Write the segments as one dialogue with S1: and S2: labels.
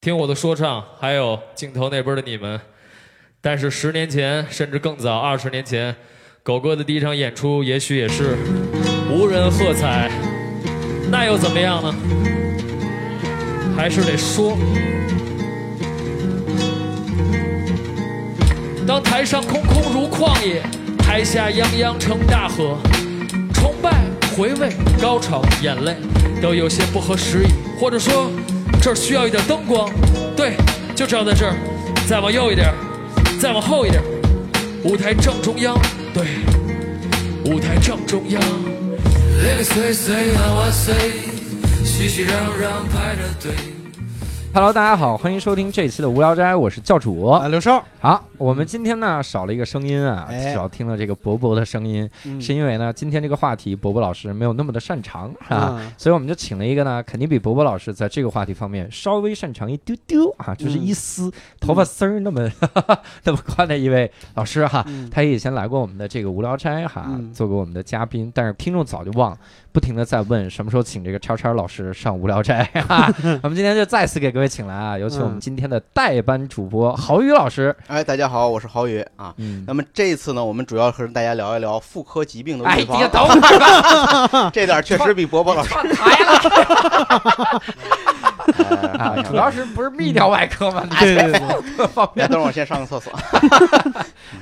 S1: 听我的说唱，还有镜头那边的你们。但是十年前，甚至更早，二十年前，狗哥的第一场演出也许也是无人喝彩，那又怎么样呢？还是得说。当台上空空如旷野，台下泱泱成大河，崇拜、回味、高潮、眼泪，都有些不合时宜，或者说这儿需要一点灯光。对，就照在这儿，再往右一点儿，再往后一点儿，舞台正中央。对，舞台正中央。零碎碎啊哇碎，熙熙攘攘排着队。
S2: Hello，大家好，欢迎收听这一期的无聊斋，我是教主。
S3: 啊，刘少，
S2: 好，我们今天呢少了一个声音啊，
S3: 哎嗯
S2: 少听了这个博博的声音，是因为呢今天这个话题博博老师没有那么的擅长啊，
S3: 嗯
S2: 所以我们就请了一个呢肯定比博博老师在这个话题方面稍微擅长一丢丢
S3: 嗯
S2: 啊，就是一丝、头发丝儿那么、 那么宽的一位老师哈，
S3: 嗯
S2: 他也以前来过我们的这个无聊斋哈，
S3: 嗯
S2: 做过我们的嘉宾，但是听众早就忘了，不停的在问什么时候请这个叉叉老师上无聊斋 哈。我们今天就再次给各位请来啊，有请我们
S3: 嗯
S2: 今天的代班主播郝宇老师。
S4: 哎，大家好，我是郝宇啊。
S2: 嗯，
S4: 那么这一次呢，我们主要和大家聊一聊妇科疾病的
S2: 哎，
S4: 预
S2: 你
S4: 防，
S2: 等会儿吧，
S4: 这点确实比伯伯老师
S2: 串 台了啊！
S4: 哎
S2: 主要是不是泌尿外科吗？
S3: 对对对，
S2: 各方
S4: 哎
S2: 面。
S4: 等会儿我先上个 厕所。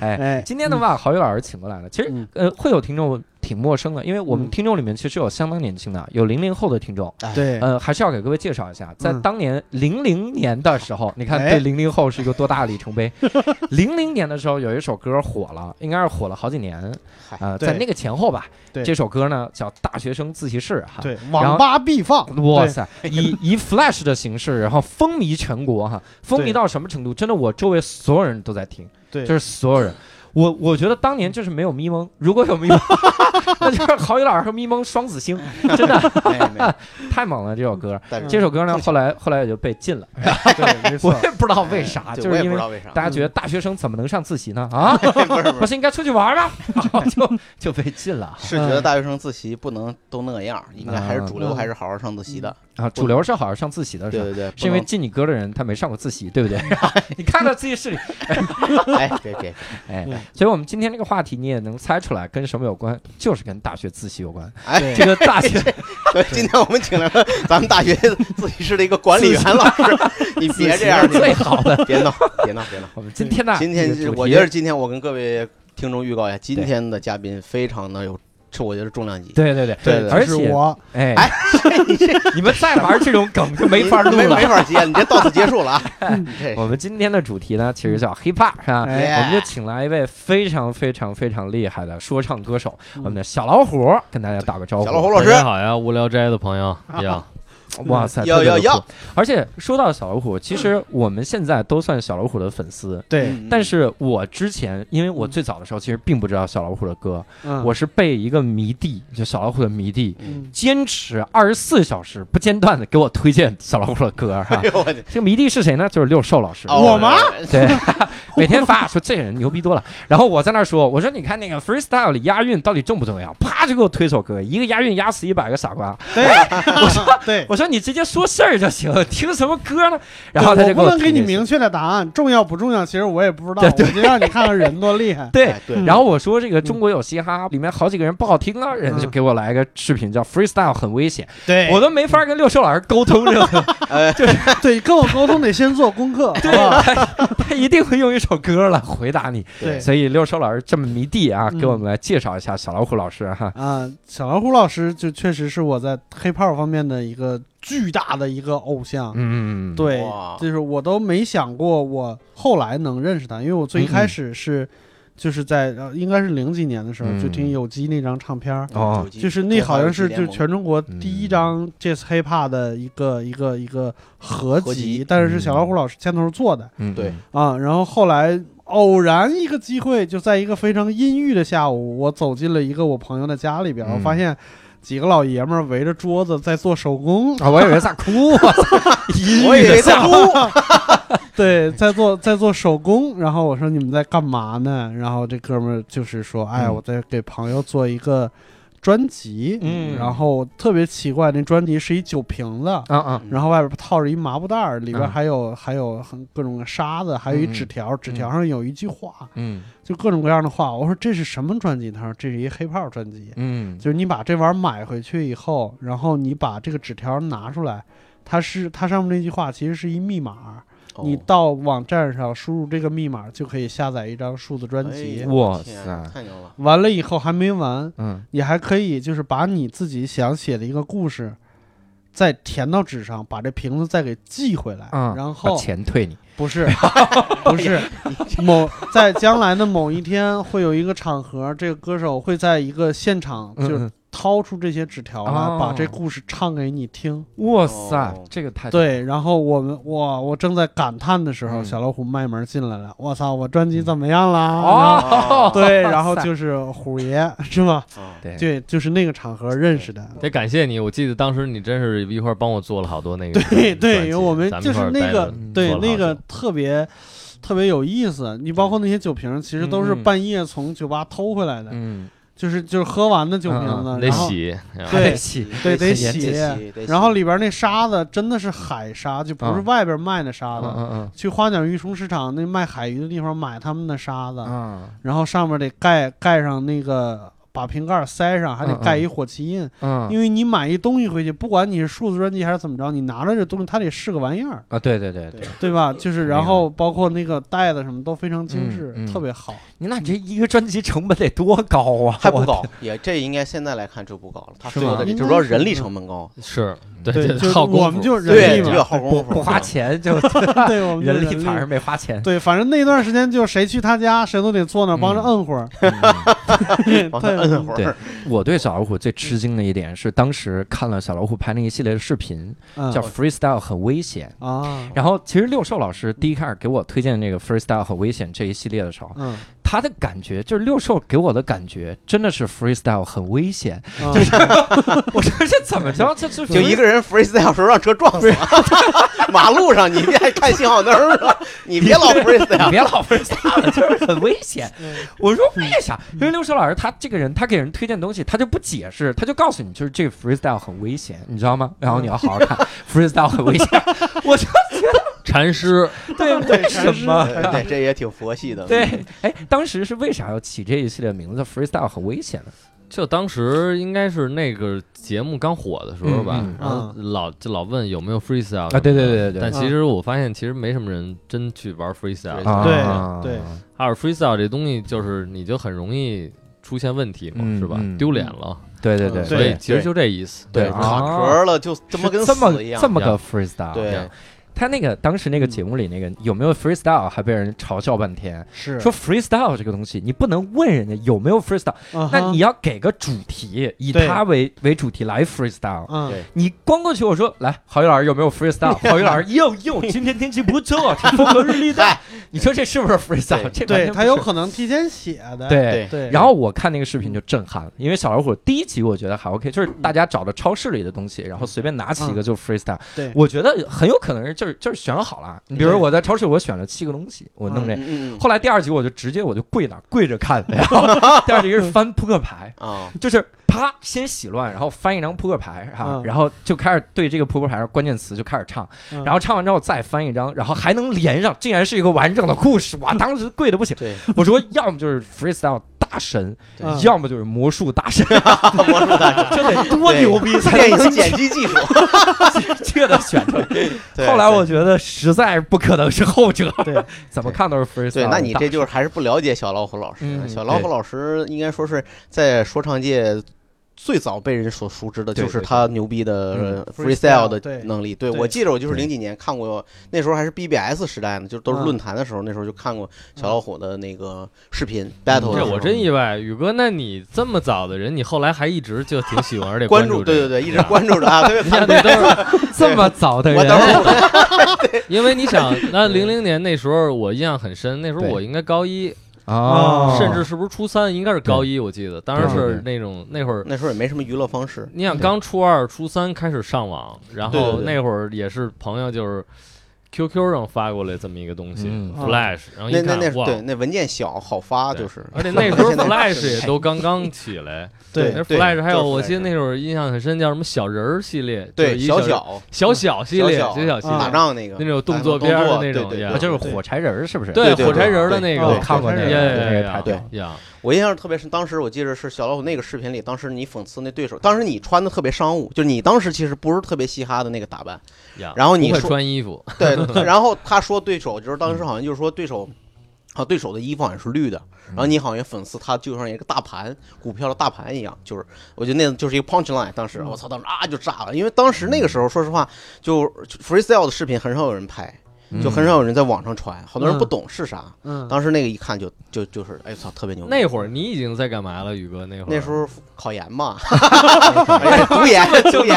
S2: 哎
S3: 哎，
S2: 今天的话，郝宇老师请过来了。其实
S3: 嗯，
S2: 呃，会有听众挺陌生的，因为我们
S3: 嗯
S2: 听众里面其实有相当年轻的，有零零后的听众，
S3: 对，
S2: 呃，还是要给各位介绍一下，在
S3: 嗯
S2: 当年零零年的时 候，你看
S3: 哎
S2: 对零零后是一个多大的里程碑？ 零零年的时候有一首歌火了，应该是火了好几年，呃，
S3: 对
S2: 在那个前后吧。
S3: 对
S2: 这首歌呢叫《大学生自习室》哈。。
S3: 对，网吧必放，
S2: 哇
S3: 对，
S2: 塞，以以 Flash 的形式，然后风靡全国哈，风靡
S3: 对
S2: 到什么程度？真的，我周围所有人都在听，
S3: 对
S2: 就是所有人。我我觉得当年就是没有咪蒙，如果有咪蒙， 那就是郝宇老师和咪蒙双子星，真的
S4: 哎，没有
S2: 太猛了这首歌。
S4: 但是
S2: 这首歌呢，后来后来也就被禁了，
S3: 对，没
S2: 我
S3: 错，
S2: 也不知道为啥，
S4: 哎对
S2: 啊就
S4: 我
S2: 是
S4: 也不
S2: 因
S4: 知
S2: 为
S4: 道嗯为啥，
S2: 大家觉得大学生怎么能上自习呢？ 啊，
S4: 不是不是
S2: 不是应该出去玩吗？然后 就就被禁了
S4: 是觉得大学生自习不能都那样，应该还是主流，
S3: 嗯
S4: 还是好好上自习的。
S2: 啊。主流是好好上自习的
S4: 对
S2: 是吧。
S4: 对嗯对，
S2: 是因为
S4: 不
S2: 进你歌的人他没上过自习，对不 对？你看到自习室里，
S4: 能哎， 别别，
S2: 哎
S3: 嗯，
S2: 所以我们今天这个话题你也能猜出来跟什么有关，就是跟大学自习有关。
S4: 哎，
S2: 这个大学
S4: 对今天我们请来了咱们大学自习室的一个管理员老师，你别这样，
S2: 自习是最好的。
S4: 别闹，别闹， 别闹。
S2: 我们今天呢，
S4: 今
S2: 这
S4: 天
S2: 个
S4: 是
S2: 主
S4: 我
S2: 题
S4: 觉得今天我跟各位听众预告一下，今
S2: 对
S4: 天的嘉宾非常的有，是我觉得重量级。
S2: 对对嗯对，
S4: 对对
S2: 而
S3: 是
S2: 且
S3: 我，
S2: 哎， 你们再玩这种梗就没法录
S4: 没
S2: 了
S4: 没。法接，你这到此结束了啊！你这
S2: 我们今天的主题呢，其实
S4: 嗯
S2: 叫 hip hop 啊，
S3: 哎
S2: 我们就请来一位非常非常非常厉害的说唱歌手，我们的小老虎，跟大家打个招呼。
S4: 嗯小老虎老师
S1: 大，家好呀，无聊斋的朋 友
S2: 啊
S1: 呀，
S2: 哇塞，
S4: 要
S2: 特别的
S4: 要要
S2: 酷！而且说到小老虎，其实我们现在都算小老虎的粉丝。
S3: 对，
S4: 嗯
S2: 但是我之前，因为我最早的时候其实并不知道小老虎的歌，
S3: 嗯
S2: 我是被一个迷弟，就小老虎的迷弟，
S3: 嗯
S2: 坚持二十四小时不间断的给我推荐小老虎的歌哈
S4: 哎。呦我的，
S2: 这个迷弟是谁呢？就是六兽老师。
S4: 哦
S3: 我吗？
S2: 对， 每天发说这人牛逼多了。然后我在那儿说，我说你看那个 freestyle 里押韵到底重不重要？啪就给我推首歌，一个押韵押死一百个傻瓜。
S3: 对，我说对，
S2: 我说你直接说事儿就行，听什么歌呢？嗯然后他就
S3: 我不
S2: 我
S3: 能给
S2: 推
S3: 你
S2: 荐
S3: 明确的答案，重要不重要，其实我也不知道，
S2: 对对，
S3: 我就让你看看人多厉害
S2: 对
S4: 哎。对，
S3: 嗯
S2: 然后我说这个中国有嘻哈，里面好几个人不好听啊，人家就给我来一个视频叫 freestyle 很危险，
S3: 对
S2: 我都没法跟六兽老师沟通任何，
S3: 对，跟我沟通得先做功课，
S2: 对
S3: 好不好
S2: 他他一定会用一首歌来回答你。
S3: 对
S2: 所以六兽老师这么迷弟啊，
S3: 嗯
S2: 给我们来介绍一下小老虎老师哈。
S3: 啊，小老虎老师就确实是我在黑炮方面的一个巨大的一个偶像，
S2: 嗯，
S3: 对
S4: 哇，
S3: 就是我都没想过我后来能认识他，因为我最一开始是就是在呃应该是零几年的时候
S2: 嗯
S3: 就听有机那张唱片儿，
S2: 哦
S4: 手机
S3: 就是那好像是
S4: 中华
S3: 就
S4: 有机联盟
S3: 全中国第一张 Jazz Hip Hop 的一个一个一个合
S4: 合
S3: 集
S4: 集，
S3: 但是是小老虎老师牵头做的
S2: 嗯
S4: 对，
S3: 啊。然后后来偶然一个机会，就在一个非常阴郁的下午，我走进了一个我朋友的家里边，
S2: 嗯
S3: 我发现几个老爷们儿围着桌子在做手工，
S2: 啊，我以为在 哭， 我操阴
S4: 我
S2: 郁
S4: 以
S2: 的
S4: 为在
S2: 笑
S4: 哭，
S3: 对，在做在做手工，然后我说你们在干嘛呢？然后这哥们儿就是说，哎呀，
S2: 嗯
S3: 我在给朋友做一个专辑，
S2: 嗯
S3: 然后特别奇怪，那专辑是一酒瓶子，
S2: 啊啊，
S4: 嗯
S3: 然后外边套着一麻布袋儿，里边
S2: 嗯
S3: 还有、还有很各种沙子，还有一
S2: 嗯嗯
S3: 纸条，纸条上有一句话，
S2: 嗯
S3: 就各种各样的话。我说这是什么专辑？他说这是一黑炮专辑，
S2: 嗯
S3: 就是你把这玩意儿买回去以后，然后你把这个纸条拿出来，它是它上面那句话其实是一密码，
S4: 哦
S3: 你到网站上输入这个密码就可以下载一张数字专
S4: 哎
S3: 辑。
S4: 呀
S2: 哇
S4: 我天
S2: 塞
S4: 太牛 了！
S3: 完了以后还没完，
S2: 嗯
S3: 你还可以就是把你自己想写的一个故事，再填到纸上，把这瓶子再给寄回来，
S2: 啊，
S3: 然
S2: 把
S3: 后
S2: 钱哎退你，
S3: 不是 不是某在将来的某一天会有一个场合，这个歌手会在一个现场
S2: 嗯
S3: 就是
S2: 嗯
S3: 掏出这些纸条来，
S2: 哦
S3: 把这故事唱给你听。
S2: 哇塞
S4: 哦，
S2: 这个太
S3: 对，然后我们哇，我正在感叹的时候，
S2: 嗯
S3: 小老虎卖门进来了，我操，我专辑怎么样啦？然后
S2: 哦，
S3: 对，然后就是虎爷是吧？
S4: 啊，
S2: 对
S3: 对，就是那个场合认识的。
S5: 得感谢你，我记得当时你真是一块儿帮我做了好多那个
S3: 对
S5: 专
S3: 对，
S5: 辑
S3: 我们
S5: 咱
S3: 就是
S5: 一块儿
S3: 那
S5: 待着
S3: 个
S2: 嗯
S3: 对
S5: 做了好
S3: 那个
S5: 久
S3: 特别特别有意思。你包括那些酒瓶，其实都是
S2: 嗯嗯
S3: 半夜从酒吧偷回来的，
S2: 嗯，
S3: 就是就是喝完的酒瓶
S2: 嗯
S3: 子，
S5: 得
S3: 然后
S5: 洗，然后
S3: 对
S2: 太细，
S3: 对
S4: 得
S3: 得
S4: 洗
S3: 洗
S4: 嗯得洗得洗
S3: 然后 里边那沙子真的是海沙，就不是
S2: 嗯
S3: 外边卖的沙
S2: 嗯
S3: 子。
S2: 嗯
S3: 去花鸟鱼虫市场那卖海鱼的地方买他们的沙子，
S2: 嗯啊
S3: 然后上面得盖盖上那个。把瓶盖塞上，还得
S2: 嗯嗯
S3: 盖一火旗印，
S2: 嗯
S3: 因为你买一东西回去，不管你是数字专辑还是怎么着，你拿着这东西，它得是个玩意儿。
S2: 啊，对对对
S4: 对
S2: 对，
S3: 对吧？就是
S2: 明白
S3: 然后包括那个袋子什么都非常精致，
S2: 嗯嗯嗯
S3: 特 别好。
S2: 你那你这一个专辑成本得多高啊？
S4: 还不
S2: 我
S4: 高，也这应该现在来看就不高了。他
S2: 是
S4: 最后
S2: 吗
S4: 的
S3: 应
S4: 就
S3: 该
S4: 主要
S3: 是
S4: 人力
S3: 的
S4: 成本高，
S5: 是，
S2: 嗯
S3: 对，就是
S5: 好功
S3: 我
S5: 夫
S3: 们就是
S4: 对，
S3: 人力
S4: 就要
S3: 嘛，
S4: 耗功
S2: 不
S4: 夫。
S2: 不花 钱就
S3: 对，我们就是
S2: 人
S3: 人
S2: 力反而没花钱，
S3: 对，反正那段时间就谁去他家，谁都得坐那儿帮着摁会儿，
S2: 嗯
S3: 对，嗯
S4: 帮他摁会
S2: 对
S4: 儿，
S2: 我对小老虎最吃惊的一点是，当时看了小老虎拍那一系列的视频，
S3: 嗯
S2: 叫《Freestyle 很危险》。
S3: 啊，
S2: 然后，其实六兽老师第一开始给我推荐那个《Freestyle 很危险》这一系列的时候，
S3: 嗯，
S2: 他的感觉就是六兽给我的感觉真的是 Freestyle 很危险。
S3: 就是
S2: 我说这怎么着？这这
S4: 就一
S2: 个
S4: 个人 freestyle 时候让车撞死了，马路上你别看信号灯了，你别老 freestyle。
S2: 别老 Freestyle 了就是很危险。我说为啥？因为六兽老师他这个人，他给人推荐东西，他就不解释，他就告诉你就是这个 Freestyle 很危险，你知道吗？然后你要好好看 Freestyle 很危险。我说
S5: 禅师，
S2: 对，为 什么？
S4: 呃 对，这也挺佛系的。
S2: 对，哎，当时是为啥要起这一系列名字？Freestyle 很危险的，
S5: 就当时应该是那个节目刚火的时候吧，
S2: 嗯嗯
S5: 然后老就老问有没有 freestyle
S2: 啊对对对对对
S5: 但
S3: 嗯
S5: 其实我发现其实没什么人真去玩 freestyle，
S4: 对
S2: 啊
S3: 对对
S5: 还有 freestyle 这东西就是你就很容易出现问题嘛，
S2: 嗯
S5: 是吧
S2: 嗯？
S5: 丢脸了，
S2: 对对对
S4: 嗯
S5: 所
S2: 对
S5: 以其实就这意思。
S2: 对啊
S4: 卡壳了就这么跟
S2: 是这么
S4: 死一样。
S2: 这么个
S5: 样
S2: freestyle，
S4: 对，嗯
S2: 他那个当时那个节目里那个有没有 freestyle 还被人嘲笑半天，
S3: 是
S2: 说 freestyle 这个东西你不能问人家有没有 freestyle，
S3: 嗯
S2: 那
S3: 哼
S2: 你要给个主题，以
S3: 对
S2: 它为为主题来 freestyle。
S3: 嗯
S4: 对
S2: 你光过去我说来，郝宇老师有没有 freestyle？郝宇 老师哟哟，今天天气不错，这风和日丽 的。你说这是不是 freestyle？
S4: 对
S2: 这完
S3: 哎对
S2: 全
S3: 他
S2: 不
S3: 有
S2: 是
S3: 可能提前写的，
S2: 对
S4: 对
S3: 对，
S2: 然后我看那个视频就震撼了，因为小老虎第一集我觉得还 OK，就是大家找着超市里的东西，然后随便拿起一个就 freestyle。
S3: 嗯对
S2: 我觉得很有可能是就是就是选好了，你比如
S3: 对
S2: 我在超市我选了七个东西，我弄这。
S4: 嗯嗯嗯
S2: 后来第二集我就直接我就跪那儿跪着 看，然后第二集是翻扑克牌，
S4: 啊，
S2: 就是啪先洗乱，然后翻一张扑克牌哈、
S3: 嗯
S2: 然后就开始对这个扑克牌上关键词就开始唱，
S3: 嗯
S2: 然后唱完之后再翻一张，然后还能连上，竟然是一个完整的故事，哇！当时跪的不行，
S4: 对，
S2: 我说要么就是 freestyle 大神，
S3: 嗯
S2: 要么就是魔术大神，
S4: 魔术大师
S2: 这得多
S4: 对
S2: 牛逼才
S4: 练一
S2: 能
S4: 些剪 辑技术。
S2: 这个选出来。
S4: 对
S2: 后来我
S4: 对
S2: 觉得实在是不可能是后者，
S3: 对，
S2: 怎么看都是 freestyle
S4: 对，那你
S2: 大
S4: 这
S2: 神
S4: 就是还是不了解小老虎老师。
S2: 嗯
S4: 小老虎
S2: 对
S4: 老师应该说是在说唱界。最早被人所熟知的
S2: 对
S4: 就是
S2: 对
S4: 他牛逼的
S2: 嗯
S4: freestyle 的
S3: 对
S4: 能力。对
S3: 对
S4: 我记得，我就是
S2: 对
S4: 零几年看过，那时候还是 BBS 时代呢，就都是
S3: 嗯
S4: 论坛的时候，那时候就看过
S2: 嗯
S4: 小老虎的那个视频 battle 的时
S5: 这
S4: 候。
S5: 我真意外，宇哥，那你这么早的人，你后来还一直就挺喜欢，而且
S4: 关
S5: 注
S4: 注，
S5: 这
S4: 对
S5: 个，
S4: 对对，一直关注着啊，对，
S5: 你看那都是
S2: 这么早的
S4: 我等
S2: 人，
S4: 会儿，
S5: 因为你 想，那零零年那时候我印象很深，那时候
S2: 对
S5: 我应该高一，
S2: 哦
S5: 甚至是不是初三，应该是高一，我记得当时是那种那会儿
S4: 那时候也没什么娱乐方式，
S5: 你想刚初二、初三开始上网，然
S4: 对
S5: 后
S4: 对对
S5: 那会儿也是朋友就是。 QQ 上发过来这么一个东西
S2: 嗯
S5: ，Flash，然后
S4: 那
S5: 一
S4: 那
S5: 看
S4: 那
S5: 哇，哦
S4: 对，那文件小好发就是，
S5: 而且那时候
S4: 现在
S5: Flash 也都刚刚起来，
S4: 对
S5: 那
S4: 对
S5: Flash 还有
S4: 就是
S5: 我记得那会儿印象很深，叫什么小人儿系列，就是
S4: 对
S5: 一
S4: 小
S5: 人
S4: 小
S5: 小小系列，
S4: 小
S5: 小小系
S3: 啊
S4: 打
S5: 列，
S4: 仗那个
S5: 那种动
S4: 打
S5: 作片儿的
S4: 动作
S5: 那种
S4: 对
S5: 呀
S4: 对
S2: 我啊
S4: 对
S2: 就是火柴人儿是不是？
S4: 对对
S5: 火柴人儿的那
S4: 对
S5: 个，
S4: 对
S2: 我看过那个
S5: 呀呀
S2: 那
S5: 呀
S2: 个
S5: 呀
S2: 太屌。
S5: 呀，
S4: 我印象特别深，当时我记得是小老虎那个视频里，当时你讽刺那对手，当时你穿的特别商务，就是你当时其实不是特别嘻哈的那个打扮，
S5: 呀
S4: 然后你
S5: 啊不会
S4: 说
S5: 穿衣服，
S4: 对，然后他说对手就是当时好像就是说对手。啊，对手的衣服好像是绿的，然后你好像讽刺他，就像一个大盘股票的大盘一样，就是我觉得那就是一个 punch line。当时我操，当时啊就炸了，因为当时那个时候说实话，就就 freestyle 的视频很少有人拍，就很少有人在网上传，好多人不懂是啥。
S3: 嗯，
S4: 当时那个一看就就就是，哎操，特别牛逼。
S5: 那会儿你已经在干嘛了，宇哥？那会儿
S4: 那时候考研嘛，哎读研读研，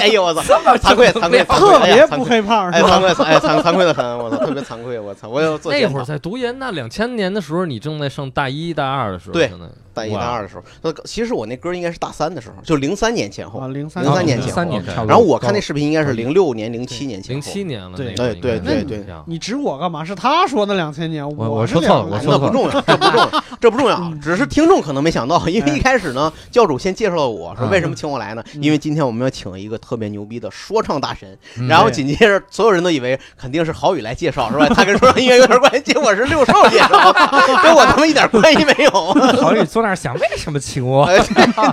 S4: 哎呦我操，惭愧惭愧，惭愧
S3: 特
S4: 哎
S3: 别
S4: 呀
S3: 不黑胖
S4: 哎
S3: 是
S4: 惭
S3: 吧？
S4: 愧惭哎惭惭愧的很，我操，特别惭愧，我操，我有做
S5: 那
S4: 监
S5: 会儿
S4: 考
S5: 在读研，那两千年的时候，你正在上大一大二的时候，
S4: 对
S5: 可能
S4: 大一大二的时候，那个其实我那歌应该是大三的时候，就零三年前后
S3: 啊，，零三
S4: 零三年
S2: 前
S4: 前
S2: 后，
S4: 后
S2: 三年
S5: OK
S2: 差不多哦
S4: 然后我看那视频应该是零六年零七年前
S5: 零
S4: 后，哎
S5: 七年了，
S3: 对
S5: 那会儿
S4: 对
S5: 应该
S4: 对
S5: 是
S4: 对
S5: 这样
S3: 你指我干嘛？是他说的两千年，
S2: 我我
S3: 是
S2: 说错了
S3: 2000
S2: 我说
S4: 那不重要，这不重要，这不重要，
S3: 嗯
S4: 只是听众可能没想到，因为一开始呢，教主先介绍了我说
S2: 嗯
S4: 为什么请我来呢？
S3: 嗯
S4: 因为今天我们要请一个特别牛逼的说唱大神，
S2: 嗯
S4: 然后紧接着所有人都以为肯定是郝宇来介绍是吧？他跟说唱音乐有点关系，结果是六兽介绍， 跟我他妈一点关系没有。
S2: 郝宇坐那儿想，为什么请 我？
S4: 哎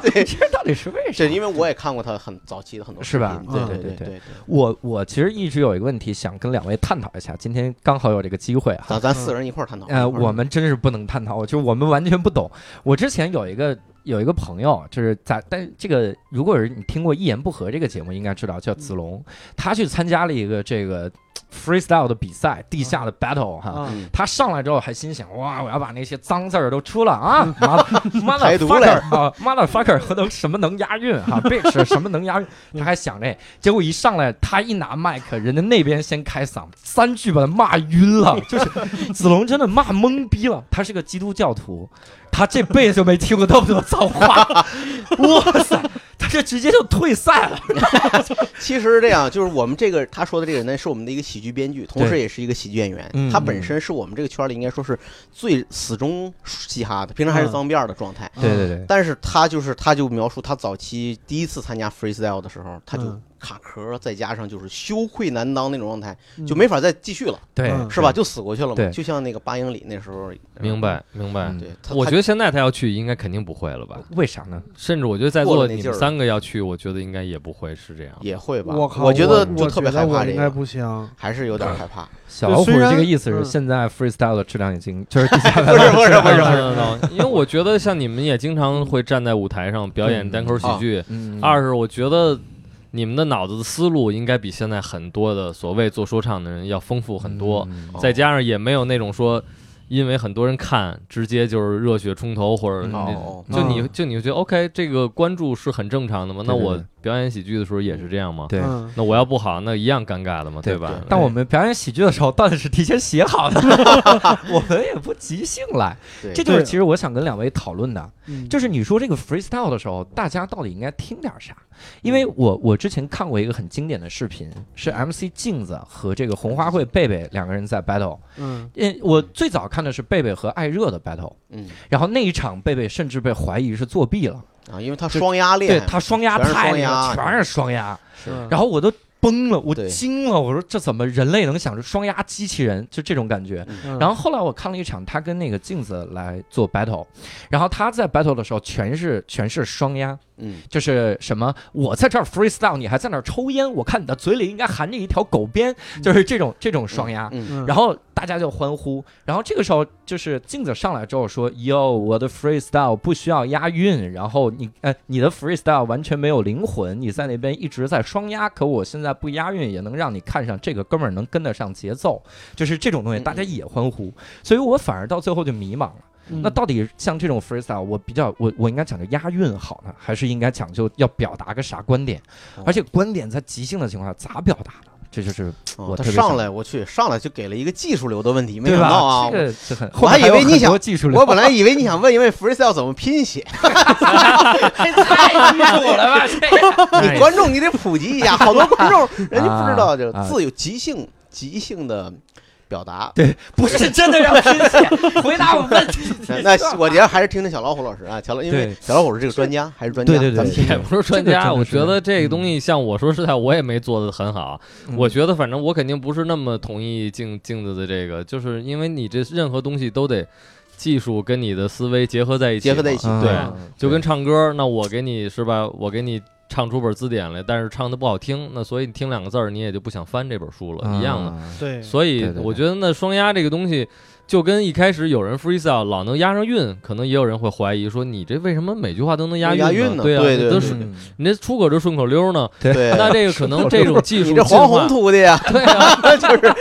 S4: 对对，
S2: 这到底是为什
S4: 这
S2: 么？
S4: 因为我也看过他很早期的很多
S2: 是吧
S4: 视频对
S2: 嗯
S4: 对
S2: 对
S4: 对对，
S2: 我我其实一直有一个问题想跟两位探讨一下，今天刚好有这个机会哈
S4: 咱。咱四个人一块儿探讨。
S2: 呃，
S4: 一块儿
S2: 我们真是不能探讨，我就我们完全不懂。我之前有一个有一个朋友，就是在，但这个如果是你听过《一言不合》这个节目，应该知道叫子龙，
S4: 嗯
S2: 他去参加了一个这个 freestyle 的比赛，地下的 battle 哈。
S3: 啊，
S4: 嗯
S2: 他上来之后还心想：哇，我要把那些脏字儿都出了啊！妈的，妈的
S4: 台独嘞
S2: fucker 啊，妈的 fucker 和能什么能押韵啊？bitch 什么能押韵？他还想这，结果一上来他一拿麦克，人家那边先开嗓，三句把他骂晕了，就是子龙真的骂懵逼了。他是个基督教徒，他这辈子就没听过那么多脏话，哇塞！他这直接就退赛了，
S4: 其实是这样，就是我们这个他说的这个人呢，是我们的一个喜剧编剧，同时也是一个喜剧演员
S2: 嗯。
S4: 他本身是我们这个圈里应该说是最死忠嘻哈的，平常还是脏辫儿的状态。
S2: 对嗯
S3: 嗯
S2: 对对，
S4: 但是他就是，他就描述他早期第一次参加 freestyle 的时候，他就
S3: 嗯
S4: 卡壳，再加上就是羞愧难当那种状态，
S3: 嗯
S4: 就没法再继续了，
S2: 对
S3: 嗯
S4: 是吧？就死过去了嘛。
S2: 对
S4: 就像那个八英里那时候，
S5: 明白明白
S2: 嗯。
S4: 对，他
S5: 我
S4: 他
S5: 觉得现在他要去，应该肯定不会了吧？
S2: 为啥呢？
S5: 甚至我觉得在
S4: 过
S5: 座
S4: 了那
S5: 你
S4: 劲
S5: 们
S4: 儿了
S5: 三个要去，我觉得应该也不会是这
S2: 啊
S5: 样。
S4: 也会吧。
S3: 我靠，
S4: 我觉得
S3: 我
S4: 就特别
S3: 觉得
S4: 害
S3: 我
S4: 怕这
S3: 应该
S4: 个，
S3: 不行。
S4: 还是有点
S2: 嗯
S4: 害怕。
S2: 小老虎
S3: 虽然
S2: 这个意思是，
S3: 嗯
S2: 现在 freestyle 的质量已经就是地下
S4: 不是不是不 是，
S5: no，因为 我觉得像你们也经常会站在舞台上表演单口
S4: 啊
S5: 喜剧。
S2: 嗯
S5: 二是我觉得你们的脑子的思路应该比现在很多的所谓做说唱的人要丰富很多，
S2: 嗯
S4: 哦
S5: 再加上也没有那种说。因为很多人看，直接就是热血冲头，或者那
S4: 哦
S5: 就你
S3: 嗯
S5: 就你会觉得 OK，这个关注是很正常的嘛？那
S2: 对对
S5: 我
S2: 对
S5: 表演喜剧的时候也是这样吗？
S2: 对。
S3: 嗯，
S5: 那我要不好，那一样尴尬的嘛，
S2: 对
S5: 吧？
S2: 但我们表演喜剧的时候，到底是提前写好 的，我们也不即兴来。
S4: 对
S2: 这就是
S3: 对
S2: 其实我想跟两位讨论的，
S3: 嗯
S2: 就是你说这个 freestyle 的时候，大家到底应该听点啥？因
S4: 嗯
S2: 为我我之前看过一个很经典的视频，是 MC 镜子和这个红花会贝贝两个人在 battle。
S3: 嗯
S2: 嗯，我最早看的是贝贝和艾热的 battle，
S4: 嗯
S2: 然后那一场贝贝甚至被怀疑是作弊了，
S4: 啊，因为他双压
S2: 对
S4: 练，
S2: 他双压
S4: 全是
S2: 太
S4: 双
S2: 厉害，
S4: 压
S2: 全是双压。
S4: 是
S3: 嗯
S2: 然后我都崩了，我
S4: 对
S2: 惊了，我说这怎么人类能想出双压机器人，就这种感觉。
S3: 嗯
S2: 然后后来我看了一场他跟那个镜子来做 battle，然后他在 battle 的时候全是全是双压，
S4: 嗯，
S2: 就是什么我在这儿 freestyle，你还在那儿抽烟，我看你的嘴里应该含着一条狗鞭，就是这种这种双压。
S4: 嗯，
S3: 嗯
S2: 然后大家就欢呼，然后这个时候就是镜子上来之后说哟，我的 freestyle 不需要押韵，然后你呃你的 freestyle 完全没有灵魂，你在那边一直在双押，可我现在不押韵也能让你看上这个哥们儿能跟得上节奏，就是这种东西
S4: 嗯
S2: 大家也欢呼，所以我反而到最后就迷茫了。
S3: 嗯
S2: 那到底像这种 freestyle，我比较我我应该讲究押韵好呢，还是应该讲究要表达个啥观点？
S4: 哦
S2: 而且观点在即兴的情况下咋表达呢？这就是
S4: 哦
S2: 我特
S4: 他
S2: 别想
S4: 上来我去上来就给了一个技术流的问题，没
S2: 对吧？
S4: 想到啊，
S2: 这个就很，
S4: 我还以为你
S2: 后面
S4: 想
S2: 还有很多技术流
S4: 我本来以为你想问一问 freestyle 怎么拼写，
S2: 太愚 蠢了吧？这个
S4: 你观众你得普及一下，好多观众人家不知道，就
S2: 哎啊
S4: 字有即兴即兴的表达。
S2: 对，不是真的让拼写，回答我 问题。
S4: 那那我觉得还是听听小老虎老师啊，小老因为
S2: 对
S4: 小老虎是这个专家，还是专家，
S2: 对对对
S4: 咱们听
S5: 也
S4: 听。
S5: 哎不是专
S2: 这个真
S5: 家，
S2: 的
S5: 我
S2: 是
S5: 觉得这个东西，像我说实在，我也没做的很好。
S2: 嗯
S5: 我觉得反正我肯定不是那么同意镜镜子的这个，就是因为你这任何东西都得技术跟你的思维结合在一起嘛，
S4: 结合在一起
S5: 对
S2: 嗯
S5: 就跟唱歌，那我给你是吧？我给你唱出本字典来，但是唱的不好听，那所以你听两个字儿，你也就不想翻这本书了，一样的。
S2: 的。
S3: 对，
S5: 所以
S2: 啊对对
S5: 我觉得那双押这个东西，就跟一开始有人 freestyle 老能押上韵，可能也有人会怀疑说你这为什么每句话都能押
S4: 押
S5: 韵
S4: 韵呢
S5: 对啊，
S4: 对
S5: 你
S4: 对
S5: 都
S4: 对
S5: 是你这出口就顺口溜呢。
S4: 对，
S5: 那这个可能这种技术进
S4: 你这
S5: 化，
S4: 黄宏徒弟啊，
S5: 对啊， 就是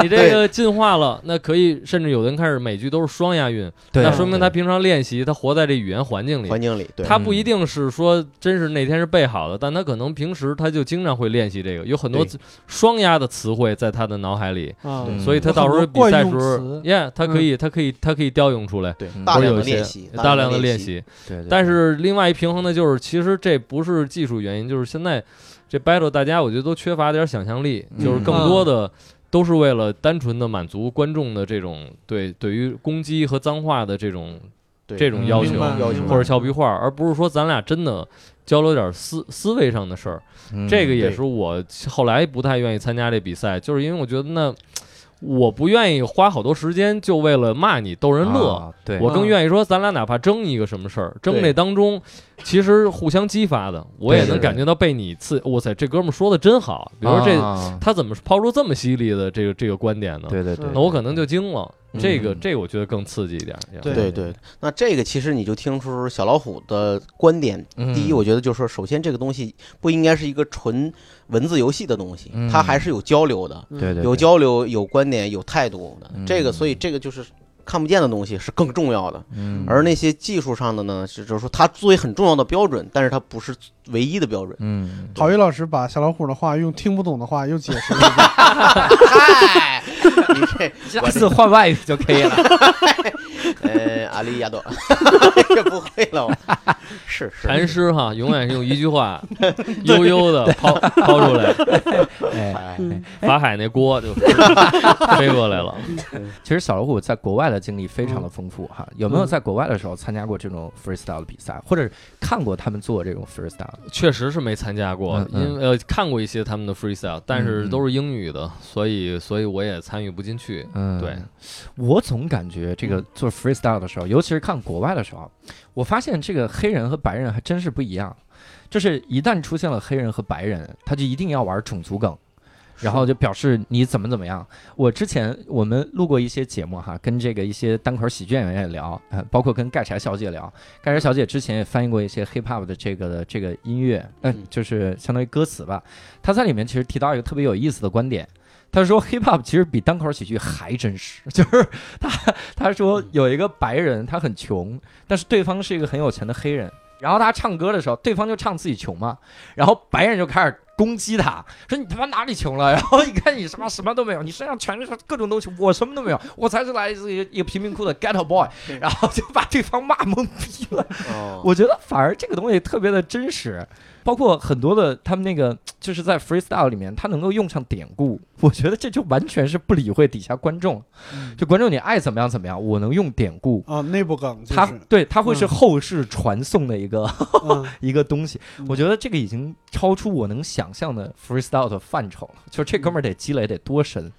S5: 你这个进化了，那可以甚至有的人开始每句都是双押韵，
S2: 对
S5: 那说明他平常练习，他活在这语言环境里，
S4: 环境里对，
S5: 他不一定是说真是那天是背好的，但他可能平时他就经常会练习这个，有很多
S2: 对
S5: 双押的词汇在他的脑海里，
S3: 啊，
S2: 嗯
S5: 所以他到时候比赛时候，
S3: 嗯
S5: 耶，他可以，他可以，他可以调用出来，
S4: 对
S2: 嗯
S4: 大
S5: 或者
S4: 量
S5: 有
S4: 的
S5: 一些
S4: 练习，
S5: 大量
S4: 的
S5: 的练
S4: 习。
S5: 习。
S2: 对对，
S5: 但是另外一平衡的就是，其实这不是技术原因，就是现在这 battle 大家我觉得都缺乏点想象力，
S4: 嗯
S5: 就是更多的都是为了单纯的满足观众的这种对对于攻击和脏话的这种
S4: 对嗯
S5: 这种要求啊
S3: 明白
S4: 要求
S3: 明白
S5: 或者俏皮话，而不是说咱俩真的交流点思思维上的事儿。
S2: 嗯
S5: 这个也
S4: 对
S5: 是我后来不太愿意参加这比赛，就是因为我觉得那我不愿意花好多时间就为了骂你逗人乐。
S2: 啊对，
S5: 我更
S3: 嗯
S5: 愿意说，咱俩哪怕争一个什么事儿，争
S4: 对
S5: 这当中，其实互相激发的，我
S2: 对
S5: 也
S2: 对
S5: 能
S2: 对
S5: 感觉到被你刺。哇塞，这哥们儿说的真好，比如说这、
S2: 啊
S5: 他怎么抛出这么犀利的这个这个观点呢？
S2: 对对对，
S5: 那我可能就惊了。
S2: 嗯
S5: 这个这个我觉得更刺激一点。
S3: 对
S4: 对对，那这个其实你就听出小老虎的观点。
S2: 嗯
S4: 第一，我觉得就是说，首先这个东西不应该是一个纯文字游戏的东西
S2: 嗯，
S4: 它还是有交流的，
S2: 对对对
S4: 有交流、有观点、有态度的。
S2: 嗯
S4: 这个，所以这个就是看不见的东西是更重要的。
S2: 嗯
S4: 而那些技术上的呢，是就是说它作为很重要的标准，但是它不是唯一的标准。
S2: 嗯
S3: 郝宇老师把小老虎的话用听不懂的话又解释了一遍，
S4: 嗨， 你这
S2: 下次换外语就可以了。
S4: 呃，阿里亚多，这不会了我，是 是
S5: 禅师 哈，永远是用一句话悠悠的抛抛出来，
S2: 哎，
S4: 哎
S5: 法海那锅 就飞过来了。
S2: 其实小老虎在国外的经历非常的丰富哈。有没有在国外的时候参加过这种 freestyle 的比赛，或者看过他们做这种 freestyle？
S5: 确实是没参加过
S2: 嗯，嗯
S5: 因为呃看过一些他们的 freestyle，但
S2: 嗯
S5: 是
S2: 嗯
S5: 都是英语的，所以所以我也参与不进去。
S2: 嗯，
S5: 对，
S2: 我总感觉这个做 freestyle 的时候，尤其是看国外的时候，我发现这个黑人和白人还真是不一样。就是一旦出现了黑人和白人，他就一定要玩种族梗，然后就表示你怎么怎么样。我之前我们录过一些节目哈，跟这个一些单口喜剧演员也聊，呃，包括跟盖柴小姐聊。盖柴小姐之前也翻译过一些 hip hop 的这个的这个音乐，嗯、
S4: 嗯
S2: 就是相当于歌词吧。她在里面其实提到一个特别有意思的观点，她说 hip hop 其实比单口喜剧还真实， 就是她她说有一个白人他很穷，但是对方是一个很有钱的黑人。然后他唱歌的时候，对方就唱自己穷嘛，然后白人就开始攻击他，说你他妈哪里穷了？然 后你看你什么什么都没有，你身上全是各种东西，我什么都没有，我才是来自于一个贫民窟的 ghetto boy，
S4: 对
S2: 然后就把对方骂懵逼了。
S4: 哦，
S2: 我觉得反而这个东西特别的真实，包括很多的他们那个就是在 freestyle 里面，他能够用上典故，我觉得这就完全是不理会底下观众，就观众你爱怎么样怎么样，我能用典故。
S3: 啊，内部梗就
S2: 他
S3: 是，
S2: 对他会是
S3: 嗯
S2: 后世传颂的一个、
S3: 嗯
S2: 一个东西，我觉
S3: 得
S2: 得这个已经超出我能想象的 freestyle 的范畴了。就这哥们儿得积累得多深，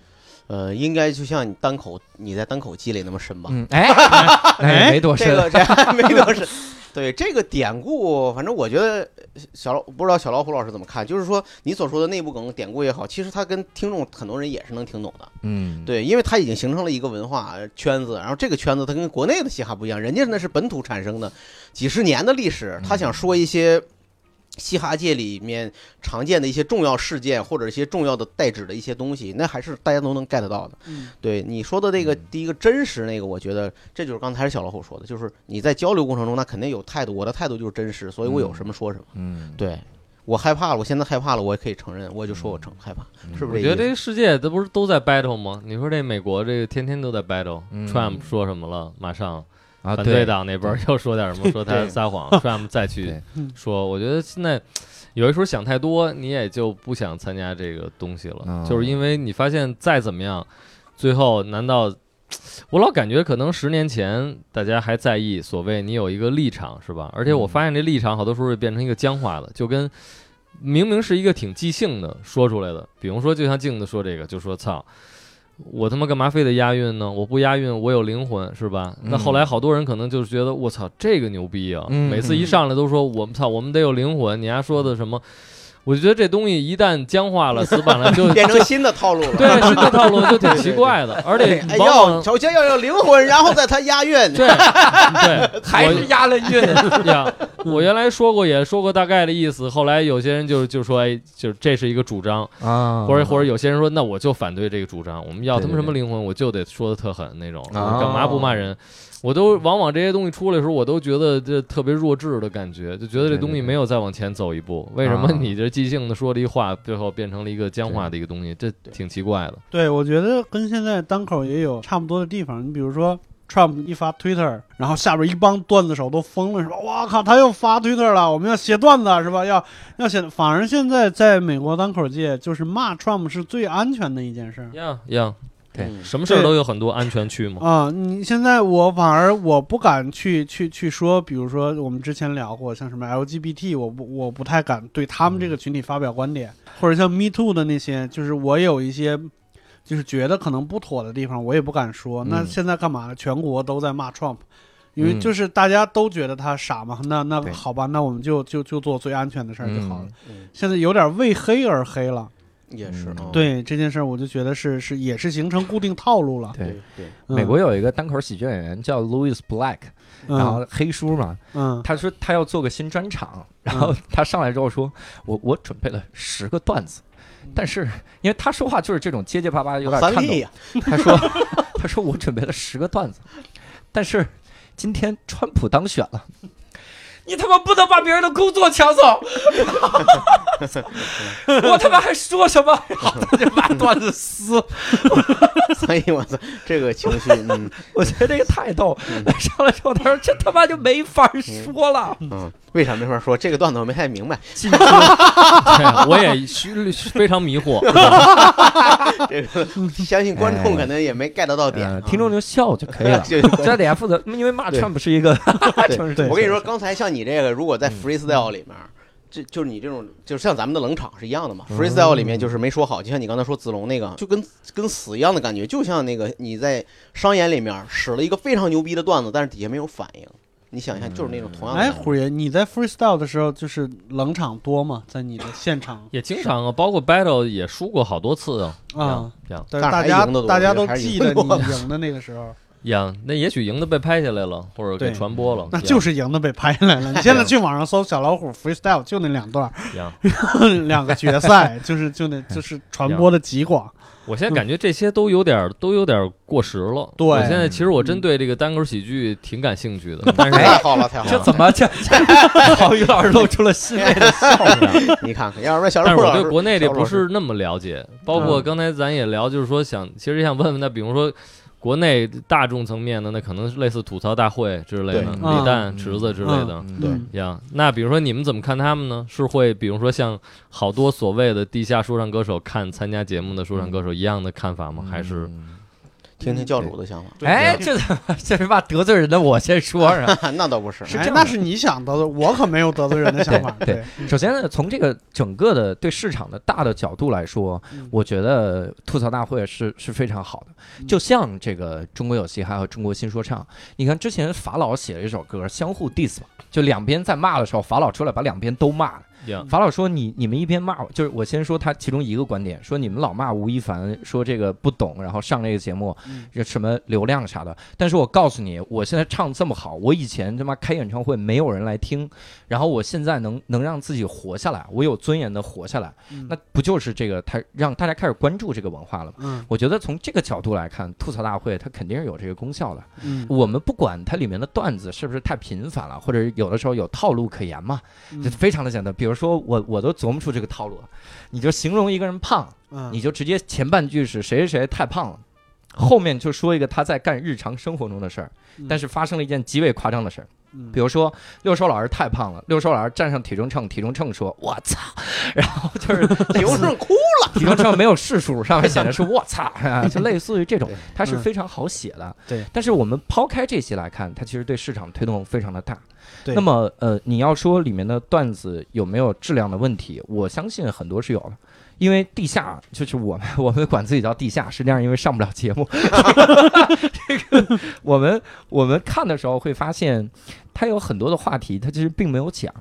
S4: 呃，应该就像你单口你在单口积累那么深吧？
S2: 嗯，哎，哎那也没多
S4: 这
S2: 深，
S4: 个这还没多深。 对这个典故，反正我觉得小老不知道小老虎老师怎么看，就是说你所说的内部梗、典故也好，其实他跟听众很多人也是能听懂的。
S2: 嗯，
S4: 对，因为它已经形成了一个文化呃圈子，然后这个圈子它跟国内的嘻哈不一样，人家那是本土产生的，几十年的历史，
S2: 嗯
S4: 他想说一些。嘻哈界里面常见的一些重要事件或者一些重要的代指的一些东西，那还是大家都能 get 到的。
S3: 嗯
S4: 对你说的这
S2: 嗯
S4: 个第一个真实那个，我觉得这就是刚才小老虎说的，就是你在交流过程中，那肯定有态度，我的态度就是真实，所以我有什么说什么。
S2: 嗯，
S4: 对我害怕了，我现在害怕了，我也可以承认，我就说我成害怕，
S2: 嗯
S4: 是不
S5: 我
S4: 是
S5: 觉
S4: 这意
S5: 得这个
S4: 思？
S5: 世界这不是都在 battle 吗？你说这美国这个天天都在 battle，Trump、
S2: 嗯
S5: Trump 说什么了？马上反
S2: 啊，
S5: 对
S2: 对的，
S5: 党那边又说点什么，说他
S4: 对
S5: 撒谎。Trump 再去
S2: 对
S5: 说，我觉得现在有的时候想太多，你也就不想参加这个东西了，
S2: 嗯
S5: 就是因为你发现再怎么样，最后难道我老感觉可能十年前大家还在意所谓你有一个立场是吧？而且我
S2: 嗯
S5: 发现这立场好多时候也变成一个僵化的，就跟明明是一个挺即兴的说出来的，比如说就像镜子说这个，就说操。我他妈干嘛非得押韵呢？我不押韵，我有灵魂，是吧？那
S2: 嗯
S5: 后来好多人可能就是觉得，我操，这个牛逼啊！
S2: 嗯
S5: 每次一上来都说，我们操，我们得有灵魂。你丫说的什么？我觉得这东西一旦僵化了、死板了， 就
S4: 变成新的套路 了。
S5: 对新的套路就挺奇怪的，而且
S4: 哎，
S5: 往
S4: 要
S5: 往
S4: 首先要有灵魂，然后再他押韵。
S5: 对对，
S2: 还
S5: 我
S2: 是押了韵。
S5: 哎呀，我原来说过也说过大概的意思，后来有些人就就说，哎，就这是一个主张，
S2: 啊，
S5: 或者或者有些人说，那我就反对这个主张，我们要
S2: 对
S5: 他妈
S2: 对
S5: 什么灵魂，我就得说的特狠那种，
S2: 啊
S5: 干嘛不骂人？我都
S2: 嗯
S5: 往往这些东西出来的时候，我都觉得这特别弱智的感觉，就觉得这
S2: 对对
S5: 东西
S2: 对
S5: 没有再往前走一步。为什么
S2: 啊
S5: 你这即兴的说了一话，最后变成了一个僵化的一个东西？这挺奇怪的。
S3: 对，我觉得跟现在单口也有差不多的地方。你比如说，Trump 一发 Twitter，然后下边一帮段子手都疯了，是吧？哇靠，他又发 Twitter 了，我们要写段子是吧？要要写。反而现在在美国单口界，就是骂 Trump 是最安全的一件事儿。
S5: 呀呀，
S2: 对
S4: 嗯
S5: 什么事儿都有很多安全区 嘛。
S3: 啊、你现在我反而我不敢去去去说，比如说我们之前聊过，像什么 LGBT，我不我不太敢对他
S2: 嗯
S3: 们这个群体发表观点，或者像 Me Too 的那些，就是我有一些就是觉得可能不妥的地方，我也不敢说。那
S2: 嗯
S3: 现在干嘛呢？全国都在骂 Trump。因为
S2: 嗯
S3: 就是大家都觉得他傻嘛，那那
S2: 对
S3: 好吧，那我们就就就做最安全的事儿就好了。
S4: 嗯
S3: 现在有点为黑而黑了，
S4: 也是啊
S2: 嗯。
S3: 对这件事儿，我就觉得是是也是形成固定套路了。
S4: 对对，
S3: 嗯
S2: 美国，有一个单口喜剧演员叫 Louis Black，然
S3: 嗯
S2: 后黑叔嘛，
S3: 嗯，
S2: 他说他要做个新专场，然后他上来之后说，我我准备了十个段子，但是因为他说话就是这种结结巴巴，有点
S4: 三
S2: 看懂
S4: 立。呀，
S2: 他说 他说我准备了十个段子，但是今天川普当选了。你他妈不能把别人的工作抢 走！我他妈还说什么？然后他就把段子撕
S4: 所以我操，这个情绪，嗯
S2: 我觉得这个太逗
S4: 嗯。
S2: 上来之后，他说这他妈就没法说了。
S4: 嗯，为啥没法说这个段子？我没太明白，
S2: 进出
S5: 对，我也虚非常迷 惑。
S4: 这个相信观众可能也没 get 到点
S2: 呃
S4: 啊，
S2: 听众就笑就 可以了。
S4: 就
S2: 在底下负责，因为骂
S4: 对
S2: 川普是一个，
S4: 对
S2: 就是
S3: 对
S4: 我跟你说，刚才像你这个，如果在 freestyle 里面，这就是你这种，就像咱们的冷场是一样的嘛。freestyle 里面就是没说好，就像你刚才说子龙那个，就跟跟死一样的感觉，就像那个你在商演里面使了一个非常牛逼的段子，但是底下没有反应。你想一下，就是那种同样的
S3: 哎，
S4: 感觉。
S3: 虎爷，你在 freestyle 的时候就是冷场多吗？在你的现场
S5: 也经常啊，包括 battle 也输过好多次啊。
S3: 啊，
S5: 呀
S3: 但
S4: 但
S3: 是
S4: 是
S3: 大
S4: 还
S3: 家
S4: 赢得多
S3: 大家
S4: 我觉
S3: 都
S4: 得还是
S3: 记
S4: 赢
S3: 得
S4: 得
S3: 你
S4: 多
S3: 赢的那个时候，
S5: 呀，那也许赢的被拍下来了，或者给
S3: 对
S5: 传播了，
S3: 那
S5: 呀
S3: 就是赢的被拍下来了。你现在去网上搜小老虎 freestyle，就那两段儿，
S5: 呀。
S3: 两个决赛，就是就那就是传播的极广。
S5: 我现在感觉这些都有点儿都有点儿过时了。
S3: 对
S5: 我现在其实我真对这个单口喜剧挺感兴趣 的，但 是
S4: 太好了，太好
S2: 哎这
S4: 了！
S2: 怎么这？郝宇老师露出了欣慰的笑容。
S4: 你看看，要不然小
S5: 但是
S4: 老虎
S5: 我
S4: 老
S5: 对
S4: 师嗯
S5: 国内这
S4: 小
S5: 不
S4: 老
S5: 是那么了解。包括刚才咱也聊，就是说想，其实想问问那，比如说。国内大众层面的，那可能是类似吐槽大会之类的，
S4: 对
S3: 嗯
S5: 李诞、池子之类的，
S2: 对
S3: 嗯，
S5: 呀那比如说你们怎么看他们呢？是会比如说像好多所谓的地下说唱歌手看参加节目的说唱歌手一样的看法吗？还是
S4: 嗯听听教主的想
S2: 哎，这 这是把得罪人的我先说上。
S4: 法，那倒不是。
S2: 是
S3: 哎
S2: 这样
S3: 那
S2: 的
S3: 是你想得罪，我可没有得罪人的想法。
S2: 对
S3: 对，
S2: 首先呢，从这个整个的对市场的大的角度来说
S3: 嗯，
S2: 我觉得吐槽大会是是非常好的。
S3: 嗯
S2: 就像这个中国有嘻哈和中国新说唱，你看之前法老写了一首歌，相互 diss 嘛，就两边在骂的时候，法老出来把两边都骂了。
S5: 呀
S2: 法老说你你们一边骂我，就是我先说他其中一个观点，说你们老骂吴亦凡，说这个不懂，然后上这个节目
S3: 嗯，
S2: 这什么流量啥的。但是我告诉你，我现在唱这么好，我以前他妈开演唱会没有人来听，然后我现在能能让自己活下来，我有尊严的活下来，
S3: 嗯
S2: 那不就是这个他让大家开始关注这个文化了吗？
S3: 嗯
S2: 我觉得从这个角度来看，吐槽大会它肯定是有这个功效的。
S3: 嗯，
S2: 我们不管它里面的段子是不是太频繁了，或者有的时候有套路可言嘛，
S3: 嗯
S2: 这非常的简单。比如说我我都琢磨出这个套路了，你就形容一个人胖，
S3: 嗯
S2: 你就直接前半句是谁谁谁太胖了，后面就说一个他在干日常生活中的事儿
S3: 嗯，
S2: 但是发生了一件极为夸张的事儿。
S3: 嗯
S2: 比如说六兽老师太胖了，六兽老师站上体重秤，体重秤说“我操”，然后就是
S4: 体重秤哭，
S2: 体重秤没有示数，上面显的 是“我操”，啊就类似于这种
S4: 对，
S2: 它是
S3: 嗯
S2: 非常好写的。
S3: 对，
S2: 但是我们抛开这些来看，它其实对市场推动非常的大。
S3: 对
S2: 那么呃，你要说里面的段子有没有质量的问题，我相信很多是有的。因为地下就是我们， 我们管自己叫地下，实际上因为上不了节目。 这个我们我们看的时候会发现，它有很多的话题，它其实并没有讲。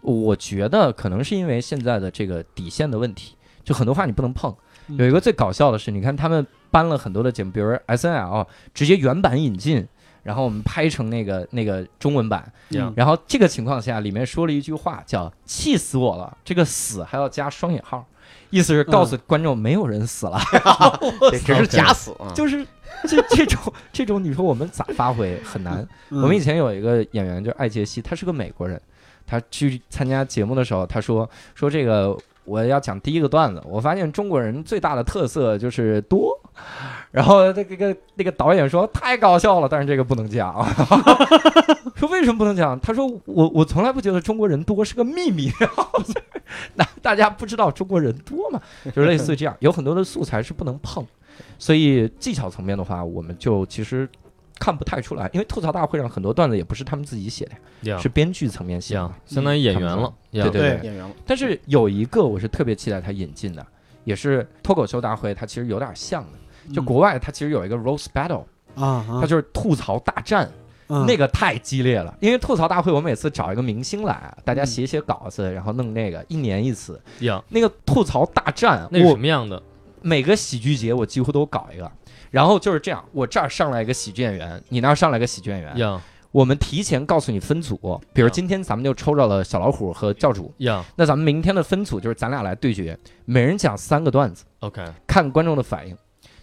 S2: 我觉得可能是因为现在的这个底线的问题，就很多话你不能碰。
S3: 嗯
S2: 有一个最搞笑的是，你看他们搬了很多的节目，比如 S N L 直接原版引进，然后我们拍成那个那个中文版，
S3: 嗯
S5: Yeah
S2: 然后这个情况下，里面说了一句话叫“气死我了”，这个“死”还要加双引号，意思是告诉观众没有人死了，
S4: 对只是假死啊，
S2: 就是 这这种这种，你说我们咋发挥很难。
S3: 嗯
S2: 我们以前有一个演员就是艾杰西，他是个美国人，他去参加节目的时候，他说说这个我要讲第一个段子，我发现中国人最大的特色就是多。 然后那个那个导演说太搞笑了，但是这个不能讲。 说为什么不能讲？他说我我从来不觉得中国人多是个秘密， 然后就是大大家不知道中国人多嘛，就是类似这样，有很多的素材是不能碰，所以技巧层面的话，我们就其实看不太出来，因为吐槽大会上很多段子也不是他们自己写的，
S5: 呀
S2: 是编剧层面写的
S5: 啊呀，。相当于演员了，呀
S2: 对对
S3: 对
S4: 演员了，
S2: 但是有一个我是特别期待他引进的，也是脱口秀大会，它其实有点像
S5: 嗯
S2: 的，就国外它其实有一个 roast battle，
S3: 嗯啊，
S2: 它就是吐槽大战。那
S5: 嗯
S3: 个
S2: 个太激烈了，因为吐槽大会，我每次找一个明星来，大家写写稿
S5: 嗯
S2: 子，然后弄那个，一年一次。
S5: 呀，
S2: 那个吐槽大战，
S5: 那是什
S2: 我
S5: 么样的？
S2: 每个喜剧节我几乎都搞一个。然后就是这样，我这儿上来一个喜剧演员，你那儿上来一个喜剧演员，
S5: 呀
S2: 我们提前告诉你分组，比如
S5: 嗯
S2: 今天咱们就抽着了小老虎和教主，
S5: 呀
S2: 那咱们明天的分组就是咱俩来对决，每人讲三个段子，
S5: ，OK，
S2: 看观众的反应。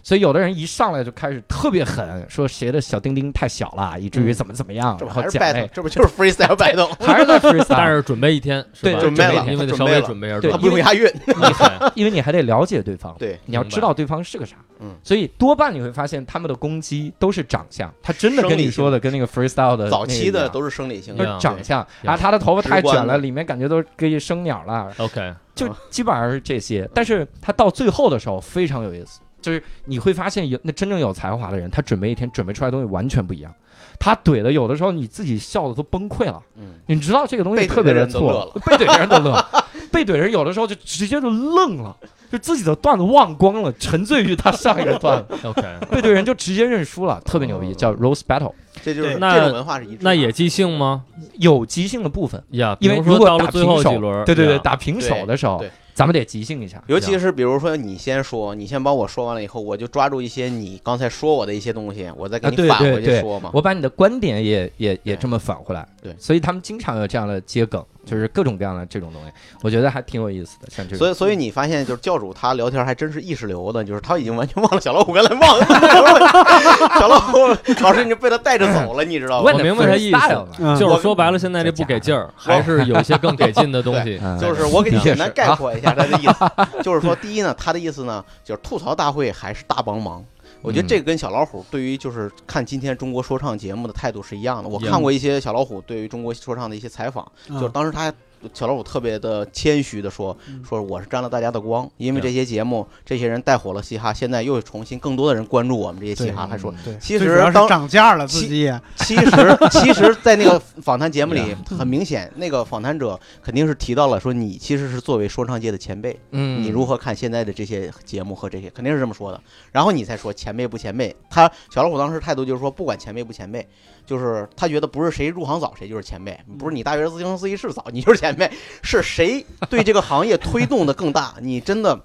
S2: 所以有的人一上来就开始特别狠，说谁的小丁丁太小了，以至于怎么怎么样，
S4: 嗯这不
S2: 然后
S4: 还是
S2: 讲
S4: battle，这不就是 freestyle battle，
S2: 还 是在 freestyle，
S5: 但是准备一天是吧？
S2: 对准备了
S5: 因为得
S4: 准
S5: 稍
S4: 备
S5: 微
S4: 了
S5: 准备一下，
S2: 对
S4: 啊他不用押韵，
S5: 厉害，
S2: 因为你还得了解对方，
S4: 对，
S2: 你要知道对方是个啥，
S4: 嗯
S2: 所以多半你会发现他们的攻击都是长相，他真的跟你说的跟那个 freestyle 的
S4: 早期的
S2: 是。
S4: 都是生理性
S2: 都
S4: 的
S2: 是长相
S5: 对
S2: 啊，他的头发太
S4: 直
S2: 卷
S4: 观
S2: 了，
S4: 的
S2: 里面感觉都可以生鸟了，
S5: OK，
S2: 就
S4: 啊
S2: 基本上是这些。但是他到最后的时候非常有意思，就是你会发现有那真正有才华的人，他准备一天准备出来的东西完全不一样。他怼的有的时候你自己笑的都崩溃了，
S4: 嗯，
S2: 你知道这个东西
S4: 被怼
S2: 特别
S4: 的
S2: 的
S4: 人都乐
S2: 错，被怼的人都乐，被怼的人有的时候就直接就愣了，就自己的段子忘光了，沉醉于他上一个段子，
S5: OK，
S2: 被怼人就直接认输了，特别牛逼，叫 Rose Battle，
S4: 这就是
S3: 对
S5: 那
S4: 这种文化是一致的。
S5: 那也即兴吗？
S2: 有即兴的部分，
S5: 呀，比
S2: 因为
S5: 如
S2: 如
S5: 说
S2: 果
S5: 到
S2: 打
S5: 了
S2: 平
S5: 最后
S2: 手
S5: 几轮，啊
S2: 对对对，
S5: 呀
S2: 打平手的时候
S4: 对对，
S2: 咱们得即兴一下，
S4: 尤其是比如说你先说，你先帮我说完了以后，我就抓住一些你刚才说我的一些东西，我再给
S2: 啊对
S4: 你返
S2: 对
S4: 回
S2: 对
S4: 去说嘛。
S2: 我把你的观点也也也
S4: 对
S2: 这么返回来，
S4: 对
S2: 所以他们经常有这样的接梗，就是各种各样的这种东西，我觉得还挺有意思的，像这种。
S4: 所以，所以你发现就是教主他聊天还真是意识流的，就是他已经完全忘了小 老虎原来忘了小老虎老师，你就被他带着走了，你知道
S2: 我
S4: 吗？
S5: 我明白他意思，
S3: 嗯
S5: 就是说白了，现在这不给劲儿，还是有一些更给劲的东 西。
S2: 嗯
S4: 就是我给你
S2: 的确
S4: 简单
S2: 是
S4: 概括一下他的意思，就是说，第一呢，他的意思呢，就是吐槽大会还是大帮忙。我觉得这个跟小老虎对于就是看今天中国说唱节目的态度是一样的。我看过一些小老虎对于中国说唱的一些采访，就是当时他小老虎特别的谦虚的说
S3: 嗯，
S4: 说我是沾了大家的光，因为这些节目这些人带火了嘻哈，现在又重新更多的人关注我们这些嘻哈。
S2: 对
S4: 啊他说，
S3: 对，
S4: 其
S3: 最主
S4: 实
S3: 要是
S4: 当
S3: 涨价了，
S4: 其
S3: 自己也
S4: 其实，其实，在那个访谈节目里，很明显，那个访谈者肯定是提到了说，你其实是作为说唱界的前辈，
S2: 嗯，
S4: 你如何看现在的这些节目和这些，肯定是这么说的。然后你才说前辈不前辈。他小老虎当时态度就是说，不管前辈不前辈，就是他觉得不是谁入行早谁就是前辈，不是你大学自行自习室早你就是前辈，是谁对这个行业推动的更 大，你真的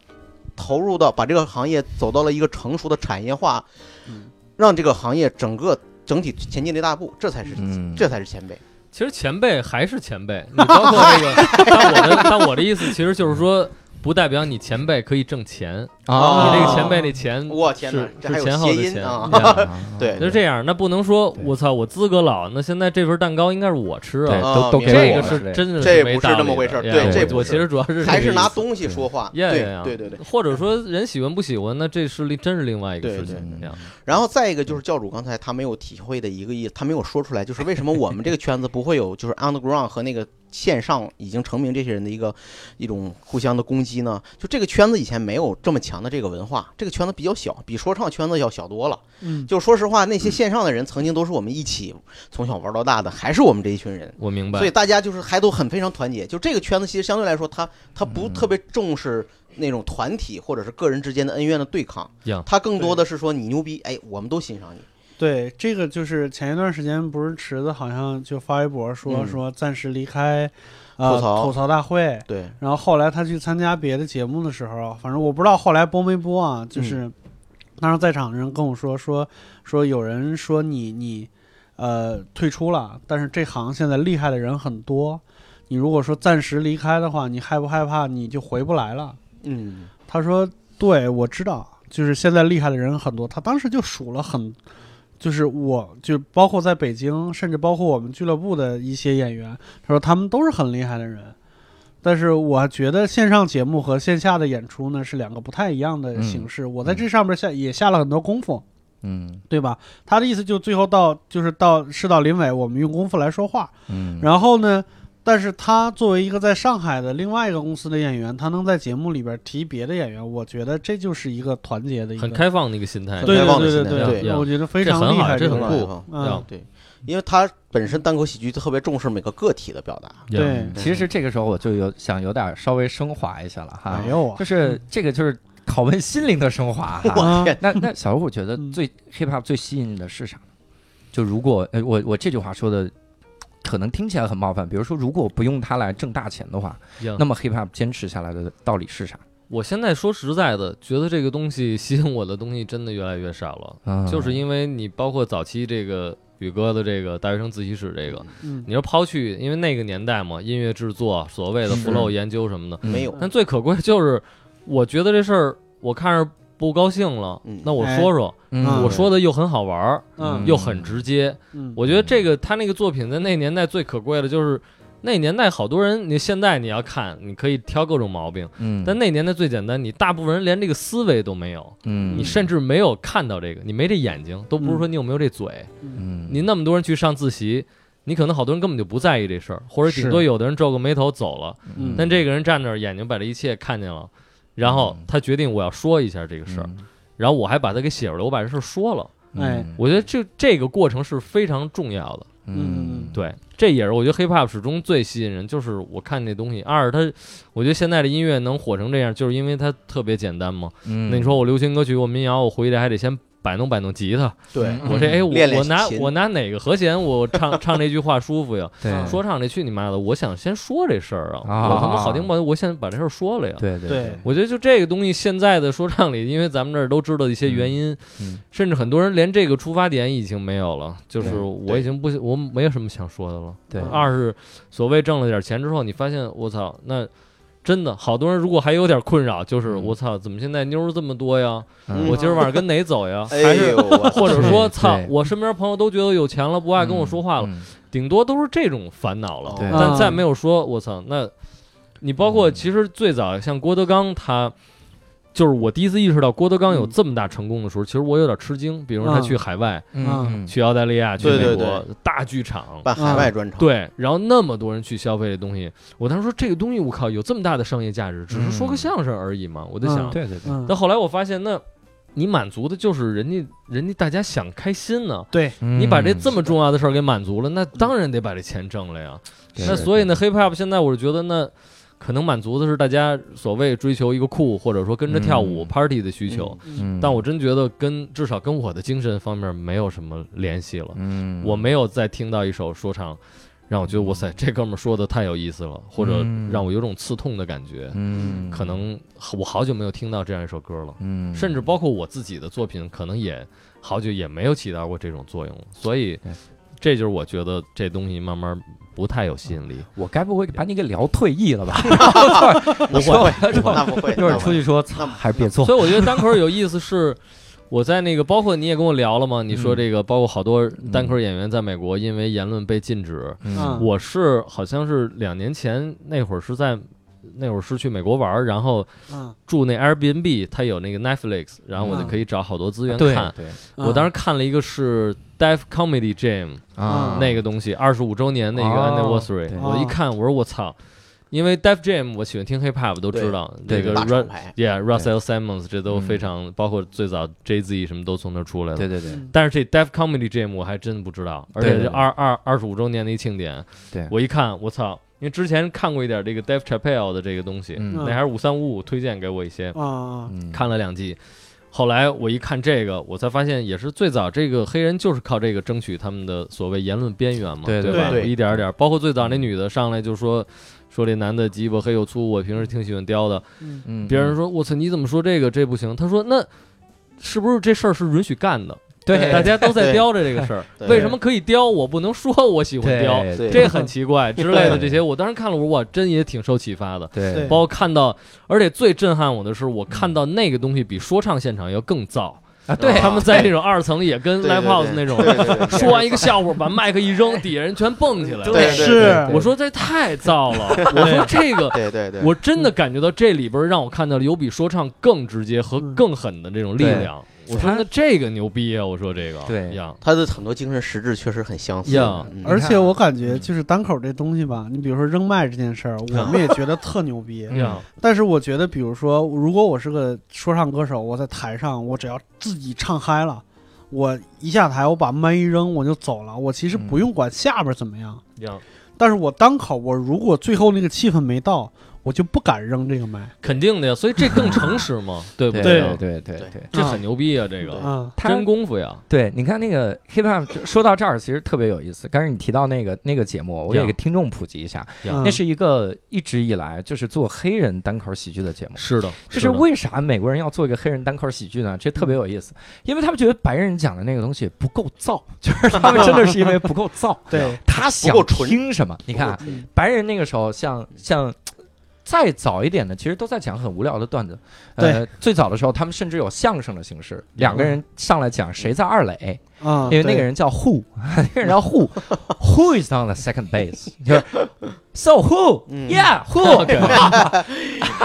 S4: 投入到把这个行业走到了一个成熟的产业化
S3: 嗯，
S4: 让这个行业整个整体前进的一大步，这才是
S2: 嗯
S4: 这才是前辈。
S5: 其实前辈还是前辈，你包括这个，但我的但我的意思其实就是说，不代表你前辈可以挣钱，
S2: 啊，
S4: 啊
S5: 你这个前辈那钱
S4: 我天哪
S5: 是，
S4: 这
S5: 嗯是
S4: 还有
S5: 前后
S4: 谐
S5: 的
S4: 音
S5: 钱
S4: 啊！
S5: 对啊
S2: 啊
S4: 对
S5: 就这样，那不能说
S2: 对
S5: 我操，我资格老，那现在这份蛋糕应该是我吃
S2: 对，
S5: 啊，
S2: 都
S4: 啊
S2: 都给
S5: 这个
S2: 我了之类
S5: 是
S2: 的
S5: 真的
S4: 这
S5: 没
S4: 不是
S5: 道
S4: 那么
S5: 理
S4: 回
S5: 的
S4: 事儿
S5: 呀
S4: 对
S5: 我
S4: 这不
S5: 我
S4: 是
S5: 其实主要 是
S4: 还
S5: 这
S4: 是
S5: 个
S4: 拿
S5: 意思
S4: 东西说话，
S5: 呀呀
S4: 对
S5: 呀
S4: 对对对。
S5: 或者说人喜欢不喜欢，那这是另真是另外一个事
S4: 对对
S5: 情。
S2: 对
S5: 这样
S4: 然后再一个就是教主刚才他没有体会的一个意思，他没有说出来， 就是为什么我们这个圈子不会有就是 underground 和那个线上已经成名这些人的一个一种互相的攻击呢？就这个圈子以前没有这么强的这个文化，这个圈子比较小，比说唱圈子要小多了。
S3: 嗯，
S4: 就说实话，那些线上的人曾经都是我们一起从小玩到大的，还是我们这一群人。
S5: 我明白
S4: 所以，大家就是还都很非常团结。就这个圈子，其实相对来说，它它不
S2: 嗯
S4: 特别重视那种团体或者是个人之间的恩怨的对抗
S5: 呀，
S4: 它更多的是说你牛逼，哎，我们都欣赏你。
S3: 对，这个就是前一段时间不是池子好像就发微博说、
S4: 嗯
S3: 说暂时离开，呃，
S4: 吐槽
S3: 吐槽大会。
S4: 对，
S3: 然后后来他去参加别的节目的时候，反正我不知道后来播没播啊，就是、
S4: 嗯
S3: 当时在场的人跟我说说说有人说你你呃退出了，但是这行现在厉害的人很多，你如果说暂时离开的话，你害不害怕你就回不来了？
S4: 嗯，
S3: 他说：“对，我知道，就是现在厉害的人很多。他当时就数了很，就是我就包括在北京，甚至包括我们俱乐部的一些演员，他说他们都是很厉害的人。但是我觉得线上节目和线下的演出呢是两个不太一样的形式。我在这上面下也下了很多功夫，
S2: 嗯
S3: 对吧？他的意思就最后到就是到事到临尾，我们用功夫来说话。
S2: 嗯，
S3: 然后呢，但是他作为一个在上海的另外一个公司的演员，他能在节目里边提别的演员，我觉觉得这就是一个团结的一个
S5: 很开放的一个心态，
S3: 对
S4: 很开放的
S3: 对对
S4: 心态
S3: 对
S5: 对
S3: 我觉得非
S5: 这
S3: 常
S5: 很
S3: 厉害，
S5: 好，这
S3: 个
S5: 很
S3: 人
S4: 厉害
S5: 酷
S4: 啊。
S3: 嗯，
S4: 对，因为它本身单口喜剧特别重视每个个体的表达。
S5: 呀
S3: 对
S2: 嗯其实这个时候我就有想有点稍微升华一下了哈
S3: 哎，呦啊
S2: 就，是这个就是拷问心灵的升华
S5: 啊
S2: 哈。
S4: 我天，
S2: 那那小虎觉得
S5: 嗯
S2: 最 hip hop 最吸引你的是啥？就如果呃我我这句话说的可能听起来很冒犯，比如说如果我不用它来挣大钱的话，
S5: 呀
S2: 那么 hip hop 坚持下来的道理是啥？
S5: 我现在说实在的，觉得这个东西吸引我的东西真的越来越少了，
S2: 嗯，
S5: 就是因为你包括早期这个宇哥的这个大学生自习室这个，
S3: 嗯，
S5: 你说抛去因为那个年代嘛，音乐制作所谓的
S2: 是
S5: flow 研究什么的，
S2: 嗯
S4: 没有
S5: 但最可贵就是我觉得这事儿我看着不高兴了
S4: 嗯，
S5: 那我说说，
S2: 嗯
S5: 我说的又很好玩儿，
S3: 嗯
S5: 又很直接，
S3: 嗯，
S5: 我觉得这个他那个作品在那年代最可贵的就是。那年代好多人，你现在你要看，你可以挑各种毛病，
S2: 嗯，
S5: 但那年代最简单，你大部分人连这个思维都没有，
S2: 嗯
S5: 你甚至没有看到这个，你没这眼睛，都不是说你有没有这嘴。
S2: 嗯
S5: 你那么多人去上自习，你可能好多人根本就不在意这事儿，或者
S2: 是
S5: 顶多有的人皱个眉头走了，
S3: 嗯
S5: 但这个人站那儿，眼睛把这一切看见了，然后
S2: 嗯
S5: 他决定我要说一下这个事儿，然后我还把他给写出来，我把这事儿说了。
S3: 哎
S5: 我觉得这这个过程是非常重要的。
S2: 嗯
S5: 对，这也是我觉得 hip hop 始终最吸引人，就是我看这东西。二，它，我觉得现在的音乐能火成这样，就是因为它特别简单嘛。
S2: 嗯，
S5: 那你说我流行歌曲，我民谣，我回去还得先摆弄摆弄吉他。
S4: 对
S2: 嗯
S5: 我这哎，我
S4: 练练
S5: 我拿
S4: 琴
S5: 我拿哪个和弦，我唱唱这句话舒服呀？
S2: 对
S5: 啊说唱这去你妈的！我想先说这事儿啊，
S2: 嗯啊
S5: 我他妈好听不好听？我想把这事儿说了呀。
S2: 对对
S3: 对，
S5: 我觉得就这个东西，现在的说唱里，因为咱们这儿都知道一些原因，
S2: 嗯
S5: 甚至很多人连这个出发点已经没有了，就是
S2: 对
S5: 我已经不，我没有什么想说的了。
S2: 对
S5: 二是所谓挣了点钱之后，你发现我操，那真的好多人如果还有点困扰，就是
S2: 嗯
S5: 我操，怎么现在妞儿这么多呀？
S2: 嗯
S5: 我今儿晚上跟哪走呀？
S4: 哎呦，我
S5: 或者说，
S2: 对
S5: 操
S2: 对，
S5: 我身边朋友都觉得有钱了，不爱跟我说话了，
S2: 嗯
S5: 顶多都是这种烦恼了。
S4: 哦
S2: 对
S5: 但
S3: 嗯
S5: 再没有说，我操，那你包括其实最早像郭德纲他。就是我第一次意识到郭德纲有
S3: 嗯
S5: 这么大成功的时候，其实我有点吃惊。比如说他
S3: 嗯
S5: 去海外，
S2: 嗯
S5: 去澳大利亚，去
S4: 对
S5: 美
S4: 对
S5: 国大剧场，
S4: 办海外专场，
S5: 对，然后那么多人去消费这东西，我当时说这个东西我靠有这么大的商业价值，只是说个
S2: 嗯
S5: 相声而已嘛，我在想
S3: 嗯。
S2: 对对对，
S3: 嗯，
S5: 但后来我发现，那你满足的就是人家人家大家想开心呢，
S3: 对，
S2: 嗯
S5: 嗯你把这这
S2: 么
S5: 么重要的事儿给满足了，那当然得把这钱挣了呀。
S2: 对
S5: 那
S2: 对
S5: 所以呢
S2: 对
S5: ，hip hop 现在我是觉得那。可能满足的是大家所谓追求一个酷，或者说跟着跳舞、
S2: 嗯
S5: party 的需求，
S2: 嗯
S5: 但我真觉得跟至少跟我的精神方面没有什么联系了。
S2: 嗯
S5: 我没有再听到一首说唱，让我觉得哇塞，这哥们儿说的太有意思了，或者
S2: 嗯
S5: 让我有种刺痛的感觉。
S2: 嗯
S5: 可能我好久没有听到这样一首歌了，
S2: 嗯
S5: 甚至包括我自己的作品，可能也好久也没有起到过这种作用了。所以
S2: 对，
S5: 这就是我觉得这东西慢慢不太有吸引力。
S2: 我该不会把你给聊退役了吧？
S4: 嗯那不会，那不 会，
S2: 一会儿出
S4: 去。
S2: 去说，操，还是别做。
S5: 所以我觉得单口有意思是，我在那个包括你也跟我聊了嘛，你说这个包括好多单口演员在美国因为言论被禁止，
S3: 嗯
S5: 我是好像是两年前那会儿是在那会儿是去美国玩儿，然后
S3: 嗯，
S5: 住那 Airbnb，它有那个 Netflix，然后我就
S3: 嗯
S5: 可以找好多资源
S2: 对啊
S5: 看。
S2: 对
S5: 我当时看了一个是 Deaf Comedy Jam
S2: 啊，
S5: 那个东西，二十五周年那个
S2: 哦
S5: anniversary，、
S2: 对
S5: 我一看我说我操，因为 Deaf Jam 我喜欢听 hip hop 都知道，
S2: 对
S5: 这
S2: 对
S5: 个
S4: 大
S5: Ru-
S4: 厂牌，
S5: Yeah, Russell Simmons 这都
S2: 嗯
S5: 非常，包括最早 Jay Z 什么都从那儿出来的。
S2: 对对对
S5: 但是这 Def Comedy Jam 我还真不知道，而
S2: 对
S5: 且
S2: 对
S5: 是
S2: 对
S5: 二二二十五周年的一庆典，
S2: 对，
S5: 我一看，我操！因为之前看过一点这个 Def Chappelle 的这个东西，
S2: 嗯
S5: 那还是五三五五推荐给我一些，
S3: 啊，
S2: 嗯
S5: 看了两季。后来我一看这个，我才发现也是最早这个黑人就是靠这个争取他们的所谓言论边缘嘛，
S2: 对对嗯
S5: 吧？
S4: 对
S5: 一点儿一点儿，包括最早那女的上来就说说这男的鸡巴黑又粗，我平时挺喜欢叼的，
S3: 嗯
S2: 嗯
S5: 别人说我操，你怎么说这个这不行？他说那是不是这事儿是允许干的？
S2: 对
S5: 大家都在叼着这个事儿，
S4: 对
S5: 为什么可以叼？我不能说我喜欢叼，
S2: 对
S4: 对
S5: 这很奇怪之类的这些。我当时看了，我说哇，真也挺受启发的。
S2: 对
S3: 对
S5: 包括看到，而且最震撼我的是，我看到那个东西比说唱现场要更燥。
S2: 啊，对
S5: 他们在那种二层也跟 live house 那种，说完一个笑话，把麦克一扔，底下人全蹦起来了。
S4: 对
S3: 是
S5: 我说这太燥 了，我说这个
S4: 对对对，
S5: 我真的感觉到这里边让我看到了有比说唱更直接和
S2: 嗯
S5: 更狠的这种力量。我说那这个牛逼啊！我说这个
S2: 对
S5: 呀，
S4: 他的很多精神实质确实很相似
S5: 呀。
S4: 嗯
S3: 而且我感觉就是单口这东西吧，你比如说扔麦这件事儿，我们也觉得特牛逼。
S2: 嗯
S5: 呀，
S3: 但是我觉得，比如说，如果我是个说唱歌手，我在台上，我只要自己唱嗨了，我一下台，我把麦一扔，我就走了，我其实
S2: 嗯
S3: 不用管下边怎么样。
S5: 呀，
S3: 但是我单口，我如果最后那个气氛没到，我就不敢扔这个麦。
S5: 肯定的呀，所以这更诚实 嘛，对不
S2: 对
S5: 呀
S2: 对对对对。
S5: 这很牛逼啊！这个
S3: 啊，
S2: 他
S5: 真功夫呀，
S2: 对，你看那个 hip hop，说到这儿其实特别有意思。刚才你提到那个那个节目，我给
S5: 呀
S2: 给听众普及一下，
S3: 嗯
S5: 呀
S2: 那是一个一直以来就是做黑人单口喜剧的节目。
S5: 是的，
S2: 就是是
S5: 的嗯
S2: 为啥美国人要做一个黑人单口喜剧呢？这特别有意思，因为他们觉得白人讲的那个东西不够燥， 就是他们真的是因为不够燥，
S3: 对，
S2: 他想
S4: 不够纯
S2: 听什么？你看啊，
S3: 嗯
S2: 白人那个时候像像。再早一点的，其实都在讲很无聊的段子。呃，最早的时候，他们甚至有相声的形式，两个人上来讲谁在二垒，
S3: 嗯啊，
S2: 因为那个人叫 Who，那 个人叫 Who，Who is on the second base，就是 So
S5: 嗯
S2: who？Yeah，who？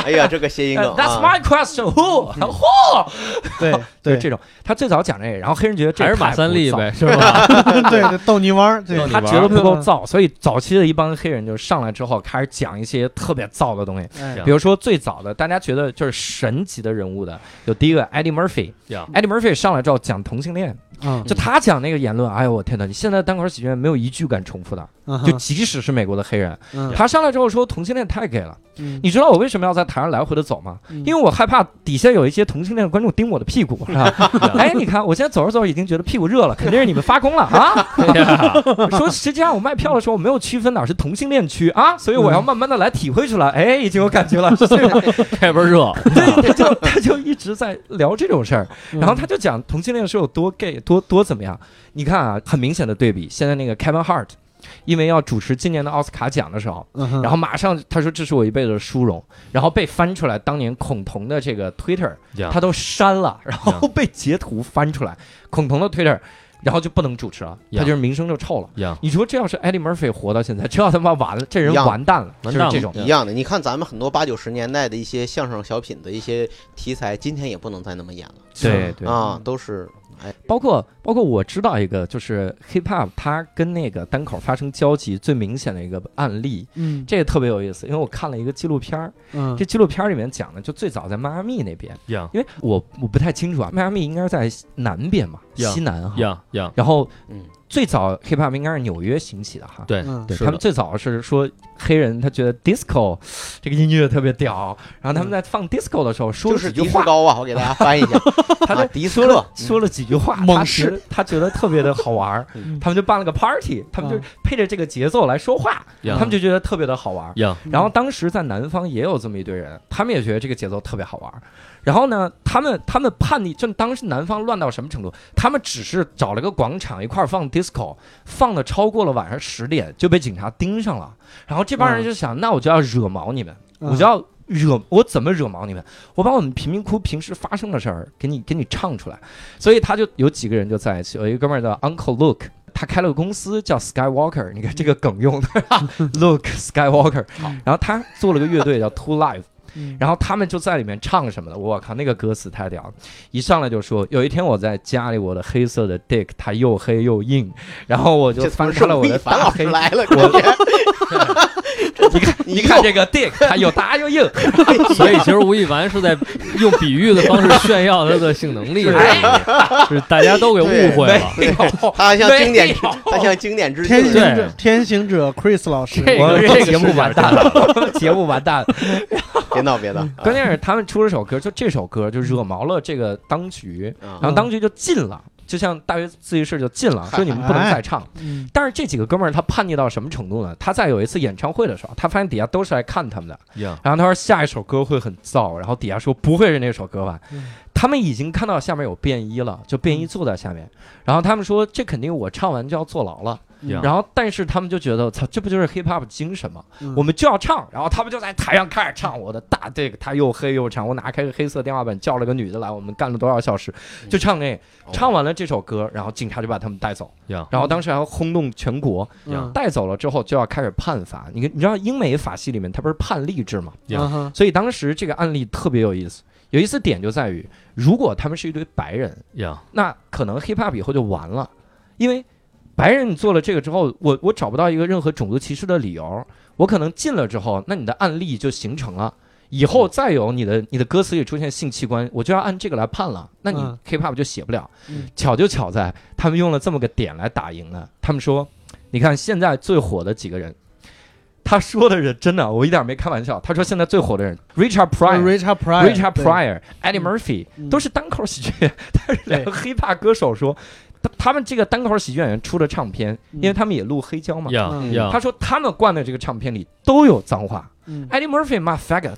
S4: 哎呀，这个谐音梗啊
S2: That's my question. Who?
S5: 嗯
S2: Who?
S3: 对
S2: 就
S3: 对
S2: 是这种，他最早讲这个，然后黑人觉得这
S5: 还是
S2: 太
S5: 马三
S2: 枯
S5: 立
S2: 燥，
S5: 呗，是吧？
S3: 对对 逗泥丸儿，对
S5: 逗你
S2: 他
S5: 玩
S2: 觉得
S5: 儿
S2: 不够燥，所以早期的一帮黑人就上来之后开始讲一些特别燥的东西，
S3: 哎
S5: 呀
S2: 比如说最早的大家觉得就是神级的人物的，有第一个 Eddie Murphy，Eddie
S5: 呀，
S2: Murphy 上来之后讲同性恋，
S3: 嗯
S2: 就他讲那个言论，哎呦我天呐，你现在单口喜剧人没有一句敢重复的，
S3: 嗯
S2: 就
S3: 哼
S2: 即使是美国的黑人，
S3: 嗯
S2: 他上来之后说同性恋太 gay 了，
S3: 嗯
S2: 你知道我为什么要在台上来回的走吗？
S3: 嗯
S2: 因为我害怕底下有一些同性恋观众盯我的屁股，是 吧？哎，你看我现在走着走着已经觉得屁股热了，肯定是你们发功了 啊！说实际上我卖票的时候我没有区分哪儿是同性恋区啊，所以
S3: 嗯
S2: 我要慢慢的来体会出来，哎，已经有感觉了。是这样
S5: 这边热，
S2: 对， 他就他就一直在聊这种事儿，
S3: 嗯
S5: 嗯
S2: 然后他就讲同性恋是有多 gay，多多怎么样？你看啊，很明显的对比，现在那个 Kevin Hart，因为要主持今年的奥斯卡奖的时候。
S3: 嗯哼
S2: 然后马上他说这是我一辈子的殊荣，然后被翻出来，当年孔彤的这个 Twitter
S5: 呀
S2: 他都删了，然后被截图翻出来，孔彤的 Twitter，然后就不能主持了，他
S5: 呀
S2: 就是名声就臭了。
S5: 呀，
S2: 你说这要是 Eddie Murphy 活到现在，这要他妈完了，这人
S4: 一样
S2: 完蛋了，就
S5: 完
S2: 是
S5: 蛋了
S2: 这种。
S4: 一样的，你看咱们很多八九十年代的一些相声小品的一些题材，今天也不能再那么演了
S2: 对对，
S4: 啊，都是哎，
S2: 包括包括我知道一个，就是 hip hop，它跟那个单口发生交集最明显的一个案例，
S3: 嗯
S2: 这个特别有意思，因为我看了一个纪录片儿，
S3: 嗯
S2: 这纪录片儿里面讲的就最早在迈阿密那边，
S5: 呀
S2: 因为我我不太清楚啊，迈阿密应该是在南边嘛，
S5: 呀
S2: 西南哈。
S5: 呀呀，
S2: 然后
S4: 嗯，
S2: 最早 hip hop 应该是纽约兴起的哈。
S5: 对
S3: 嗯
S5: 对，
S2: 他们最早是说黑人他觉得 disco 这个音乐特别屌，然后他们在放 disco 的时候说
S4: 嗯就
S2: 了
S4: 是
S2: 几
S4: 迪
S2: 句
S4: 斯
S2: 话，
S4: 高啊，我给大家翻 译一下，
S2: 他
S4: 啊
S2: 就
S4: 迪斯
S2: 说了
S4: 科，
S2: 说了几句话，
S3: 猛
S2: 他觉得他觉得特别的好玩儿
S4: 嗯，啊
S2: 他们就办了个 party，他们就配着这个节奏来说话，
S5: 呀
S2: 他们就觉得特别的好玩儿。
S4: 嗯
S5: 呀
S2: 然后当时在南方也有这么一堆人，他们也觉得这个节奏特别好玩儿，然后呢，他们他们叛逆，就当时南方乱到什么程度？他们只是找了个广场一块儿放 disco，放的超过了晚上十点就被警察盯上了。然后这
S4: 啊
S2: 帮人就想，那我就要惹毛你们，
S3: 嗯
S2: 我就要惹我怎么惹毛你们？我把我们贫民窟平时发生的事儿给你给你唱出来。所以他就有几个人就在一起，有一个哥们儿叫 Uncle Luke。他开了个公司叫 Skywalker，你看这个梗用的，Luke Skywalker。然后他做了个乐队叫 Two Life，
S3: 嗯
S2: 然后他们就在里面唱什么的，我靠，那个歌词太屌了！一上来就说，有一天我在家里，我的黑色的 dick 它又黑又硬，然后我就
S4: 这
S2: 翻
S4: 从
S2: 开了
S4: 是吴
S2: 我
S4: 亦
S2: 的
S4: 凡
S2: 大
S4: 老师
S2: 黑，
S4: 来了，我
S2: 你看，你看这个 dick 它又大又硬，
S5: 所以其实吴亦凡是在用比喻的方式炫耀他的性能力，是吧是大家都给误会
S2: 没
S5: 了。
S2: 有，
S4: 他还向经典致
S2: 没有，
S4: 他向经典致
S3: 天行
S4: 敬。
S3: 者
S5: 对，
S3: 天行者 Chris 老师，
S5: 这
S2: 我
S5: 个
S2: 这节目完蛋了，我们节目完蛋了。
S4: 别闹别闹，啊
S2: 关键是他们出了首歌，就这首歌就惹毛了这个当局，
S4: 啊
S2: 然后当局就禁了，就像大学自习室就禁了，说你们不能再唱。
S3: 嗯
S2: 但是这几个哥们儿他叛逆到什么程度呢？他在有一次演唱会的时候，他发现底下都是来看他们的，
S5: 呀
S2: 然后他说下一首歌会很燥，然后底下说不会是那首歌吧？
S3: 嗯
S2: 他们已经看到下面有便衣了，就便衣坐在下面，然后他们说这肯定我唱完就要坐牢了。
S3: 嗯
S5: 呀
S2: 然后但是他们就觉得操，这不就是 hip hop 精神吗？
S3: 嗯
S2: 我们就要唱，然后他们就在台上开始唱我的大这个，他又黑又长，我拿开个黑色电话本叫了个女的来，我们干了多少小时，
S3: 嗯
S2: 就唱那个，
S4: 嗯
S2: 啊
S4: 哦
S2: 唱完了这首歌，然后警察就把他们带走。
S5: 呀
S2: 然后当时还轰动全国，
S3: 嗯
S2: 带走了之后就要开始判罚。你你知道英美法系里面它不是判例制吗？
S5: 呀
S3: 嗯哼
S2: 所以当时这个案例特别有意思。有意思点就在于，如果他们是一堆白人，
S5: 呀，
S2: 那可能 hip hop 以后就完了，因为白人你做了这个之后，我我找不到一个任何种族歧视的理由，我可能进了之后，那你的案例就形成了。以
S3: 嗯
S2: 后再有你的你的歌词里出现性器官，我就要按这个来判了，那你
S3: 嗯
S2: hip hop 就写不了。
S3: 嗯
S2: 巧就巧在他们用了这么个点来打赢了。他们说，你看现在最火的几个人，他说的人真的，我一点没开玩笑。他说现在最火的人，Richard Pryor、
S3: ，Richard 哦 Pryor，
S2: Richard
S3: 对
S2: Pryor、Eddie
S3: 嗯
S2: Murphy
S3: 嗯
S2: 都是单口喜剧，但是两个 hiphop 歌手说，他他们这个单口喜剧演员出的唱片，
S3: 嗯
S2: 因为他们也录黑胶嘛，
S5: 呀
S3: 嗯
S5: 呀
S2: 他说他们灌的这个唱片里都有脏话
S3: 嗯
S2: ，Eddie Murphy 骂 faggot，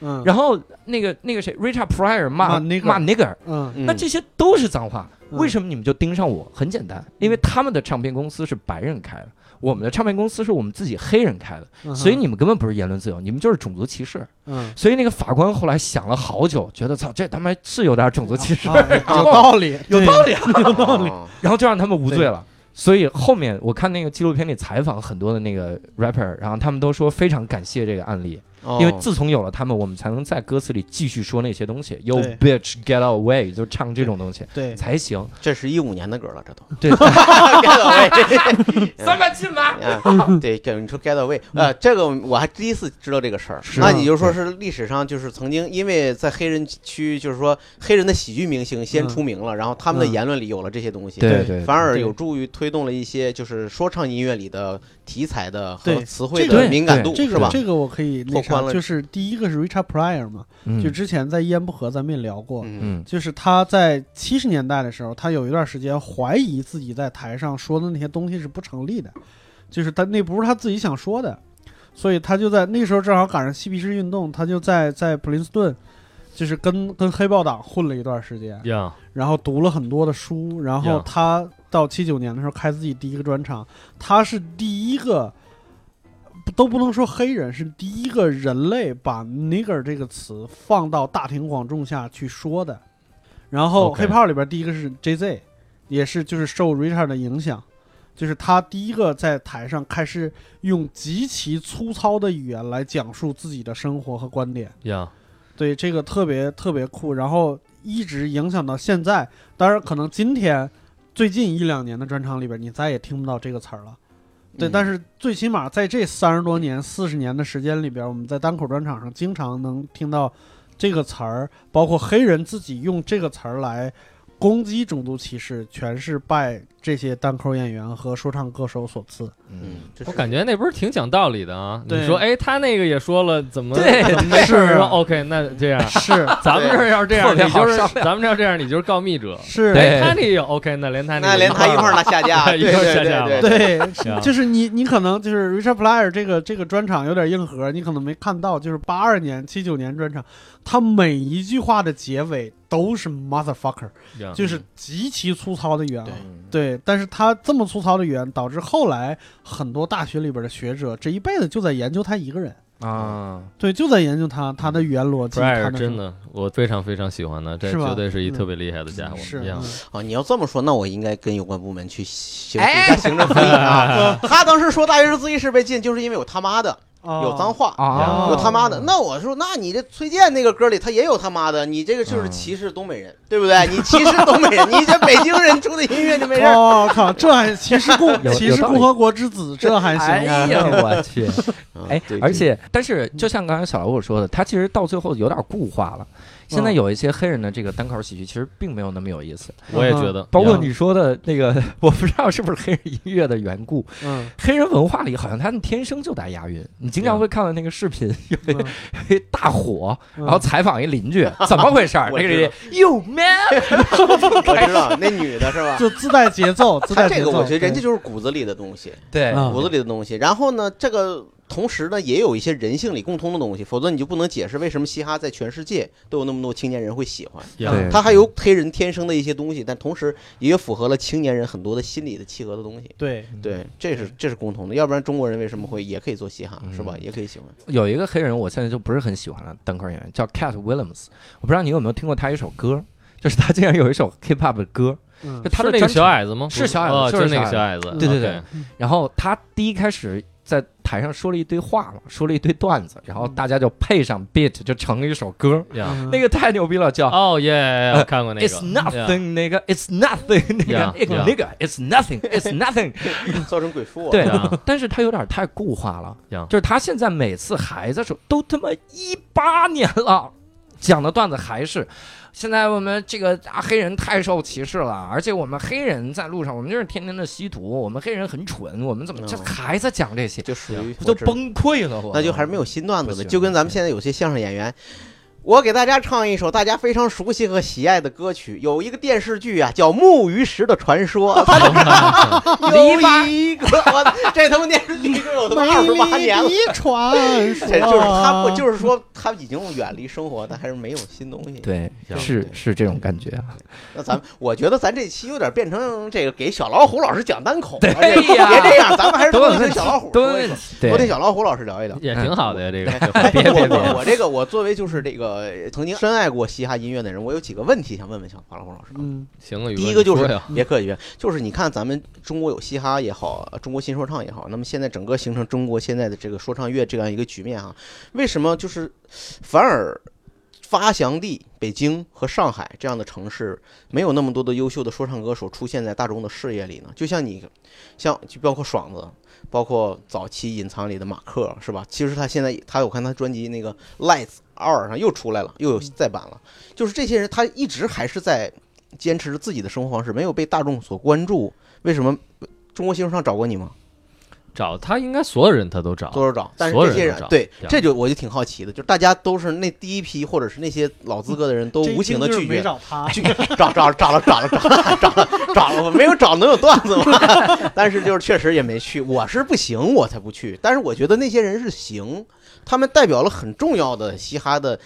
S3: 嗯，
S2: 哎然后那个那个谁 Richard Pryor 骂
S3: 骂 nigger
S2: 骂 nigger，
S3: 嗯
S4: 嗯
S2: 那这些都是脏话，
S3: 嗯
S2: 为什么你们就盯上我？很简单，因为他们的唱片公司是白人开的，我们的唱片公司是我们自己黑人开的，
S3: 嗯哼
S2: 所以你们根本不是言论自由，你们就是种族歧视。
S3: 嗯
S2: 所以那个法官后来想了好久，觉得操，这他妈是有点种族歧 视，
S3: 啊有道理，
S2: 有道理啊，
S4: 有道理。
S2: 然后就让他们无罪了。所以后面我看那个纪录片里采访很多的那个 rapper，然后他们都说非常感谢这个案例，
S4: 哦
S2: 因为自从有了他们，我们才能在歌词里继续说那些东西，You
S3: 对
S2: bitch get away，就唱这种东西
S3: 对，
S2: 才行。
S4: 这是一五年的歌了，这都。
S2: 对
S4: Get away
S2: 三百进来，
S3: 嗯
S4: 啊，对，给你说 get away，呃，这个我还第一次知道这个事儿。
S2: 是
S3: 啊
S4: 那你就说是历史上就是曾经因为在黑人区，就是说黑人的喜剧明星先出名了，然后他们的
S3: 嗯
S4: 言论里有了这些东西，
S2: 对对
S4: 反而
S3: 对
S4: 有助于推动了一些就是说唱音乐里的题材的和
S3: 对
S4: 词汇
S3: 这
S4: 的
S2: 个
S4: 敏感度，
S3: 这
S4: 是
S3: 个
S4: 吧？
S3: 这个我可以那
S4: 拓宽
S3: 啥，
S4: 了
S3: 就是第一个是 Richard Pryor 嘛，
S2: 嗯
S3: 就之前在烟不合咱们也聊过，
S4: 嗯
S2: 嗯
S3: 就是他在七十年代的时候，他有一段时间怀疑自己在台上说的那些东西是不成立的，就是他那不是他自己想说的，所以他就在那时候正好赶上嬉皮士运动，他就在在普林斯顿，就是跟跟黑豹党混了一段时间，
S5: 呀
S3: 然后读了很多的书，然后
S5: Yeah.
S3: 他到七九年的时候开自己第一个专场，他是第一个，不都不能说黑人，是第一个人类把 nigger 这个词放到大庭广众下去说的。然后
S5: OK
S3: hiphop 里边第一个是 J Z，也是就是受 Richard 的影响，就是他第一个在台上开始用极其粗糙的语言来讲述自己的生活和观点。
S5: 呀，
S3: 对，这个特别特别酷，然后一直影响到现在。当然，可能今天最近一两年的专场里边，你再也听不到这个词儿了。对，
S4: 嗯
S3: 但是最起码在这三十多年、四十年的时间里边，我们在单口专场上经常能听到这个词儿，包括黑人自己用这个词儿来攻击种族歧视全是拜这些单口演员和说唱歌手所赐。
S4: 嗯，这
S5: 我
S4: 是
S5: 感觉那不是挺讲道理的啊？你
S3: 对
S5: 说，哎，他那个也说了，怎么
S2: 对
S5: 怎么是
S3: 是，
S5: 说 OK？那这样
S3: 是
S5: 咱们这儿要是这
S2: 特
S5: 样，
S2: 别
S5: 你就
S2: 好
S5: 是
S2: 商量
S5: 咱们这儿这样，你就是告密者。
S3: 是，
S5: 哎
S2: 对
S5: 他那也 OK，那连他
S4: 那
S5: 个啊
S4: 连他一块儿拿下 架，
S5: 一
S4: 对
S5: 块儿
S4: 对
S5: 下
S4: 对
S5: 架
S4: 对
S5: 吧
S3: 对，
S5: 行
S3: 就是你，你可能就是 Richard Pryor 这个这个专场有点硬核，你可能没看到，就是八二年、七九年专场，他每一句话的结尾都是 motherfucker，
S5: 行
S3: 就是极其粗糙的语言啊。
S4: 对
S3: 对，但是他这么粗糙的语言，导致后来很多大学里边的学者这一辈子就在研究他一个人，
S2: 啊，
S3: 对，就在研究他他的语言逻辑，
S5: 普莱
S3: 他
S5: 尔
S3: 的
S5: 真
S3: 什
S5: 的，我非常非常喜欢他，这
S3: 是吧
S5: 绝对是一
S3: 嗯
S5: 特别厉害的家伙
S3: 么。是
S5: 一样
S3: 嗯
S4: 啊，你要这么说，那我应该跟有关部门去行一
S5: 哎
S4: 下行政复议 啊。他当时说大学自习室被禁，就是因为有他妈的
S3: 嗯
S4: 有脏话。
S3: 哦
S2: 啊，
S4: 有他妈的，那我说，那你这崔健那个歌里他也有他妈的，你这个就是歧视东北人，对不对？你歧视东北人，你这北京人出的音乐就没事儿。
S3: 哦靠，这还歧视共
S2: 有
S3: 歧
S2: 有
S3: 视
S2: 道理
S3: 共和国之子，这还
S2: 哎
S3: 行啊？
S2: 呀，我 去！哎
S4: 啊对，
S2: 而且，但是就像刚才小老虎说的，他其实到最后有点固化了。现在
S3: 嗯
S2: 有一些黑人的这个单口喜剧，其实并没有那么有意思。
S5: 我也觉得，
S2: 嗯包
S5: 一
S2: 括
S5: 样
S2: 你说的那个， 我不知道是不是黑人音乐的缘故，
S3: 嗯，
S2: 黑人文化里好像他们天生就带押韵。你经常会看到那个视频， 有
S3: 嗯
S2: 一大火，
S3: 嗯
S2: 然后采访一邻居，怎么回事儿？
S4: 我
S2: 那个
S4: 知
S2: 人
S4: 道
S2: You man，
S4: 我知道那女的是吧？
S3: 哎 就自带节奏，自带
S4: 他
S3: 节
S4: 这
S3: 奏。
S4: 个我觉得人家
S3: 对
S4: 就是骨子里的东西，
S2: 对
S3: 嗯
S4: 骨子里的东西。然后呢，这个同时呢，也有一些人性里共通的东西，否则你就不能解释为什么嘻哈在全世界都有那么多青年人会喜欢。
S5: 一样
S2: 对
S4: 它还有黑人天生的一些东西，但同时也符合了青年人很多的心理的契合的东西。
S3: 对，
S2: 嗯
S4: 对，这是这是共同的，要不然中国人为什么会也可以做嘻哈，是吧？
S2: 嗯
S4: 也可以喜欢。
S2: 有一个黑人，我现在就不是很喜欢了，单口演员叫 Cat Williams，我不知道你有没有听过他一首歌，就是他竟然有一首 hip hop 的歌，
S3: 嗯
S2: 就，他
S5: 是
S2: 的
S5: 那个
S2: 专
S5: 小
S2: 场。
S5: 矮子吗？
S2: 是小矮子
S5: 哦
S2: 就
S5: 就是那个
S2: 小
S5: 小矮子。
S2: 对对对
S5: OK
S2: 然后他第一开始在台上说了一堆话嘛，说了一堆段子，然后大家就配上 beat 就成了一首歌，
S5: 一样。
S2: 那
S3: 个
S2: 个太牛逼了，叫
S5: 哦耶，我看过那个。
S2: It's
S5: Yeah，
S2: nothing，那个 It's nothing，那
S5: Yeah，
S2: 个那个 It's nothing，It's nothing。
S4: 造成鬼父、啊，
S2: 对
S5: 啊，
S2: 但是他有点太固化了
S5: Yeah，
S2: 就是他现在每次还在说，都他妈一八年了。讲的段子还是，现在我们这个啊黑人太受歧视了，而且我们黑人在路上，我们就是天天的吸毒，我们黑人很蠢，我们怎么这
S4: 嗯
S2: 还在讲这些，
S4: 就属于
S2: 我都，崩溃了，我
S4: 那就还是没有新段子
S2: 不
S4: 了，
S2: 行
S4: 就跟咱们现在有些相声演员。我给大家唱一首大家非常熟悉和喜爱的歌曲，有一个电视剧啊叫《木鱼石的传说》， 它
S2: 篱笆
S4: 有一个，我这他妈电视剧都有他妈二十八年了，
S3: 传说，
S4: 这就是他不就是说他已经远离生活，但还是没有新东西。，
S2: 对，
S5: 对
S2: 是是这种感觉啊。
S4: 那咱们我觉得咱这期有点变成这个给小老虎老师讲单口，
S2: 对
S4: 而且
S2: 呀
S4: 别这样，咱们还是
S2: 多
S4: 多
S2: 问
S4: 听
S2: 题
S4: 小老虎
S2: 多
S4: 说一
S2: 问
S4: 说，
S2: 题，
S4: 多听
S2: 对，
S4: 小老虎老师聊一聊。哎
S5: 也挺好的呀，这个。
S2: 别别
S4: 我
S2: 别
S4: 我我这个我作为就是这个呃曾经深爱过嘻哈音乐的人，我有几个问题想问问小老虎老师。
S3: 嗯
S5: 行了，宇
S4: 第
S5: 文
S4: 一个就
S5: 你说
S4: 是
S5: 呀
S4: 别客气，就是你看咱们中国有嘻哈也好，呃中国新说唱也好，那么现在整个形成中国现在的这个说唱乐这样一个局面哈，为什么就是反而发祥地北京和上海这样的城市没有那么多的优秀的说唱歌手出现在大众的视野里呢？就像你，像就包括爽子。包括早期隐藏里的马克是吧？其实他现在他我看他专辑那个《Lights 二》上又出来了，又有再版了。就是这些人，他一直还是在坚持自己的生活方式，没有被大众所关注。为什么中国新说唱找过你吗？
S5: 找他，应该所有人他都找。
S4: 多少找，但
S5: 啊
S4: 是
S5: 所有
S4: 这些
S5: 人都
S4: 人
S5: 找
S4: 对
S5: 这，样
S4: 这就我就挺好奇的，就是大家都是那第一批，或者是那些老资格的人都
S3: 这一
S4: 无情
S3: 听
S4: 的
S3: 就是
S4: 拒
S3: 没
S4: 绝，
S3: 找他，
S4: 拒找找找了找了找了找了找了，我没有找能有段子吗？ 但是就是确实也没去，我是不行，我才不去。但是我觉得那些人是行，他们代表了很重要的嘻哈的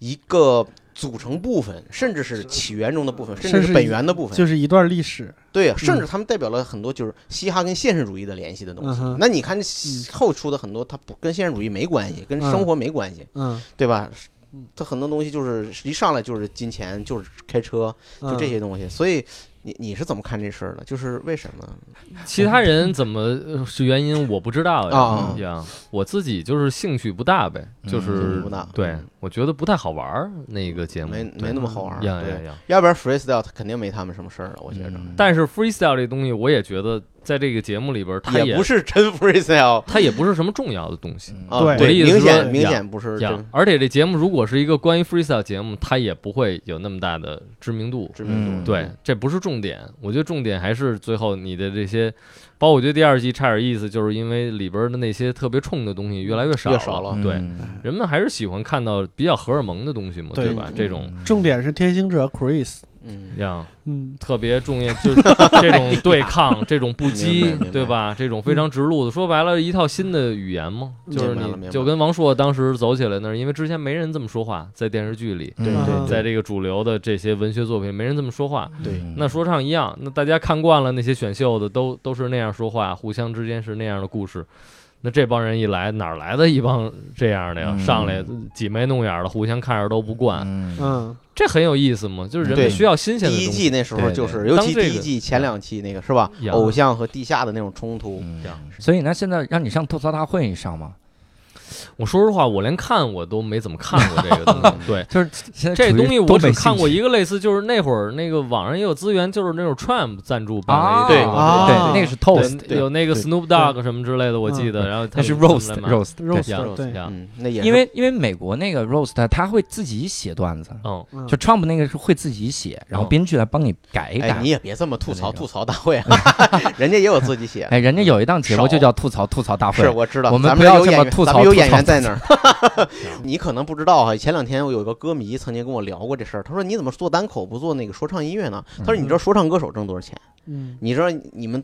S4: 一个组成部分，甚至是起源中的部分，甚至
S3: 甚至
S4: 是本源的部分。
S3: 就是一段历史。
S4: 对啊，甚至他们代表了很多就是嘻哈跟现实主义的联系的东
S3: 嗯
S4: 西。
S3: 哼
S4: 那你看这后出的很多，它不跟现实主义没关系，跟生活没关系，
S3: 嗯，
S4: 对吧？它很多东西就是一上来就是金钱，就是开车，就
S3: 嗯
S4: 这些东西。所以你你是怎么看这事儿的？就是为什么？
S5: 其他人怎么呃是原因我不知道呀
S4: 啊
S5: 呀，我自己就是兴趣不大呗，就
S4: 兴趣
S5: 是
S4: 不大
S5: 呃对
S4: 嗯，
S5: 我觉得不太好玩儿那个节目，
S4: 没
S5: 对嗯
S4: 没那么好玩儿。
S5: 呀呀
S4: 对，
S5: 呀！
S4: 要不然 freestyle 他肯定没他们什么事儿了，我觉着。
S2: 嗯
S5: 但是 freestyle 这东西，我也觉得在这个节目里边儿，它
S4: 也不是真 freestyle
S5: 它也不是什么重要的东西。
S4: 啊，
S3: 对
S5: 我的意思
S4: 明
S5: 是说
S4: 显明
S5: 呀
S4: 显不是
S5: 呀
S4: 真，
S5: 而且这节目如果是一个关于 freestyle 节目，它也不会有那么大的知名度。
S4: 知名度。
S6: 嗯
S5: 对，这不是重点，我觉得重点还是最后你的这些，包括我觉得第二季差点意思，就是因为里边的那些特别冲的东西越来越少
S4: 越少了
S5: 对，
S6: 嗯
S5: 人们还是喜欢看到比较荷尔蒙的东西嘛，
S3: 对
S5: 对吧？这种
S2: 嗯
S3: 重点是天行者 Chris，
S4: 嗯，
S5: 样
S3: 嗯，
S5: 特别重要， 就是这种对抗、这种不
S4: 明白
S5: 羁
S4: 明白，
S5: 对吧？这种非常直路的，说白了，一套新的语言嘛，就是
S4: 嗯明白了明白
S5: 你
S4: 了
S5: 就跟王朔当时走起来那儿，因为之前没人这么说话，在电视剧里，
S6: 对
S3: 嗯
S6: 对
S5: 在这个主流的这些文学作品，没人这么说话。
S4: 对，
S2: 嗯
S5: 那说唱一样，那大家看惯了那些选秀的，都都是那样说话，互相之间是那样的故事。那这帮人一来，哪儿来的一帮这样的呀？
S6: 嗯
S5: 上来挤眉弄眼的，互相看着都不惯，
S6: 嗯
S3: 嗯，
S5: 这很有意思嘛。就是人
S4: 对
S5: 们需要新鲜的
S4: 第一
S5: 东
S4: 季
S5: 西。
S4: 那时候
S6: 对
S4: 就是，
S6: 对
S4: 尤
S5: 当
S4: 其
S5: 这
S4: 第一
S5: 个
S4: 季前两期那个是吧
S5: 呀？
S4: 偶像和地下的那种冲突，
S6: 嗯，所以呢，现在让你上吐槽大会，你上吗？
S5: 我说实话，我连看我都没怎么看过这个东西。对，
S6: 就是现在
S5: 这
S6: 处于
S5: 东西
S6: 都
S5: 我只
S6: 没
S5: 看
S6: 兴
S5: 过
S6: 趣
S5: 一个类似，就是那会儿那个网上也有资源，就是那种 Trump 赞助办的一
S4: 对
S5: 个活动
S3: 啊
S6: 对，那个是 toast，
S5: 有有那个
S6: 对
S5: Snoop Dogg 什么之类的，我记得，然后
S2: 嗯
S5: 他
S6: 那
S5: 们
S6: 是
S5: 他们
S6: roast
S5: 来买
S6: roast，
S3: 肉
S5: 对
S3: 色对，
S5: 呀
S4: 嗯，那也是
S6: 因为因为美国那个 roast 他会自己写段子，
S5: 嗯，
S3: 嗯
S6: 就 Trump 那个是会自己写，然后
S5: 嗯
S6: 编剧来帮你改一
S4: 哎，
S6: 改
S4: 你。也别这么吐槽
S6: 那个
S4: 吐槽大会啊， 人家也有自己写。
S6: 哎，人家有一档节目
S4: 少
S6: 就叫吐槽吐槽大会
S4: 是，，我知道，
S6: 我们
S4: 咱
S6: 不要
S4: 有
S6: 这
S4: 演
S6: 么
S4: 员
S6: 吐
S4: 咱
S6: 槽
S4: 们有
S6: 吐
S4: 演
S6: 槽
S4: 员
S6: 自
S4: 在那儿。 你可能不知道哈，前两天我有一个歌迷曾经跟我聊过这事儿，他说你怎么做单口不做那个说唱音乐呢？
S6: 嗯
S4: 他说你知道说唱歌手挣多少钱？
S3: 嗯
S4: 你知道你们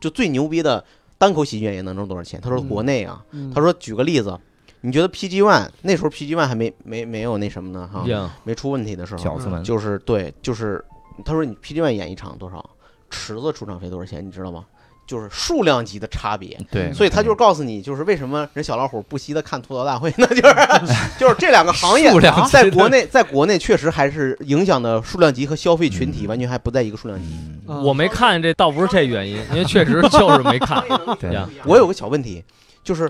S4: 就最牛逼的单口喜剧演员能挣多少钱？他说
S3: 嗯
S4: 国内啊，
S3: 嗯，
S4: 他说举个例子，你觉得 PG One 那时候 PG One 还没没没有那什么呢哈，
S5: 呀，
S4: 没出问题的时候，
S6: 饺子们
S4: 嗯就是对，就是他说你 PG One 演一场多少，池子出场费多少钱，你知道吗？就是数量级的差别。
S6: 对，
S4: 所以他就是告诉你，就是为什么人小老虎不惜的看吐槽大会呢？ 就是就是这两个行业
S6: 数量级，
S4: 在国内，在国内确实还是影响的数量级和消费
S6: 嗯
S4: 群体完全还不在一个数量级。
S3: 啊
S5: 我没看，这倒不是这原因，因为确实就是没 看
S6: 对
S5: 呀。
S4: 我有个小问题，就是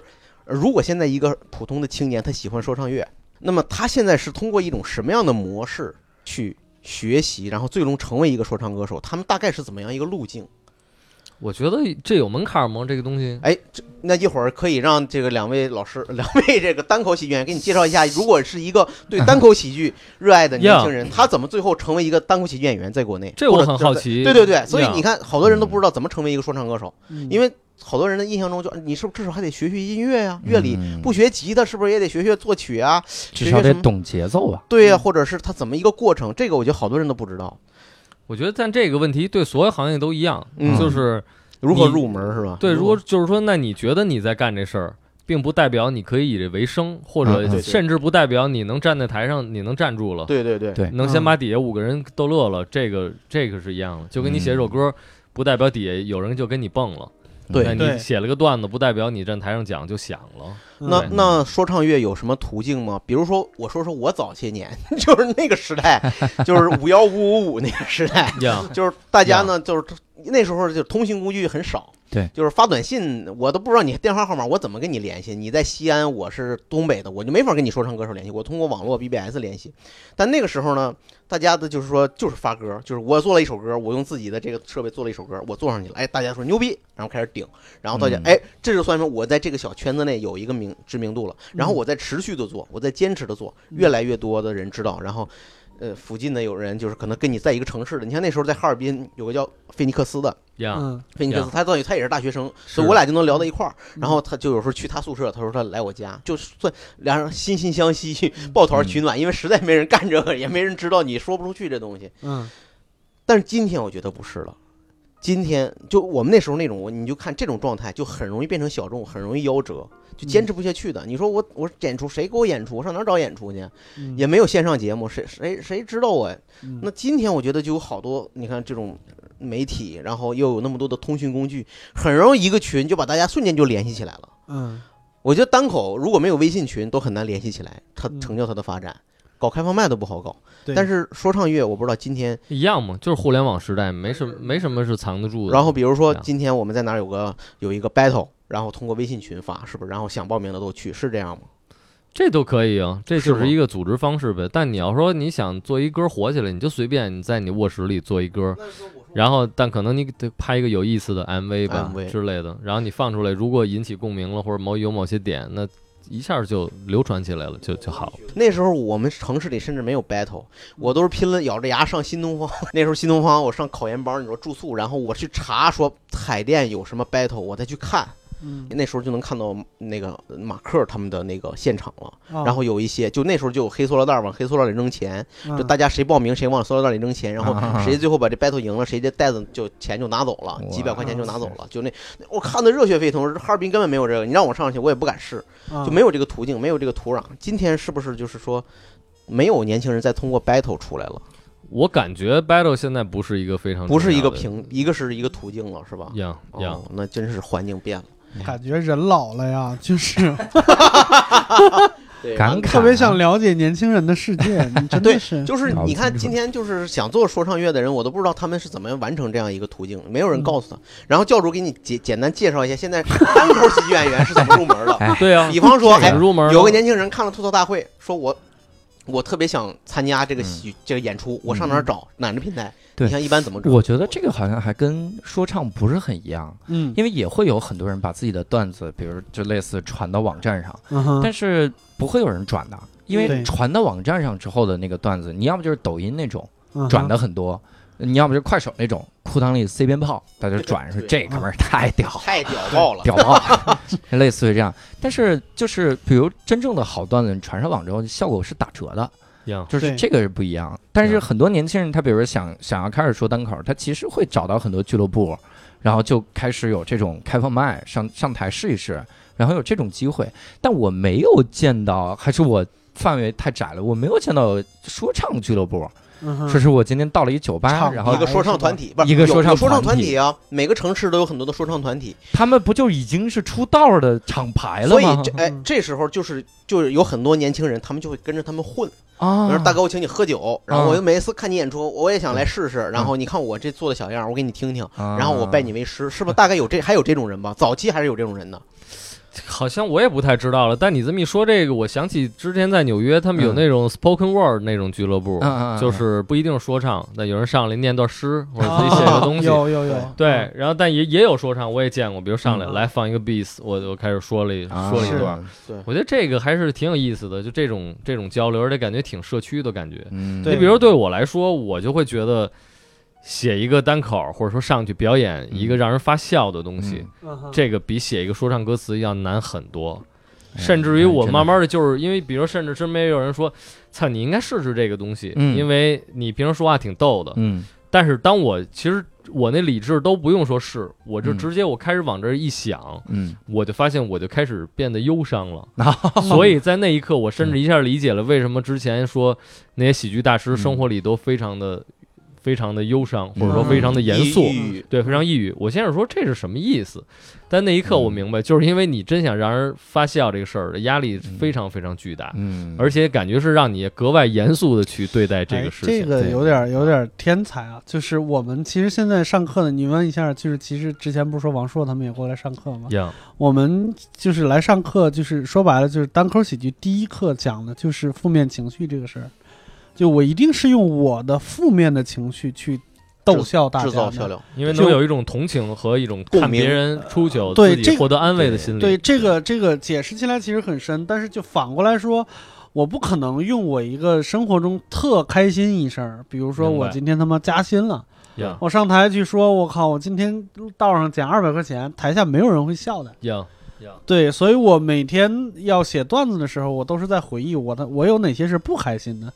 S4: 呃如果现在一个普通的青年他喜欢说唱乐，那么他现在是通过一种什么样的模式去学习，然后最终成为一个说唱歌手？他们大概是怎么样一个路径？
S5: 我觉得这有门槛吗？这个东西，
S4: 哎，这那一会儿可以让这个两位老师、两位这个单口喜剧演员给你介绍一下，如果是一个对单口喜剧热爱的年 轻人，他怎么最后成为一个单口喜剧演员？在国内，
S5: 这我
S4: 或者
S5: 很
S4: 就是
S5: 好
S4: 在
S5: 奇
S4: 对对对，所以
S5: 呀嗯
S4: 你看，好多人都不知道怎么成为一个说唱歌手，因
S3: 为
S4: 为好多人的印象中就啊你是不是至少还得学学音乐呀、乐理。
S6: 嗯
S4: 不学吉他是不是也得学学作曲啊？
S6: 至少
S4: 学
S6: 得
S4: 什么
S6: 懂节奏吧。
S4: 对呀、或者是他怎么一个过程？这个我觉得好多人都不知道，
S5: 我觉得但这个问题对所有行业都一样，
S4: 嗯
S5: 就是
S4: 如何
S5: 你
S4: 入门是吧？
S5: 对，如果就是说，那你觉得你在干这事儿，并不代表你可以以这为生，或
S6: 嗯嗯
S5: 者
S6: 对
S5: 甚至不代表你能站在台上，你能站住了，
S4: 对对对
S6: 对
S5: 能先把底下五个人逗乐了，这个这个是一样的，就跟你写首歌。不代表底下有人就跟你蹦了，那
S6: 嗯
S4: 对
S3: 对
S5: 你写了个段子，不代表你站台上讲就响了。
S3: 嗯
S4: 那
S5: 对
S4: 那说唱乐有什么途径吗？比如说，我说说我早些年， 就是那个时代， 就是五幺五五五那个时代，
S5: 呀，
S6: 啊
S4: 就是大家呢，就是那时候就通信工具很少，
S6: 对，
S4: 就是发短信，我都不知道你电话号码，我怎么跟你联系？你在西安，我是东北的，我就没法跟你说唱歌手联系，我通过网络 BBS 联系。但那个时候呢，大家的就是说就是发歌，就是我做了一首歌，我用自己的这个设备做了一首歌，我做上去了，哎，大家说牛逼，然后开始顶，然后大家、
S6: 嗯
S4: 哎，这就算明我在这个小圈子内有一个名知名度了，
S5: 嗯
S4: 然后我在持续的做，我在坚持的做，越来越多的人知道，然后。呃，附近的有人就是可能跟你在一个城市的，你像那时候在哈尔滨有个叫菲尼克斯的，
S5: 呀，
S3: 嗯
S4: 菲尼克斯，
S5: 呀
S4: 他到底他也是大学生，所以
S5: 是
S4: 我俩就能聊到一块儿。然后
S3: 嗯
S4: 他就有时候去他宿舍，他说他来我家，就算俩人惺惺相惜，
S5: 嗯
S4: 抱团取暖，因为实在没人干这个，也没人知道你说不出去这东西。
S3: 嗯
S4: 但是今天我觉得不是了，今天就我们那时候那种，我你就看这种状态，就很容易变成小众，很容易夭折，就坚持不下去的。你说我我演出谁给我演出？我上哪儿找演出去？
S3: 嗯
S4: 也没有线上节目，谁谁谁知道我呀？
S3: 嗯
S4: 那今天我觉得就有好多，你看这种媒体，然后又有那么多的通讯工具，很容易一个群就把大家瞬间就联系起来了。
S3: 嗯
S4: 我觉得单口如果没有微信群，都很难联系起来，它
S3: 嗯
S4: 成就它的发展。搞开放麦都不好搞，
S3: 对
S4: 但是说唱乐我不知道今天。
S5: 一样嘛，就是互联网时代，没什么没什么是藏得住的。
S4: 然后比如说
S5: 对啊
S4: 今天我们在哪儿有个有一个 battle，然后通过微信群发，是不是？然后想报名的都去，是这样吗？
S5: 这都可以啊，这
S4: 是
S5: 就
S4: 吗
S5: 是一个组织方式呗。但你要说你想做一歌火起来，你就随便你在你卧室里做一歌，然后但可能你得拍一个有意思的 MV 吧
S4: MV
S5: 之类的，然后你放出来，如果引起共鸣了或者某有某些点，那一下就流传起来了，就就好了。
S4: 那时候我们城市里甚至没有 battle，我都是拼了咬着牙上新东方。 那时候新东方我上考研班，你说住宿，然后我去查说海淀有什么 battle，我再去看。
S3: 嗯，
S4: 那时候就能看到那个马克他们的那个现场了。
S3: 啊
S4: 然后有一些就那时候就有黑塑料袋儿往黑塑料里扔钱，
S3: 哦嗯
S4: 就大家谁报名谁往塑料袋里扔钱，然后谁最后把这 battle 赢了，谁这袋子就钱就拿走了，几百块钱就拿走了。就那我看的热血沸腾，哈尔滨根本没有这个，你让我上去我也不敢试。
S3: 啊
S4: 就没有这个途径，没有这个土壤。今天是不是就是说，没有年轻人再通过 battle 出来了？
S5: 我感觉 battle 现在不是一个非常
S4: 不是一
S5: 重
S4: 个
S5: 要的
S4: 平，一个是一个途径了，是吧？
S5: 样啊样
S4: 哦，那真是环境变了，
S3: 嗯感觉人老了呀，就是
S4: 对
S2: 感
S6: 啊
S2: 慨
S3: 特别想了解年轻人的世界，你真的是
S4: 就是你看，今天就是想做说唱乐的人，我都不知道他们是怎么完成这样一个途径，没有
S6: 嗯
S4: 人告诉他。然后教主给你简简单介绍一下，现在单口喜剧演员是怎么入 门的。
S5: 对啊，
S4: 比方说，
S5: 怎
S4: 哎
S5: 么，入门呢？
S4: 有个年轻人看了吐槽大会，说我我特别想参加这个喜剧这个演出，我上哪儿找哪个平台？
S6: 嗯对
S4: 你像一般怎么找？
S6: 我觉得这个好像还跟说唱不是很一样，
S3: 嗯，
S6: 因为也会有很多人把自己的段子，比如就类似传到网站上，
S3: 嗯哼
S6: 但是不会有人转的，因
S3: 对
S6: 为传到网站上之后的那个段子，你要么就是抖音那种
S3: 嗯哼
S6: 转的很多，你要么就是快手那种裤裆里塞鞭炮，大家转说
S4: 对
S6: 这哥们儿
S3: 嗯
S6: 太屌 了。
S4: 太屌爆了！
S6: 屌爆， 类似于这样，但是就是比如真正的好段子，你传上网之后效果是打折的，
S5: 样
S6: 就是
S3: 对
S6: 这个是不一样。但是
S5: 对
S6: 很多年轻人，他比如说想想要开始说单口，他其实会找到很多俱乐部，然后就开始有这种开放麦，上上台试一试，然后有这种机会。但我没有见到，还是我范围太窄了，我没有见到说唱俱乐部。
S3: 嗯哼
S6: 这是我今天到了一酒吧，
S3: 唱
S6: 然
S4: 一
S6: 后
S4: 个说唱团体，不是
S6: 一个
S4: 有
S6: 说唱
S4: 有说唱
S6: 团
S4: 团
S6: 体
S4: 体啊，每个城市都有很多的说唱团体，
S6: 他们不就已经是出道的厂牌了
S4: 所以
S6: 吗
S4: 这？哎
S3: 嗯
S4: 这时候就是就是有很多年轻人，他们就会跟着他们混。
S6: 啊
S2: 嗯
S4: 我说，大哥，我请你喝酒，然后
S6: 啊
S4: 我就每一次看你演出，我也想来试试。然后你看我这做的小样，我给你听听，
S6: 啊
S2: 嗯
S4: 然后我拜你为师，是不是？大概有这还有这种人吧？早期还是有这种人的。
S5: 好像我也不太知道了，但你这么一说这个，我想起之前在纽约，他们有
S6: 嗯
S5: 那种 spoken word 那种俱乐部，
S6: 嗯嗯嗯
S5: 就是不一定是说唱，但有人上来念段诗或者自己写个东西。
S3: 哦有有有，
S5: 对，然后但也也有说唱，我也见过，比如上来、
S3: 嗯
S5: 来放一个 beats，我我开始说了一、
S6: 啊
S5: 说了
S3: 是
S5: 一段，我觉得这个还是挺有意思的，就这种这种交流，而且感觉挺社区的感觉。
S6: 嗯，
S3: 对
S5: 你比如对我来说，我就会觉得写一个单口或者说上去表演一个让人发笑的东西，
S6: 嗯
S3: 嗯哼
S5: 这个比写一个说唱歌词要难很多。
S6: 哎
S5: 甚至于我
S6: 真的
S5: 慢慢的就是因为，比如甚至身边有人说：“操，你应该试试这个东西，
S6: 嗯
S5: 因为你平时说话挺逗的。
S6: 嗯
S5: 但是当我其实我那理智都不用说是，我就
S6: 嗯
S5: 直接我开始往这儿一想，
S6: 嗯，
S5: 我就发现我就开始变得忧伤 了。
S6: 哦
S5: 所以在那一刻，我
S6: 嗯
S5: 甚至一下理解了为什么之前说那些喜剧大师生活里都非常的、非常的忧伤，或者说非常的严肃。
S4: 抑郁
S5: 对，非常抑郁。我先是说这是什么意思，但那一刻我明白，就是因为你真想让人发笑这个事儿，压力非常非常巨大，
S6: 嗯，
S5: 而且感觉是让你格外严肃的去对待这
S3: 哎
S5: 个事情。
S3: 这个
S6: 对
S3: 有点儿有点儿天才啊！就是我们其实现在上课的，你问一下，就是其实之前不是说王硕他们也过来上课吗？
S5: 样，
S3: 我们就是来上课，就是说白了，就是单口喜剧第一课讲的就是负面情绪这个事儿。就我一定是用我的负面的情绪去逗笑大
S4: 制
S3: 家
S4: 造笑
S3: 的。
S4: 料，
S5: 因为
S3: 就
S5: 能有一种同情和一种
S4: 共
S5: 看别
S4: 鸣
S5: 人出糗、
S3: 对
S5: 自
S3: 这
S5: 己获得安慰的
S6: 对
S5: 心理。
S3: 对这个这个解释起来其实很深，但是就反过来说，我不可能用我一个生活中特开心一事儿，比如说
S5: 明白
S3: 我今天他妈加薪了。
S5: 样
S3: 我上台去说，我靠，我今天道上捡二百块钱，台下没有人会笑的。
S5: 样，
S3: 对，所以我每天要写段子的时候，我都是在回忆我的我有哪些是不开心的。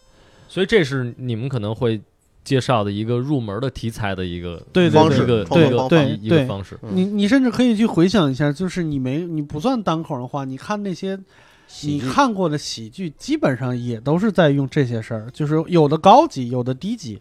S5: 所以这是你们可能会介绍的一个入门的题材的一个
S3: 对对
S4: 方
S5: 一
S4: 式
S5: 个
S4: 创
S5: 一
S4: 作
S5: 个
S4: 方法
S3: 对
S5: 一
S3: 对
S5: 个方式。
S4: 嗯
S3: 你你甚至可以去回想一下，就是你没你不算单口的话，你看那些
S4: 喜
S3: 你
S4: 剧
S3: 看过的喜剧，基本上也都是在用这些事儿，就是有的高级，有的低级。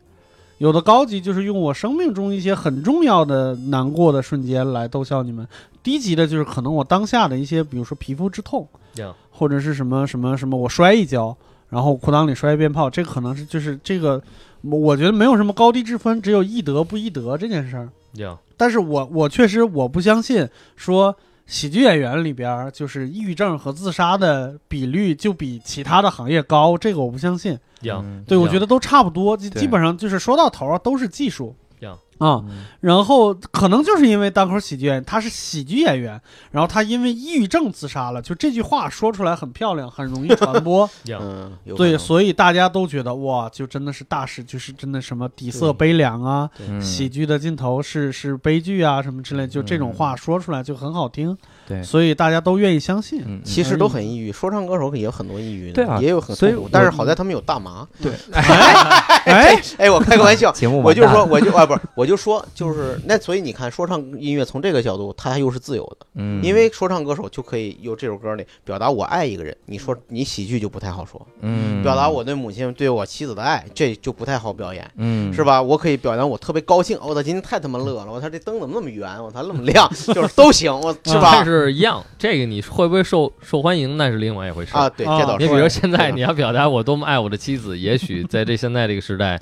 S3: 有的高级就是用我生命中一些很重要的难过的瞬间来逗笑你们，低级的就是可能我当下的一些，比如说皮肤之痛，
S5: 样
S3: 或者是什么什么什么，我摔一跤，然后裤裆里摔一鞭炮，这可能是就是这个，我觉得没有什么高低之分，只有易德不易德这件事儿。
S5: 样，
S3: 但是我我确实我不相信说喜剧演员里边儿，就是抑郁症和自杀的比率就比其他的行业高，这个我不相信。
S5: 一
S2: 嗯
S5: 样。
S3: 对，我觉
S5: 得
S3: 得都差不多，基
S2: 对
S3: 基本上就是说到头儿都是技术
S5: 一样。
S3: 啊，然后可能就是因为单口喜剧演员，他是喜剧演员，然后他因为抑郁症自杀了，就这句话说出来很漂亮，很容易传播，
S5: 一样，
S4: 嗯，有可
S3: 对，
S4: 能
S3: 所以大家都觉得哇，就真的是大事，就是真的什么底色悲凉啊，
S2: 嗯
S3: 喜剧的尽头是是悲剧啊，什么之类，就这种话说出来就很好听，
S2: 对
S3: 所以大家都愿意相信。
S2: 嗯，
S4: 其实都很抑郁，说唱歌手也有很多抑郁的，
S2: 对啊
S4: 也有很
S2: 所以
S4: 痛苦
S2: 我
S4: 但是好在他们有大麻。
S2: 对，，
S3: 哎，
S4: 哎，我开个玩笑
S2: 节目
S4: 我
S2: 完
S4: 就
S2: 蛋
S4: 说，我就啊，不是，我就说，就是那，所以你看，说唱音乐从这个角度，它又是自由的，
S2: 嗯，
S4: 因为说唱歌手就可以有这首歌里表达我爱一个人，你说你喜剧就不太好说，
S2: 嗯
S4: 表达我对母亲、对我妻子的爱，这就不太好表演。
S2: 嗯
S4: 是吧？我可以表扬我特别高兴，哦我操，今天太他妈乐了！我操，这灯怎么那么圆？我操，那么 亮，就是都行，我是吧
S5: 但？ 是一样，这个你会不会受受欢迎，那是另外一回事
S4: 啊，。对，
S3: 啊
S4: 这倒
S5: 你
S4: 是
S5: 比如现
S4: 对
S5: 在
S4: 吧
S5: 你要表达我多么爱我的妻子，也许在这现在这个时代，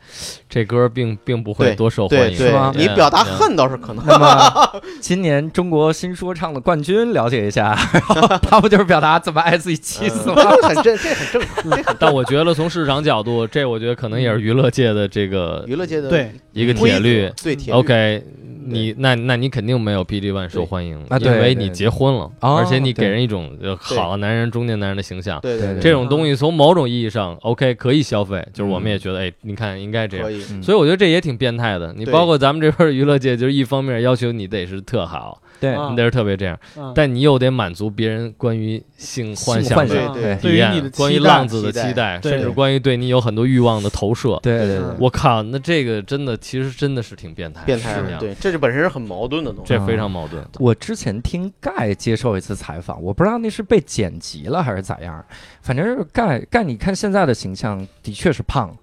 S5: 这歌并并不会
S4: 对
S5: 多受欢
S4: 对
S5: 迎，
S4: 对
S2: 吧，
S4: 你表达
S5: 对啊
S4: 恨倒是可能。
S5: 嗯
S2: 那么今年中国新说唱的冠军了解一下， 然后他不就是表达怎么爱自己妻子吗？
S4: 嗯很正， 这很正常，这很
S5: 但我觉得从市场角度，这我觉得可能也是娱乐界的这个
S4: 娱乐界的
S3: 对
S5: 一个
S4: 规
S5: 铁
S4: 则
S5: 律。
S4: 对铁律
S5: OK，你那那你肯定没有 PG One 受欢迎
S2: 啊，
S5: 因
S2: 对
S5: 为
S2: 对
S5: 你
S2: 对
S5: 结婚了，
S2: 哦
S5: 而且你给
S2: 对
S5: 人一种呃好男人、中年男人的形象。
S4: 对对，
S5: 这种东
S2: 嗯
S5: 西从某种意义上，OK 可以消费，就是我们也觉得，哎，你看应该这样
S4: 嗯可。以，
S2: 嗯
S5: 所以我觉得这也挺变态的。你
S4: 对
S5: 包括咱们这边儿娱乐界，就是一方面要求你得是特好，
S2: 对
S3: 啊
S5: 你得是特别这样，
S3: 嗯
S5: 但你又得满足别人关于性幻
S2: 性
S5: 想
S2: 幻
S5: 的
S4: 对
S3: 想
S4: 对，
S3: 对
S5: 体
S3: 于
S5: 验，
S3: 你的
S5: 关于
S3: 期待
S5: 浪子的
S4: 期待
S5: 期待，
S3: 对
S5: 甚至关于对你有很多欲望的投射。
S2: 对对对
S3: 嗯，
S5: 我靠，那这个真的其实真的是挺变态，
S4: 变态
S5: 是这
S4: 的，
S5: 样，
S4: 对，这是本身是很矛盾的东西。
S5: 这非常矛盾。
S2: 我之前听盖接受一次采访，我不知道那是被剪辑了还是咋样，反正是盖盖，你看现在的形象的确是胖。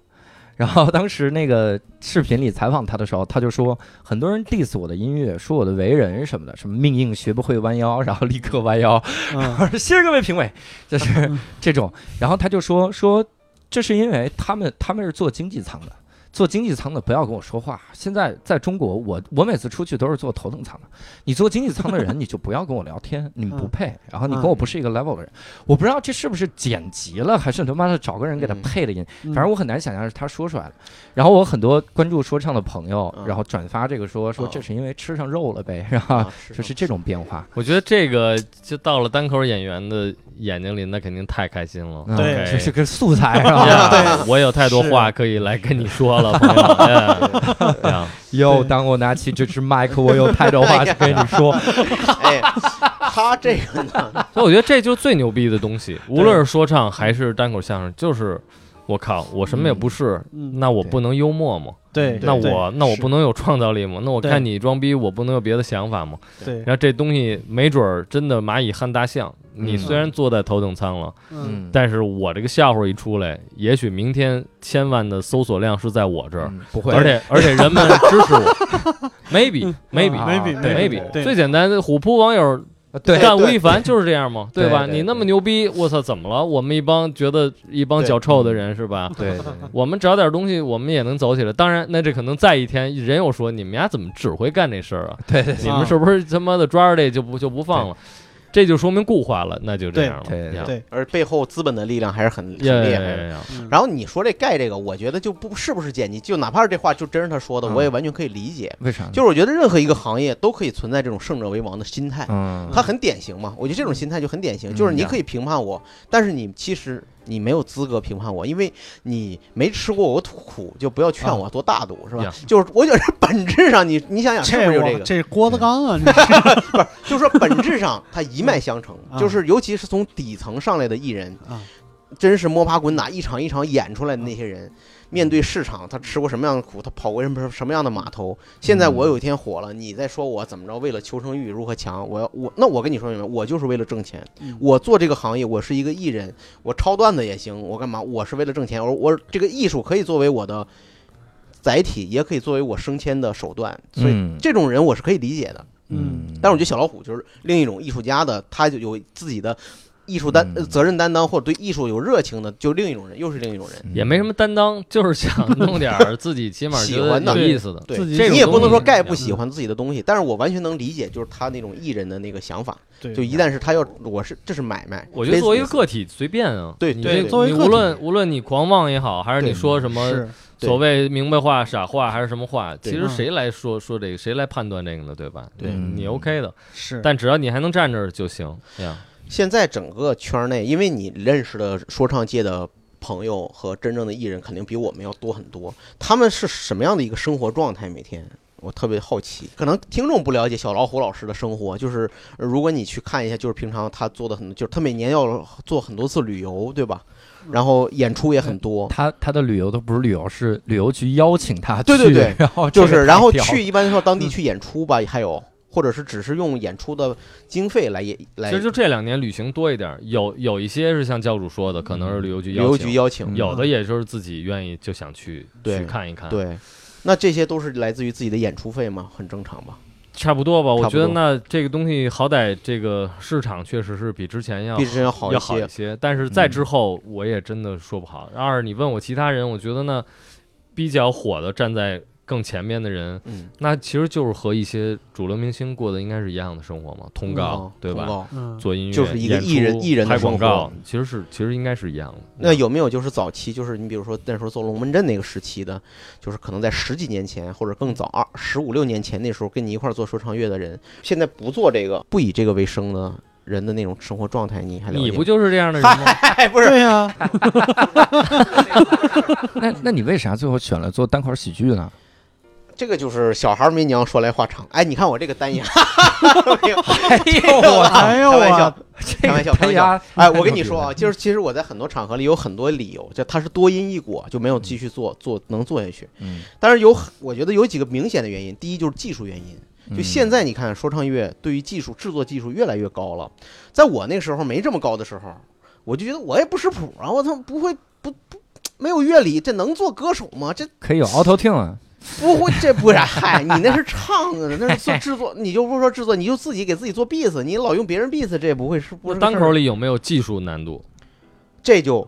S2: 然后当时那个视频里采访他的时候，他就说，很多人 diss 我的音乐，说我的为人什么的，什么命硬学不会弯腰，然后立刻弯腰，
S3: 嗯，
S2: 我说 谢谢各位评委，就是这种。然后他就说说，这是因为他们他们是做经济舱的，做经济舱的不要跟我说话。现在在中国，我我每次出去都是坐头等舱的，你坐经济舱的人你就不要跟我聊天，你们不
S3: 嗯
S2: 配。然后你跟我不是一个 level 的人，我不知道这是不是剪辑了，还是他妈的找个人给他
S4: 嗯
S2: 配的音，
S3: 嗯
S2: 反正我很难想象是他说出来的。然后我很多关注说唱的朋友，
S4: 嗯
S2: 然后转发这个说说
S4: 哦
S2: 这是因为吃上肉了呗，然后
S4: 啊，
S2: 就是是这种变化。
S5: 我觉得这个就到了单口演员的眼睛里，那肯定太开心了。
S2: 嗯
S3: 对
S2: 这是个素材 是吧？
S5: 呀我有太多
S3: 是
S5: 话可以来跟你说了，朋友们。哎呀
S2: 哟，
S3: 对
S2: 当我拿起这支麦克，我 有太多话想跟你说。
S4: 哎，他这个呢，
S5: 所以我觉得这就是最牛逼的东西，无论是说唱还是单口相声，就是我靠，我什么也不是，
S3: 嗯，
S5: 那我不能幽默吗？
S3: 对，
S5: 那
S3: 对
S5: 我那我不能有创造力吗？那我
S3: 对
S5: 看你装逼，我不能有别的想法吗？
S3: 对，
S5: 然后这东西没准儿真的蚂蚁撼大象，你
S2: 嗯
S5: 虽然坐在头等舱了，
S3: 嗯，
S5: 但是我这个笑话一出来，也许明天千万的搜索量是在我这儿，
S2: 嗯不会，
S5: 而 且而且人们支持我，maybe maybe
S2: 啊
S3: 嗯 maybe
S5: 对
S2: maybe，
S5: maybe
S3: 对
S5: 最简单的虎扑网友
S2: 呃对
S5: 干吴亦凡就是这样嘛，
S2: 对
S5: 吧？
S2: 对对
S5: 你那么牛逼，我操，怎么了？我们一帮觉得一帮
S4: 对
S5: 脚臭
S2: 嗯
S5: 的人是吧？
S2: 对，
S5: 我们找点东西，我们也能走起来。当然，那这可能再一天，人又说你们家怎么只会干这事 儿啊？
S2: 对对对
S5: 你们是不是他妈的抓着这就不就不放了？这就说明固化了，那就这样了。
S2: 对对对
S5: 呀
S3: 对
S4: 而背后资本的力量还是很很
S5: 呀
S4: 厉
S5: 呀
S4: 害
S5: 呀
S4: 的。
S5: 呀呀！
S3: 嗯
S4: 然后你说这盖这个，我觉得就不是不是剪辑，就哪怕是这话就真是他说的，
S2: 嗯
S4: 我也完全可以理解。
S2: 为啥呢？
S4: 就是我觉得任何一个行业都可以存在这种胜者为王的心态，
S2: 嗯，
S4: 他很典型嘛。我觉得这种心态就很典型，
S2: 嗯
S4: 就是你可以评判我，但是你其实你没有资格评判我，因为你没吃过我苦，就不要劝我多大度，是吧
S5: 呀？
S4: 就是我觉得本质上你你想想是不是就
S3: 我
S4: 这个？
S3: 这郭德纲啊，你
S4: 就是说本质上它一脉相承，
S3: 嗯
S4: 就是尤其是从底层上来的艺人
S3: 嗯，
S4: 真是摸爬滚打一场一场演出来的那些人。面对市场，他吃过什么样的苦，他跑过什么什么样的码头。现在我有一天火了，你再说我怎么着，为了求生欲如何强，我要我那我跟你说明白，我就是为了挣钱。
S3: 嗯
S4: 我做这个行业，我是一个艺人，我抄段子也行，我干嘛？我是为了挣钱。我我这个艺术可以作为我的载体，也可以作为我升迁的手段。所以
S2: 嗯
S4: 这种人我是可以理解的。
S3: 嗯
S4: 但是我觉得小老虎就是另一种艺术家的，他就有自己的艺术担、呃
S2: 嗯
S4: 责任担当或者对艺术有热情的，就另一种人，又是另一种人。
S2: 嗯
S5: 也没什么担当，就是想弄点儿自己起码觉
S4: 喜欢
S5: 得
S4: 的
S5: 有意思的。
S4: 对，
S3: 自己
S4: 你也不能说盖不
S5: 喜
S4: 喜欢自己的东西，但是我完全能理解，就是他那种艺人的那个想法，
S3: 对，
S4: 就一旦是他要，我是这是买卖。
S5: 我觉得作为一个
S4: business
S5: 个体，随便啊，
S4: 对
S5: 你
S4: 对
S5: 这
S4: 对
S3: 作为
S5: 你
S3: 个体
S5: 无论无论你狂妄也好，还是你
S4: 对
S5: 说什么
S3: 是
S4: 对
S5: 所谓明白话、傻话，还是什么话，其
S4: 对
S5: 实
S3: 嗯
S5: 谁来说说这个，谁来判断这个呢？对吧？
S4: 对
S2: 嗯
S5: 你你 OK 的，
S3: 是，
S5: 但只要你还能站这儿就行。呀，
S4: 现在整个圈儿内，因为你认识的说唱界的朋友和真正的艺人，肯定比我们要多很多。他们是什么样的一个生活状态？每天我特别好奇。可能听众不了解小老虎老师的生活，就是呃如果你去看一下，就是平常他做的很，就是他每年要做很多次旅游，对吧？
S5: 嗯
S4: 然后演出也很多，
S2: 他他的旅游都不是旅游，是旅游局邀请他去，
S4: 对对对
S2: 然后这
S4: 就
S2: 个
S4: 是然后
S2: 太屌
S4: 去一
S5: 嗯
S4: 般说当地去演出吧，还有或者是只是用演出的经费来演来
S5: 其实就这两年旅行多一点，有有一些是像教主说的，可能是旅游局
S4: 嗯旅
S5: 邀
S4: 游局
S5: 请，
S4: 邀请，
S5: 有的也就是自己愿意就想去
S4: 对
S5: 去看一看。
S4: 对，那这些都是来自于自己的演出费吗？很正常吧，
S5: 差不多吧，我
S4: 差不
S5: 觉得
S4: 多
S5: 那这个东西好歹这个市场确实是比之前要
S4: 比之前要好
S5: 哦要
S4: 一
S5: 好一
S4: 些。
S5: 些，但是再之后我也真的说不好。
S4: 嗯
S5: 二，你问我其他人，我觉得呢，比较火的站在更前面的人，
S4: 嗯，
S5: 那其实就是和一些主流明星过的应该是一样的生活嘛，通告
S4: 哦
S5: 对
S4: 通
S5: 吧？
S4: 告
S3: 嗯，
S5: 做音乐
S4: 就是一个
S5: 演出
S4: 艺人艺人的
S5: 拍广
S4: 生活
S5: 告，其实是其实应该是一样的。嗯
S4: 那有没有就是早期，就是你比如说那时候做龙门阵那个时期的，就是可能在十几年前或者更早二十五六年前那时候跟你一块儿做说唱乐的人，现在不做这个，不以这个为生的人的那种生活状态，你还了解
S5: 你
S4: 吗
S5: 不就是这样 的人吗？
S4: 哎不是
S3: 对呀，
S2: 那那你为啥最后选了做单口喜剧 呢？
S4: 这个就是小孩没娘说来话长。哎，你看我这个单牙，没有
S2: 哎呦我
S3: 哎呦
S4: 开玩
S3: 我
S5: 啊
S4: 笑，
S2: 这
S4: 开玩笑
S2: 个
S4: 开玩笑
S2: 呀
S4: 哎，我跟你说啊，就是其实我在很多场合里有很多理由，就它是多因一果，就没有继续做做能做下去。
S2: 嗯，
S4: 但是有很我觉得有几个明显的原因，第一就是技术原因。就
S2: 嗯
S4: 现在你看，说唱乐对于技术制作技术越来越高了，在我那时候没这么高的时候，我就觉得我也不识谱啊，我他妈不会不不没有乐理，这能做歌手吗？这
S2: 嗯可以有 auto tune 啊，
S4: 不会，这不是，嗨，你那是唱啊，那是做制作，你就不说制作，你就自己给自己做 beats，你老用别人 beats，这也不会是
S5: 那
S4: 不是
S5: 单
S4: 事
S5: 口
S4: 儿
S5: 里有没有技术难度？
S4: 这就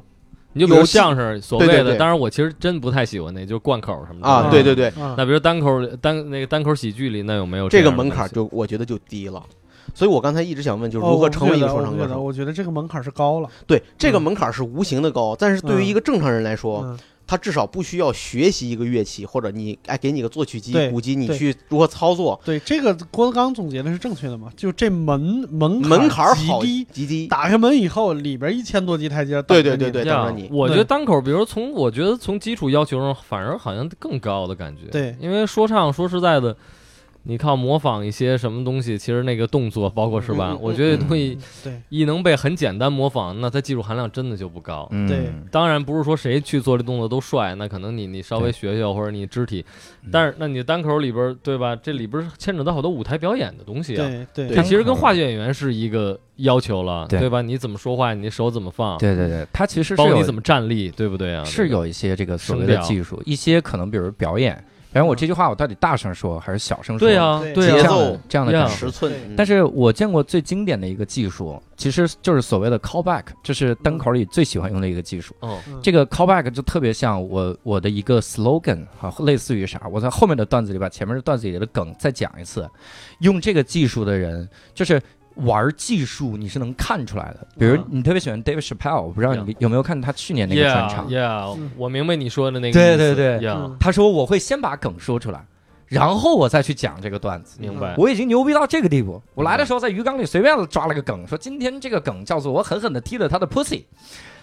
S5: 你就比如
S4: 有技
S5: 相声所谓
S4: 对对
S5: 的，
S4: 对
S5: 当然我其实真不太喜欢那，就是贯口什么的嗯
S4: 啊，对对对，
S3: 啊
S5: 那比如单口单那个单口喜剧里，那有没有
S4: 这
S5: 样
S4: 个
S5: 的
S4: 门槛
S5: 东
S4: 儿
S5: 西
S4: 就我觉得就低了。所以我刚才一直想问，就是
S3: 哦
S4: 如
S3: 我
S4: 何
S3: 不
S4: 成为
S3: 觉
S4: 一个
S3: 得
S4: 说
S3: 我
S4: 唱
S3: 不
S4: 歌
S3: 觉得
S4: 手？
S3: 我觉得这个门槛是高了，
S4: 对，这个
S3: 嗯
S4: 门槛儿是无形的高，但是对于一个正常人来说，
S3: 嗯，
S4: 他至少不需要学习一个乐器，或者你哎给你个作曲机
S3: 对、
S4: 鼓机，你
S3: 对
S4: 去如何操作，
S3: 对，这个郭德纲总结的是正确的嘛？就这门门
S4: 门槛儿
S3: 极
S4: 好
S3: 低，
S4: 极低。
S3: 打开门以后里边一千多级台阶儿等
S4: 对
S3: 着你，
S4: 对对对，
S5: 这样
S4: 等着你。
S5: 啊我觉
S3: 对
S5: 得单口，比如说从我觉得从基础要求上，反而好像更高的感觉。
S3: 对
S5: 因为说唱说实在的，你靠模仿一些什么东西，其实那个动作包括是吧？
S4: 嗯嗯嗯
S5: 我觉得东西
S3: 对
S5: 一能被很简单模仿，那它技术含量真的就不高。
S2: 嗯
S3: 对
S5: 当然不是说谁去做这动作都帅，那可能你你稍微
S2: 对嗯
S5: 学学或者你肢体，但是那你单口里边儿对吧？这里边儿牵扯到好多舞台表演的东西啊。
S3: 对对
S5: 这
S2: 对
S5: 其实跟话剧演员是一个要求了，
S2: 对
S5: 吧？你怎么说话，你的手怎么放，
S2: 对对对，他其实是
S5: 包括
S2: 有
S5: 你怎么站立，对不对啊？
S2: 是
S5: 对吧
S2: 有一些这个所谓
S5: 声
S2: 的
S5: 调
S2: 技术，一些可能比如表演，然后我这句话我到底大声说还是小声说？
S5: 对啊，
S3: 对
S5: 对
S4: 节
S2: 这
S5: 啊
S2: 样
S4: 奏，
S2: 的这样的感
S5: 呀
S2: 觉。
S4: 十寸
S3: 对，
S4: 嗯
S2: 但是我见过最经典的一个技术，其实就是所谓的 callback，这是单口里最喜欢用的一个技术。
S5: 哦，
S3: 嗯
S2: 这个 callback 就特别像我我的一个 slogan 哈、类似于啥？我在后面的段子里把前面的段子里的梗再讲一次。用这个技术的人，就是玩技术，你是能看出来的。比如
S3: 嗯
S2: 你特别喜欢 David Chappelle，我不知道你有没有看他去年那个专场
S5: yeah yeah，
S3: 嗯
S5: 我明白你说的那个意
S2: 对
S5: 思，
S2: 对对
S5: ，yeah，
S2: 他说我会先把梗说出来，然后我再去讲这个段子。
S5: 明白。
S2: 我已经牛逼到这个地步。我来的时候在鱼缸里随便抓了个梗，说今天这个梗叫做我狠狠的踢了他的 pussy，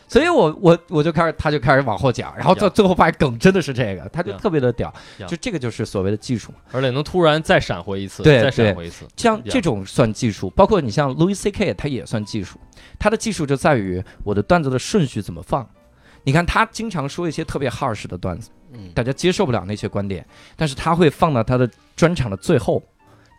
S2: 所以我我我就开始他就开始往后讲，然后到
S5: Yeah.
S2: 最后发现梗真的是这个，他就
S5: Yeah.
S2: 特别的屌。
S5: Yeah.
S2: 就这个就是所谓的技术嘛，
S5: 而且能突然再闪回一次，
S2: 对
S5: 再闪
S2: 对
S5: 回一次，
S2: 像
S5: Yeah.
S2: 这种算技术，包括你像 Louis C.K. 他也算技术，他的技术就在于我的段子的顺序怎么放。你看他经常说一些特别 harsh 的段子。
S4: 嗯
S2: 大家接受不了那些观点，但是他会放到他的专场的最后，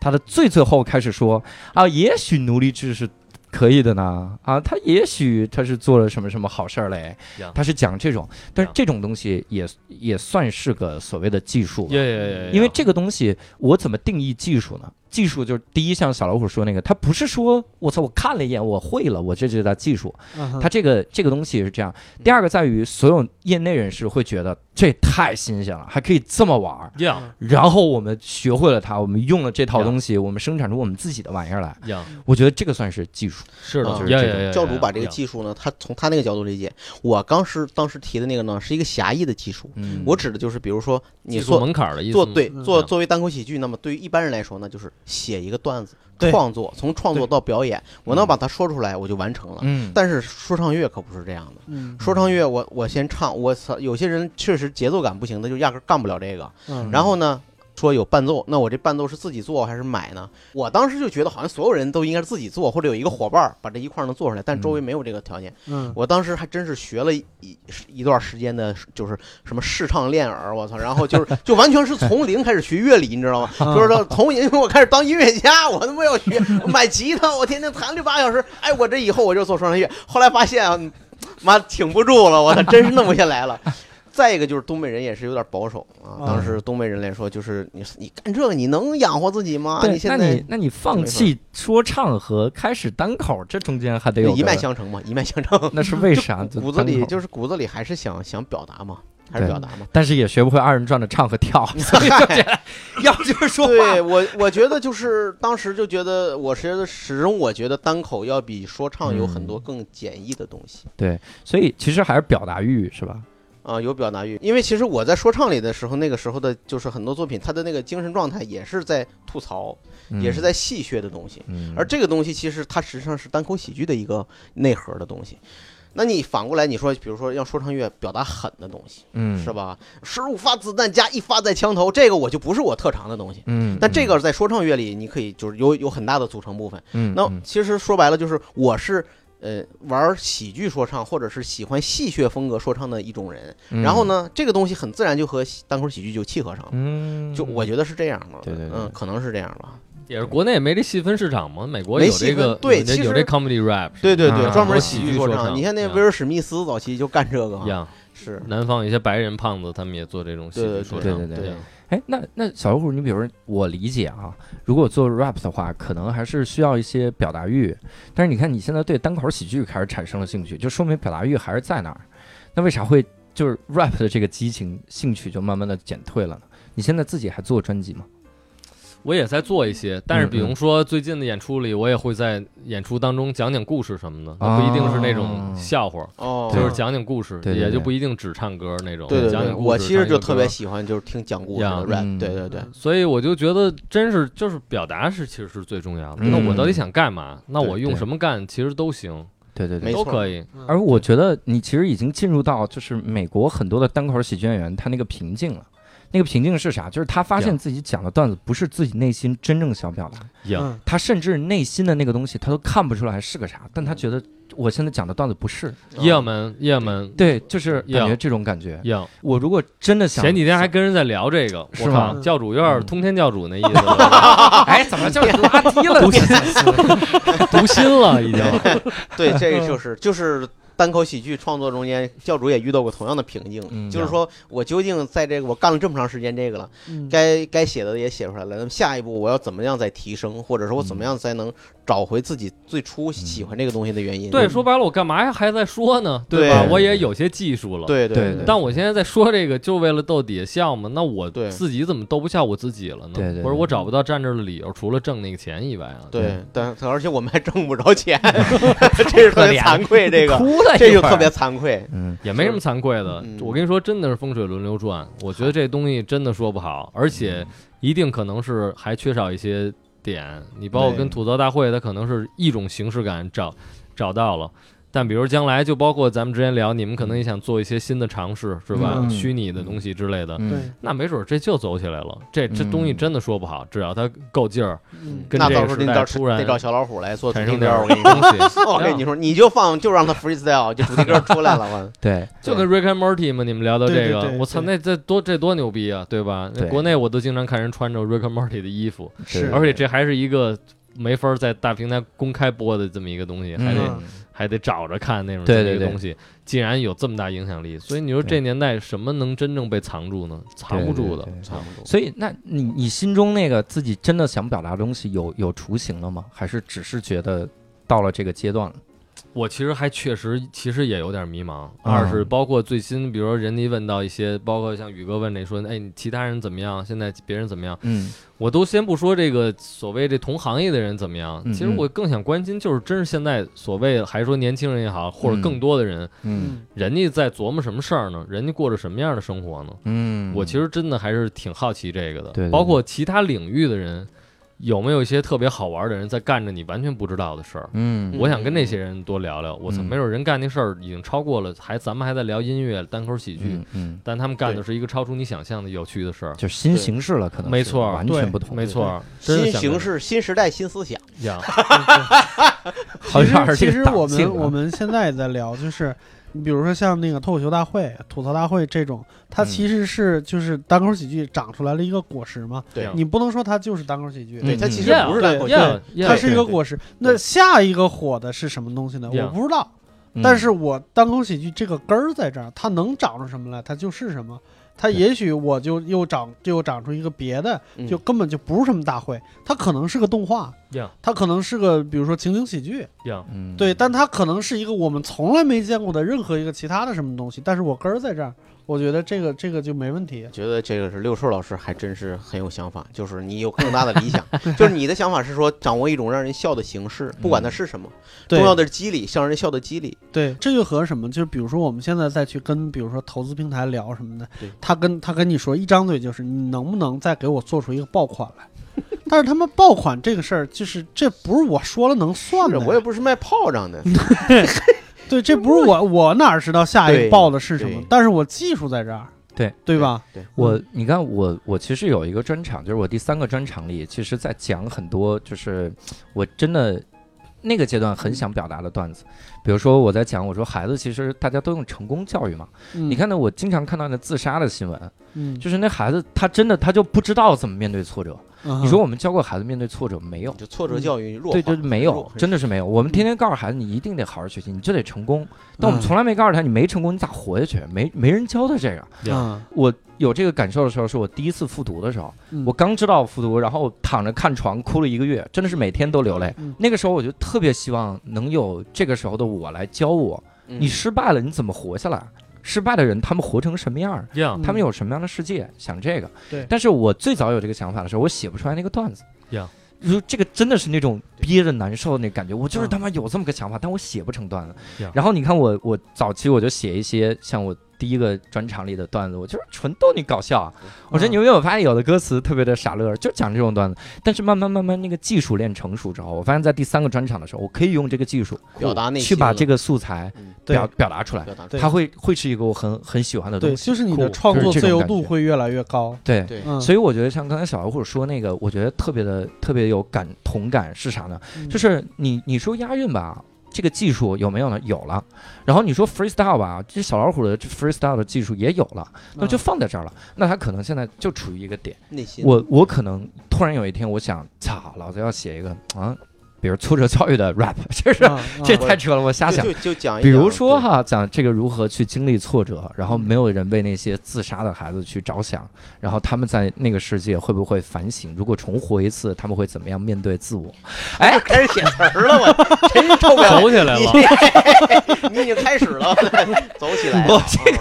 S2: 他的最最后开始说啊，也许奴隶制是可以的呢，啊，他也许他是做了什么什么好事儿嘞
S5: Yeah.，
S2: 他是讲这种，但是
S5: Yeah.
S2: 这种东西也也算是个所谓的技术吧，啊
S5: 耶耶耶，
S2: 因为这个东西我怎么定义技术呢？技术就是第一，像小老虎说那个，他不是说我操，我看了一眼，我会了，我这就叫技术。
S3: 嗯
S2: 他这个这个东西是这样。第二个在于，所有业内人士会觉得这太新鲜了，还可以这么玩儿。
S5: 样
S2: 然后我们学会了它，我们用了这套东西，
S4: 嗯
S2: 我们生产出我们自己的玩意儿来。
S5: 样
S2: 我觉得这个算是技术。
S5: 是
S4: 啊
S5: 的，
S4: 就是
S5: 呀
S2: 这
S5: 呀
S2: 种
S5: 呀
S4: 教主把这个
S5: 呀
S4: 技术呢，他从他那个角度理解，我当时当时提的那个呢，是一个狭义的技术。
S2: 嗯
S4: 我指的就是，比如说你
S5: 技术
S4: 做
S5: 门槛儿的意思
S4: 做
S5: 吗
S4: 对
S3: 嗯
S4: 做
S5: 嗯
S4: 作为单口喜剧，那么对于一般人来说呢，就是写一个段子，
S3: 对
S4: 创作从创作
S3: 对
S4: 到表演，我
S5: 嗯
S4: 能把它说出来，我就完成了。
S2: 嗯，
S4: 但是说唱乐可不是这样的，
S3: 嗯
S4: 说唱乐我我先唱，我操，有些人确实节奏感不行的，就压根儿干不了这个。
S3: 嗯，
S4: 然后呢，说有伴奏，那我这伴奏是自己做还是买呢？我当时就觉得好像所有人都应该是自己做，或者有一个伙伴儿把这一块儿能做出来，但周围没有这个条件。
S3: 嗯
S4: 我当时还真是学了一一一段时间的，就是什么试唱练耳，我操，然后就是就完全是从零开始学乐理，你知道吗？就是
S3: 嗯
S4: 说从因为我开始当音乐家，我他妈要学买吉他，我天天弹六八小时，哎，我这以后我就做说唱乐。后来发现啊，妈挺不住了，我操，真是弄不下来了。再一个就是东北人也是有点保守啊，当时东北人来说就是你你干这个你能养活自己吗？
S2: 对，
S4: 现
S2: 那
S4: 在
S2: 你那你放弃说唱和开始单口，这中间还得有
S4: 一脉
S2: 个，
S4: 相承嘛，一脉相承，
S2: 那是为啥？就
S4: 骨子里
S2: 单口
S4: 就是骨子里还是想想表达嘛，还是
S2: 对
S4: 表 达嘛。
S2: 但是也学不会二人转的唱和跳， 所以就这样，要不就是 说话。
S4: 对我，我觉得就是当时就觉得，我觉得始终我觉得单口要比说唱有很
S2: 嗯
S4: 多更简易的东西
S2: 所以其实还是表达欲是吧？
S4: 啊、有表达欲。因为其实我在说唱里的时候，那个时候的就是很多作品，它的那个精神状态也是在吐槽，也是在戏谑的东西。
S2: 嗯，
S4: 而这个东西其实它实际上是单口喜剧的一个内核的东西。那你反过来你说，比如说让说唱乐表达狠的东西，
S2: 嗯
S4: 是？吧？十五发子弹加一发在枪头，这个我就不是我特长的东西。
S2: 嗯，
S4: 但这个在说唱乐里，你可以就是有有很大的组成部分。
S2: 嗯，嗯，
S4: 那
S2: 嗯
S4: 其实说白了就是，我是呃玩喜剧说唱，或者是喜欢戏谑风格说唱的一种人。然后？呢，这个东西很自然就和喜单口喜剧就契合上了。
S2: 嗯，
S4: 就我觉得是这样的，
S2: 对对对
S4: 嗯，可能是这样吧。
S5: 也是国内没这细分市场嘛，美国
S4: 没
S5: 有
S4: 细
S5: 这个
S4: 分对
S5: 有这
S4: 其
S5: 有这
S4: 实
S5: comedy rap
S4: 对对
S2: 啊
S4: 对，专门
S5: 我
S4: 喜
S5: 喜剧
S4: 说
S5: 说
S4: 唱。
S5: 唱
S4: 你看那
S5: 嗯
S4: 威尔史密斯早期就干这个
S5: 一
S4: 嘛，
S5: 样，
S4: 是，
S5: 南方有些白人胖子他们也做这种戏
S4: 对
S5: 剧
S4: 对
S5: 说
S4: 对
S5: 唱，
S2: 对对
S4: 对
S5: 呀
S2: 哎，那那小老虎，你比如说我理解啊，如果做 rap 的话，可能还是需要一些表达欲。但是你看，你现在对单口喜剧开始产生了兴趣，就说明表达欲还是在那儿。那为啥会就是 rap 的这个激情兴趣就慢慢的减退了呢？你现在自己还做专辑吗？
S5: 我也在做一些，但是
S2: 嗯
S5: 比如说最近的演出里，我也会在演出当中讲讲故事什么的，那不一定是那
S2: 啊
S5: 种笑话，
S4: 哦，
S5: 就是讲讲故事，
S2: 对对对
S5: 也就不一定只唱歌那种。
S4: 对对
S5: 讲
S4: 对，
S5: 讲故事
S4: 我其实就特别
S5: 唱一个歌
S4: 喜欢就是听讲故事
S5: 呀
S4: 的 rap，
S2: 嗯
S4: 对对对，
S5: 所以我就觉得，真是就是表达是其实是最重要的。
S2: 嗯
S5: 那我到底想干嘛？那我
S2: 对
S5: 用
S2: 对
S5: 什么干，其实都行，
S2: 对对
S4: 没
S2: 对。
S5: 都
S4: 错
S5: 可以。
S2: 而我觉得你其实已经进入到就是美国很多的单口喜剧演员他那个瓶颈了。那个瓶颈是啥？就是他发现自己讲的段子不是自己内心真正想表达的。
S5: 一样，
S3: 嗯
S2: 他甚至内心的那个东西，他都看不出来是个啥，但他觉得我现在讲的段子不是，
S5: 叶门叶门
S2: 对，就是感觉
S5: Yeah
S2: 这种感觉。
S5: 一样。
S2: 我如果真的想，
S5: 前几天还跟人在聊这个，
S2: 是
S5: 我
S2: 吗
S5: 靠，教主有点
S2: 嗯
S5: 通天教主那意思了，
S2: 哎，怎么就拉低了？
S5: 读心了已经。
S4: 对， 这个就是就是单口喜剧创作中间，教主也遇到过同样的瓶颈，
S2: 嗯
S4: 就是说我究竟在这个我干了这么长时间这个了，
S3: 嗯
S4: 该该写的也写出来了，那么下一步我要怎么样再提升，或者说我
S5: 嗯
S4: 怎么样才能找回自己最初喜欢这个东西的原因？
S5: 对，说白了，我干嘛呀还在说呢？对
S4: 对
S5: 吧？我也有些技术了。
S4: 对
S2: 对
S4: 对，
S5: 但我现在在说这个，就为了逗底下笑嘛。那我
S4: 对
S5: 自己怎么逗不笑我自己了呢？
S2: 对对对
S5: 或者我找不到站这儿的理由，除了挣那个钱以外啊。
S4: 对，但而且我们还挣不着 钱， 这是特别惭愧，这个
S2: 哭了一会儿，
S4: 这就特别惭愧。
S2: 嗯，
S5: 也没什么惭愧的。
S4: 嗯
S5: 我跟你说，真的是风水轮流转。我觉得这东西真的说不好，而且一定可能是还缺少一些点。你包括
S4: 对
S5: 跟吐槽大会，它可能是一种形式感找找到了。但比如将来，就包括咱们之前聊，你们可能也想做一些新的尝试，是吧？
S2: 嗯
S5: 虚拟的东西之类的，
S2: 嗯
S3: 对，
S5: 那没准儿这就走起来了。这这
S2: 嗯
S5: 东西真的说不好，只要它够劲儿，
S3: 嗯
S5: 跟
S4: 那
S5: 这
S4: 到
S5: 个
S4: 时候
S5: 时
S4: 你
S5: 代
S4: 找
S5: 突然
S4: 得找小老虎来做主
S5: 产
S4: 题
S5: 生
S4: 歌
S5: 点，
S4: 我跟你说，
S5: 东西。
S4: 我跟你说，你就放就让他 freestyle，就主题歌出来了， 我
S2: 对，
S5: 就跟 Rick and Morty 嘛，你们聊到这
S3: 对对
S5: 个，
S3: 对
S5: 我操，
S3: 对
S5: 那这多这多牛逼啊，对吧？那
S2: 对
S5: 国内我都经常看人穿着 Rick and Morty 的衣服，
S3: 是
S5: 而且这还是一个没法在大平台公开播的这么一个东西，还得
S2: 嗯
S5: 还得找着看那种
S2: 对
S5: 这么一
S2: 对
S5: 个
S2: 对
S5: 东西，既然有这么大影响力，所以你说
S2: 对
S5: 这年代什么能真正被藏住呢？藏不住的
S2: 对对，对
S5: 藏不住。
S2: 所以，那你你心中那个自己真的想表达的东西有有雏形了吗？还是只是觉得到了这个阶段了？
S5: 我其实还确实其实也有点迷茫。
S2: 嗯
S5: 二是包括最新，比如说人家问到一些，包括像宇哥问那说，哎，你其他人怎么样？现在别人怎么样？
S2: 嗯
S5: 我都先不说这个所谓这同行业的人怎么样，
S2: 嗯
S5: 其实我更想关心就是，真是现在所谓还说年轻人也好，或者更多的人，
S2: 嗯
S5: 人家在琢磨什么事儿呢？人家过着什么样的生活呢？
S2: 嗯，
S5: 我其实真的还是挺好奇这个的，
S2: 对对对
S5: 包括其他领域的人，有没有一些特别好玩的人在干着你完全不知道的事儿？
S2: 嗯
S4: 嗯
S5: 我想跟那些人多聊聊。我操，
S2: 嗯
S5: 没准人干那事儿已经超过了，还咱们还在聊音乐、单口喜剧，
S2: 嗯嗯，
S5: 但他们干的是一个超出你想象的有趣的事儿。
S2: 就是新形式了，可能是
S5: 没错
S2: 完全不同，
S5: 没错，真
S4: 新
S5: 是想
S4: 形式、新时代、新思想，
S5: 呀，
S2: 好像是这
S3: 其
S2: 个
S3: 实
S2: 档
S3: 我
S2: 性啊
S3: 们我们现在也在聊，就是你比如说像那个脱口秀大会、吐槽大会这种，它
S2: 嗯
S3: 其实是就是单口喜剧长出来了一个果实嘛。
S4: 对
S3: 你不能说它就是单口喜剧，
S2: 嗯
S4: 对它其实不是单口喜剧，
S5: 呀呀
S3: 它是一个果实。那下一个火的是什么东西呢？
S5: Yeah
S3: 我不知道，
S2: 嗯
S3: 但是我单口喜剧这个根儿在这儿，它能长出什么来，它就是什么。它也许我就又长又长出一个别的，
S4: 嗯
S3: 就根本就不是什么大会，它可能是个动画
S5: Yeah，
S3: 它可能是个比如说情景喜剧，
S5: 呀，
S2: 嗯
S3: 对，但它可能是一个我们从来没见过的任何一个其他的什么东西，但是我根儿在这儿，我觉得这个这个就没问题。
S4: 觉得这个是六兽老师还真是很有想法，就是你有更大的理想，就是你的想法是说掌握一种让人笑的形式，不管它是什么，
S3: 对
S4: 重要的是机理，向人笑的机理。
S3: 对，这就和什么，就是比如说我们现在再去跟比如说投资平台聊什么的
S4: 对，
S3: 他跟他跟你说一张嘴就是你能不能再给我做出一个爆款来？ 但是他们爆款这个事儿，就是这不是我说了能算
S4: 是
S2: 啊
S3: 的，
S4: 我也不是卖炮仗的，
S3: 对，这不是我我哪知道下一个
S4: 对
S3: 爆的是什么
S4: 对？
S3: 但是我技术在这儿，
S2: 对
S3: 对吧？
S2: 我你看我我其实有一个专场，就是我第三个专场里，其实在讲很多，就是我真的那个阶段很想表达的段子，比如说我在讲我说孩子其实大家都用成功教育嘛，
S3: 你
S2: 你，看到我经常看到那自杀的新闻，
S3: 嗯，
S2: 就是那孩子他真的他就不知道怎么面对挫折，
S3: 嗯
S2: 你说我们教过孩子面对挫折没有？
S4: 就挫折教育弱化，
S2: 对，就是没有
S4: 弱，
S2: 真的是没有。我们天天告诉孩子，你一定得好好学习，你就得成功。但我
S3: 嗯
S2: 们从来没告诉他，你没成功，你咋活下去？没没人教他这个。
S3: 嗯
S2: 我有这个感受的时候，是我第一次复读的时候，
S3: 嗯
S2: 我刚知道复读，然后躺着看床哭了一个月，真的是每天都流泪
S3: 嗯。
S2: 那个时候我就特别希望能有这个时候的我来教我，
S4: 嗯
S2: 你失败了你怎么活下来？失败的人他们活成什么样？
S5: 呀，
S2: 他们有什么样的世界？想这个。
S3: 对
S2: 但是我最早有这个想法的时候，我写不出来那个段子。
S5: 呀
S2: 就这个真的是那种憋着难受的那感觉，我就是
S3: 嗯
S2: 他妈有这么个想法，但我写不成段子
S5: 呀。
S2: 然后你看我，我早期我就写一些像我第一个专场里的段子，我就是纯逗你搞笑啊。我说
S3: 嗯
S2: 你有没有发现有的歌词特别的傻乐，就讲这种段子。但是慢慢慢慢那个技术练成熟之后，我发现在第三个专场的时候，我可以用这个技术
S4: 表达内心
S2: 去把这
S4: 个
S2: 个素材
S3: 对
S2: 表表达出来，
S4: 表达
S3: 对
S2: 它会会是一个我很很喜欢的东
S3: 对，
S2: 西。
S3: 就是你的
S5: 酷
S3: 创
S2: 就是
S3: 作
S2: 这
S3: 自
S2: 种
S3: 由
S2: 感
S3: 度
S2: 觉
S3: 会越来越高。
S2: 对
S4: 对
S3: 嗯，
S2: 所以我觉得像刚才小老虎说那个，我觉得特别的特别有感同感是啥呢？
S3: 嗯
S2: 就是你你说押韵吧，这个技术有没有呢？有了。然后你说 freestyle 吧，这小老虎的这 freestyle 的技术也有了，
S3: 嗯
S2: 那就放在这儿了。那他可能现在就处于一个点，
S4: 内心。
S2: 我我可能突然有一天，我想，操，老子要写一个啊，比如挫折教育的 rap，这 是、
S3: 啊
S2: 这
S3: 啊
S2: 太扯了，我瞎想
S4: 就。就就讲一讲，
S2: 比如说
S4: 对，
S2: 哈，讲这个如何去经历挫折，然后没有人为那些自杀的孩子去着想，然后他们在那个世界会不会反省？如果重活一次，他们会怎么样面对自我？哎，
S4: 开始写词儿了，我真是受不了
S5: 走起来了。
S4: 你，你已经开始了， 走起来了，
S2: 我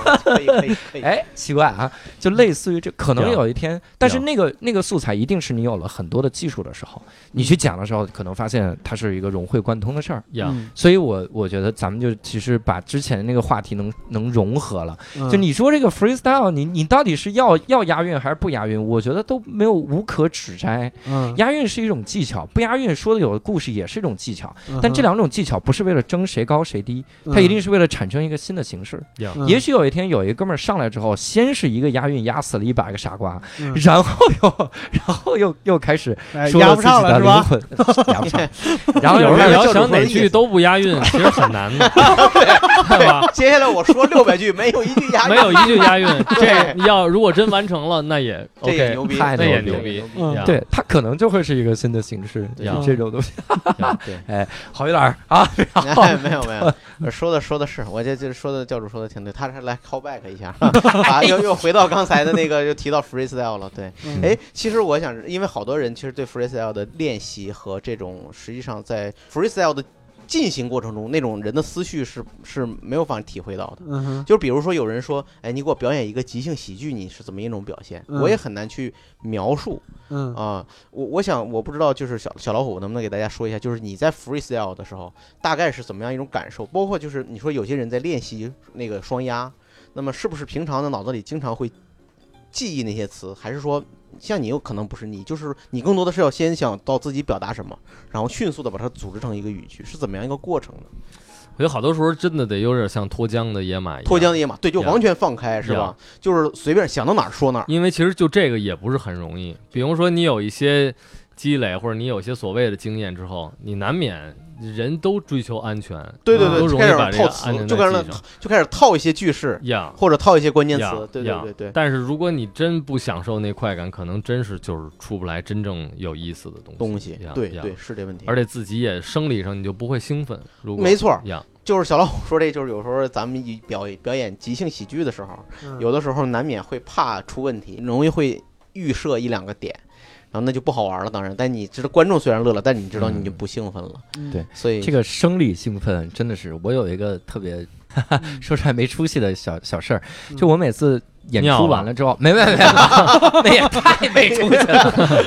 S4: 啊可以可以可以，
S2: 哎，奇怪啊，就类似于这，可能
S5: 有
S2: 有一天，但是那个那个素材一定是你有了很多的技术的时候，你去讲的时候，可能发现它是一个融会贯通的事儿。
S5: 呀，
S3: 嗯
S2: 所以我我觉得咱们就其实把之前那个话题能能融合了。
S3: 嗯
S2: 就你说这个 freestyle，你你到底是要要押韵还是不押韵？我觉得都没有无可指摘。
S3: 嗯，
S2: 押韵是一种技巧，不押韵说的有的故事也是一种技巧。
S3: 嗯
S2: 但这
S3: 哼
S2: 两种技巧不是为了争谁高谁低，
S3: 嗯
S2: 它一定是为了产生一个新的形式。
S3: 嗯
S2: 也许有一天有一哥们儿上来之后，先是一个押韵压死了一百个傻瓜，
S3: 嗯
S2: 然后又 然后又又开始
S3: 哎
S2: 说
S3: 压
S2: 了
S3: 不
S2: 自
S3: 上
S2: 己的
S3: 了是
S2: 灵
S3: 吧？
S2: 魂，压不上。
S7: 然后
S5: 有时候
S4: 有
S5: 你
S4: 人
S5: 要想
S4: 就是说
S5: 哪
S4: 意
S5: 句
S4: 思
S5: 都不押韵，其实很难 的，对吧？
S4: 接下来我说六百句，没有一句押
S5: 没
S4: 韵，
S5: 有一句押韵，
S4: 对
S5: 这要如果真完成了，那也
S4: 这也
S5: OK，
S4: 牛逼，
S2: 太
S5: 那也
S2: 牛
S5: 牛
S2: 逼
S5: 逼。
S3: 嗯
S5: 呀
S2: 对，它可能就会是一个新的形式，
S5: 呀
S2: 这种东西
S5: 呀。
S2: 哎，好一点儿啊，
S4: 哎，没有没有，说的说的是，我这这说的教主说的挺对，他是来 call back 一下，啊，又又回到刚才的那个，又提到 freestyle 了，对，
S3: 嗯
S4: 哎，其实我想，因为好多人其实对 freestyle 的练习和这种实际上在 freestyle 的进行过程中，那种人的思绪是是没有法体会到的。
S3: 嗯哼，
S4: 就比如说有人说，哎，你给我表演一个即兴喜剧，你是怎么一种表现？
S3: 嗯
S4: 我也很难去描述
S3: 嗯
S4: 啊、我我想我不知道，就是小小老虎能不能给大家说一下，就是你在 freestyle 的时候大概是怎么样一种感受？包括就是你说有些人在练习那个双押，那么是不是平常的脑子里经常会记忆那些词，还是说？像你有可能不是你，就是你更多的是要先想到自己表达什么，然后迅速的把它组织成一个语句，是怎么样一个过程呢？
S5: 我觉得好多时候真的得有点像脱缰的野马一样，嗯
S4: 脱缰的野马，对，就
S5: Yeah
S4: 完全放开是吧？就是随便想到哪儿说哪儿。
S5: 因为其实就这个也不是很容易。比如说你有一些积累，或者你有一些所谓的经验之后，你难免人都追求安全，
S4: 对对对，
S5: 都
S4: 就
S5: 容
S4: 开
S5: 易
S4: 始
S5: 把这
S4: 套
S5: 个
S4: 词
S5: 安，全
S4: 就开始
S5: 带系上
S4: 就开始套一些句式，
S5: 呀。
S4: 或者套一些关键词
S5: 呀。
S4: 对
S5: 呀
S4: 对对对，
S5: 但是如果你真不享受那快感，可能真是就是出不来真正有意思的东西。
S4: 东西
S5: 呀，
S4: 对
S5: 呀
S4: 对是这问题。
S5: 而嗯且自己也生理上你就不会兴奋。如果
S4: 没错儿，
S5: 呀，
S4: 就是小老虎说这，就是有时候咱们一表演表演即兴喜剧的时候，
S3: 嗯
S4: 有的时候难免会怕出问题，容易会预设一两个点。然后那就不好玩了，当然，但你知道观众虽然乐了，但你知道你就不兴奋了，
S3: 嗯
S2: 对
S4: 所以
S2: 这个生理兴奋真的是，我有一个特别
S3: 嗯
S2: 说出来没出息的小小事儿，就我每次演
S5: 尿
S2: 出
S5: 了
S2: 完了之后，没没没，那也太没出息了，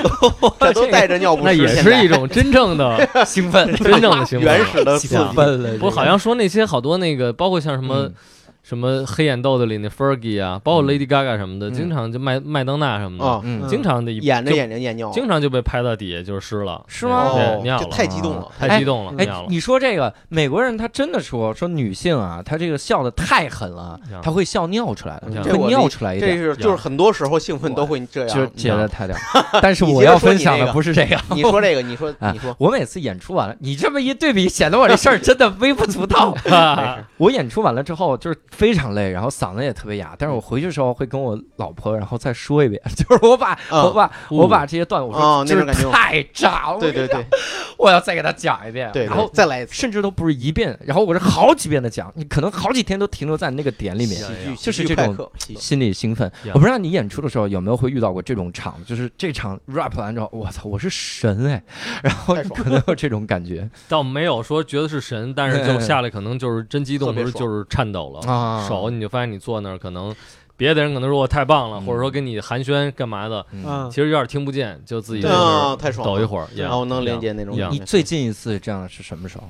S4: 这 都带着尿 不
S5: 那也
S4: 湿，现
S5: 是
S4: 在
S5: 一种真正的，
S2: 兴奋
S5: 真正的兴奋。
S4: 原始的刺
S2: 兴
S4: 激。
S2: 奋了，
S5: 不是好像说那些好多那个，包括像什么、
S2: 嗯
S5: 什么黑眼豆子里那 Fergie 啊，包括
S2: 嗯
S5: Lady Gaga 什么的，
S2: 嗯
S5: 经常就麦麦当娜什么的，
S4: 啊，
S2: 嗯，
S5: 经常的一
S4: 演着
S5: 就
S4: 演着演尿了，
S5: 经常就被拍到底下就是湿了，
S2: 是吗
S5: 对
S4: 哦
S5: 尿
S4: 这
S5: 了，
S4: 太激动了
S5: 啊太激动了，
S2: 哎
S5: 尿，了。
S2: 你说这个美国人他真的说说女性啊，她这个笑的太狠了
S5: 呀，
S2: 她会笑尿出来
S5: 呀
S2: 的，会尿出来一
S4: 这
S2: 点，
S4: 是就是很多时候兴奋都会这
S2: 就
S4: 样。
S2: 觉得太屌。但是
S4: 你
S2: 我
S4: 接着
S2: 要
S4: 说
S2: 分
S4: 你
S2: 享
S4: 那
S2: 的
S4: 个
S2: 不是这个，
S4: 你说这个，你说
S2: 啊
S4: 你说，
S2: 我每次演出完了，你这么一对比，显得我这事儿真的微不足 道。
S4: 啊
S2: 我演出完了之后，就是非常累，然后嗓子也特别哑。但是
S4: 嗯
S2: 我回去的时候会跟我老婆，然后再说一遍， 就是我把、
S4: 嗯
S2: 我把、我把这些段我说
S4: 哦那
S2: 就
S4: 种
S2: 是
S4: 感觉
S2: 太炸了，
S4: 对对 对
S2: 我要再给她讲一遍，
S4: 对，
S2: 然后
S4: 对再来一次。
S2: 甚至都不是一遍，然后我是好几遍的讲，你可能好几天都停留在那个点里
S4: 喜
S2: 面，
S4: 剧
S2: 就是
S4: 喜剧
S2: 这
S4: 派
S2: 种
S4: 克喜剧
S2: 心里兴奋
S5: Yeah.。
S2: 我不知道你演出的时候有没有会遇到过这种场，就是这场 rap 完之后，我操，我是神哎，然后
S4: 太爽
S2: 可能有这种感觉
S5: 倒没有说觉得是神，但是就下来可能就是真激动，
S4: 哎特
S5: 不
S4: 别
S5: 是就是颤抖了，
S2: 啊，
S5: 手你就发现你坐那儿可能。别的人可能说我太棒了，
S2: 嗯
S5: 或者说跟你寒暄干嘛的，
S2: 嗯。
S3: 嗯
S5: 其实有点听不见，就自己在
S4: 对
S5: 那
S4: 啊，
S5: 儿
S4: 太爽了！
S5: 抖一会儿。呀
S4: 然后能理解
S6: 嗯
S4: 那种
S5: 呀
S4: 感
S2: 你
S4: 觉。
S2: 最近一次这样的是什么时候？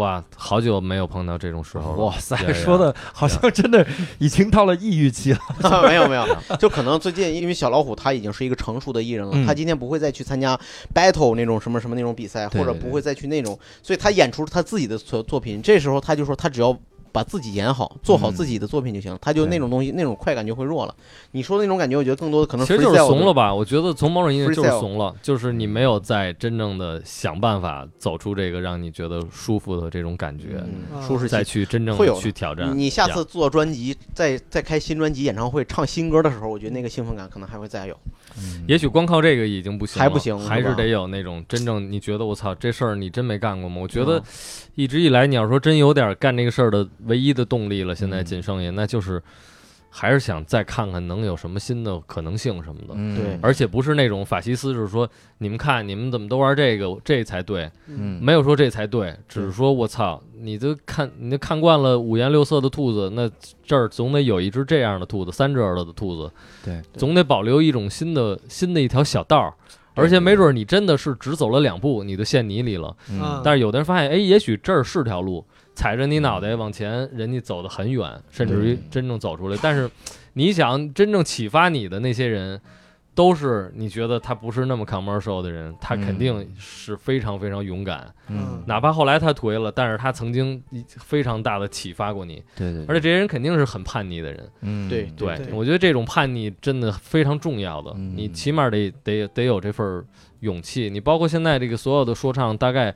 S5: 哇，好久没有碰到这种时候了。
S2: 哇塞
S5: 对，呀
S2: 说的好像真的已经到了抑郁期了。
S4: 没有没有，就可能最近因为小老虎他已经是一个成熟的艺人了，
S2: 嗯
S4: 他今天不会再去参加 battle 那种什么什么那种比赛，
S2: 对
S4: 或者
S2: 对
S4: 不
S2: 对
S4: 会再去那种，所以他演出他自己的作作品。这时候他就说，他只要把自己演好，做好
S2: 嗯
S4: 自己的作品就行了，他就
S2: 对
S4: 那种东西那种快感就会弱了。你说的那种感觉，我觉得更多的可能
S5: 其实就是
S4: freestyle
S5: 怂
S4: 的
S5: 了吧？我觉得从某种意义上就是
S4: freestyle
S5: 怂了，就是你没有在真正的想办法走出这个让你觉得舒服的这种感觉，
S4: 嗯，
S3: 啊
S4: 舒适
S5: 再
S4: 期。
S5: 去真正
S4: 会
S5: 的
S4: 有的
S5: 去挑战。
S4: 你下
S5: 呀
S4: 次做专辑，再再开新专辑演唱会唱新歌的时候，我觉得那个兴奋感可能还会再有。
S6: 嗯
S5: 也许光靠这个已经不行了，
S4: 嗯还不行
S5: 还
S4: 是
S5: 是
S4: 吧
S5: 得有那种真正你觉得我操这事儿你真没干过吗？我觉
S4: 嗯
S5: 得一直以来你要说真有点干这个事儿的唯一的动力了，现在
S2: 嗯
S5: 仅剩下那就是还是想再看看能有什么新的可能性什么的。
S2: 嗯
S4: 对
S5: 而且不是那种法西斯，就是说你们看你们怎么都玩这个，这才对，
S2: 嗯，
S5: 没有说这才对，只是说我操，你都看你都看惯了五颜六色的兔子，那这儿总得有一只这样的兔子，三只耳朵的兔子，
S2: 对，
S5: 总得保留一种新的新的一条小道儿。而且没准儿你真的是只走了两步，你就陷泥里了。
S3: 嗯
S5: 但是有的人发现，哎，也许这儿是条路，踩着你脑袋往前，人家走得很远，甚至于
S2: 嗯对
S5: 真正走出来。但是你想真正启发你的那些人，都是你觉得他不是那么 commercial 的人，他肯
S2: 嗯
S5: 定是非常非常勇敢，
S2: 嗯，
S5: 哪怕后来他颓了，但是他曾经一非常大的启发过你，
S2: 对对，
S5: 而且这些人肯定是很叛逆的人。
S2: 嗯
S4: 对
S5: 对
S3: 对，
S5: 我觉得这种叛逆真的非常重要的，
S2: 嗯
S5: 你起码得得得有这份儿勇气。你包括现在这个所有的说唱，大概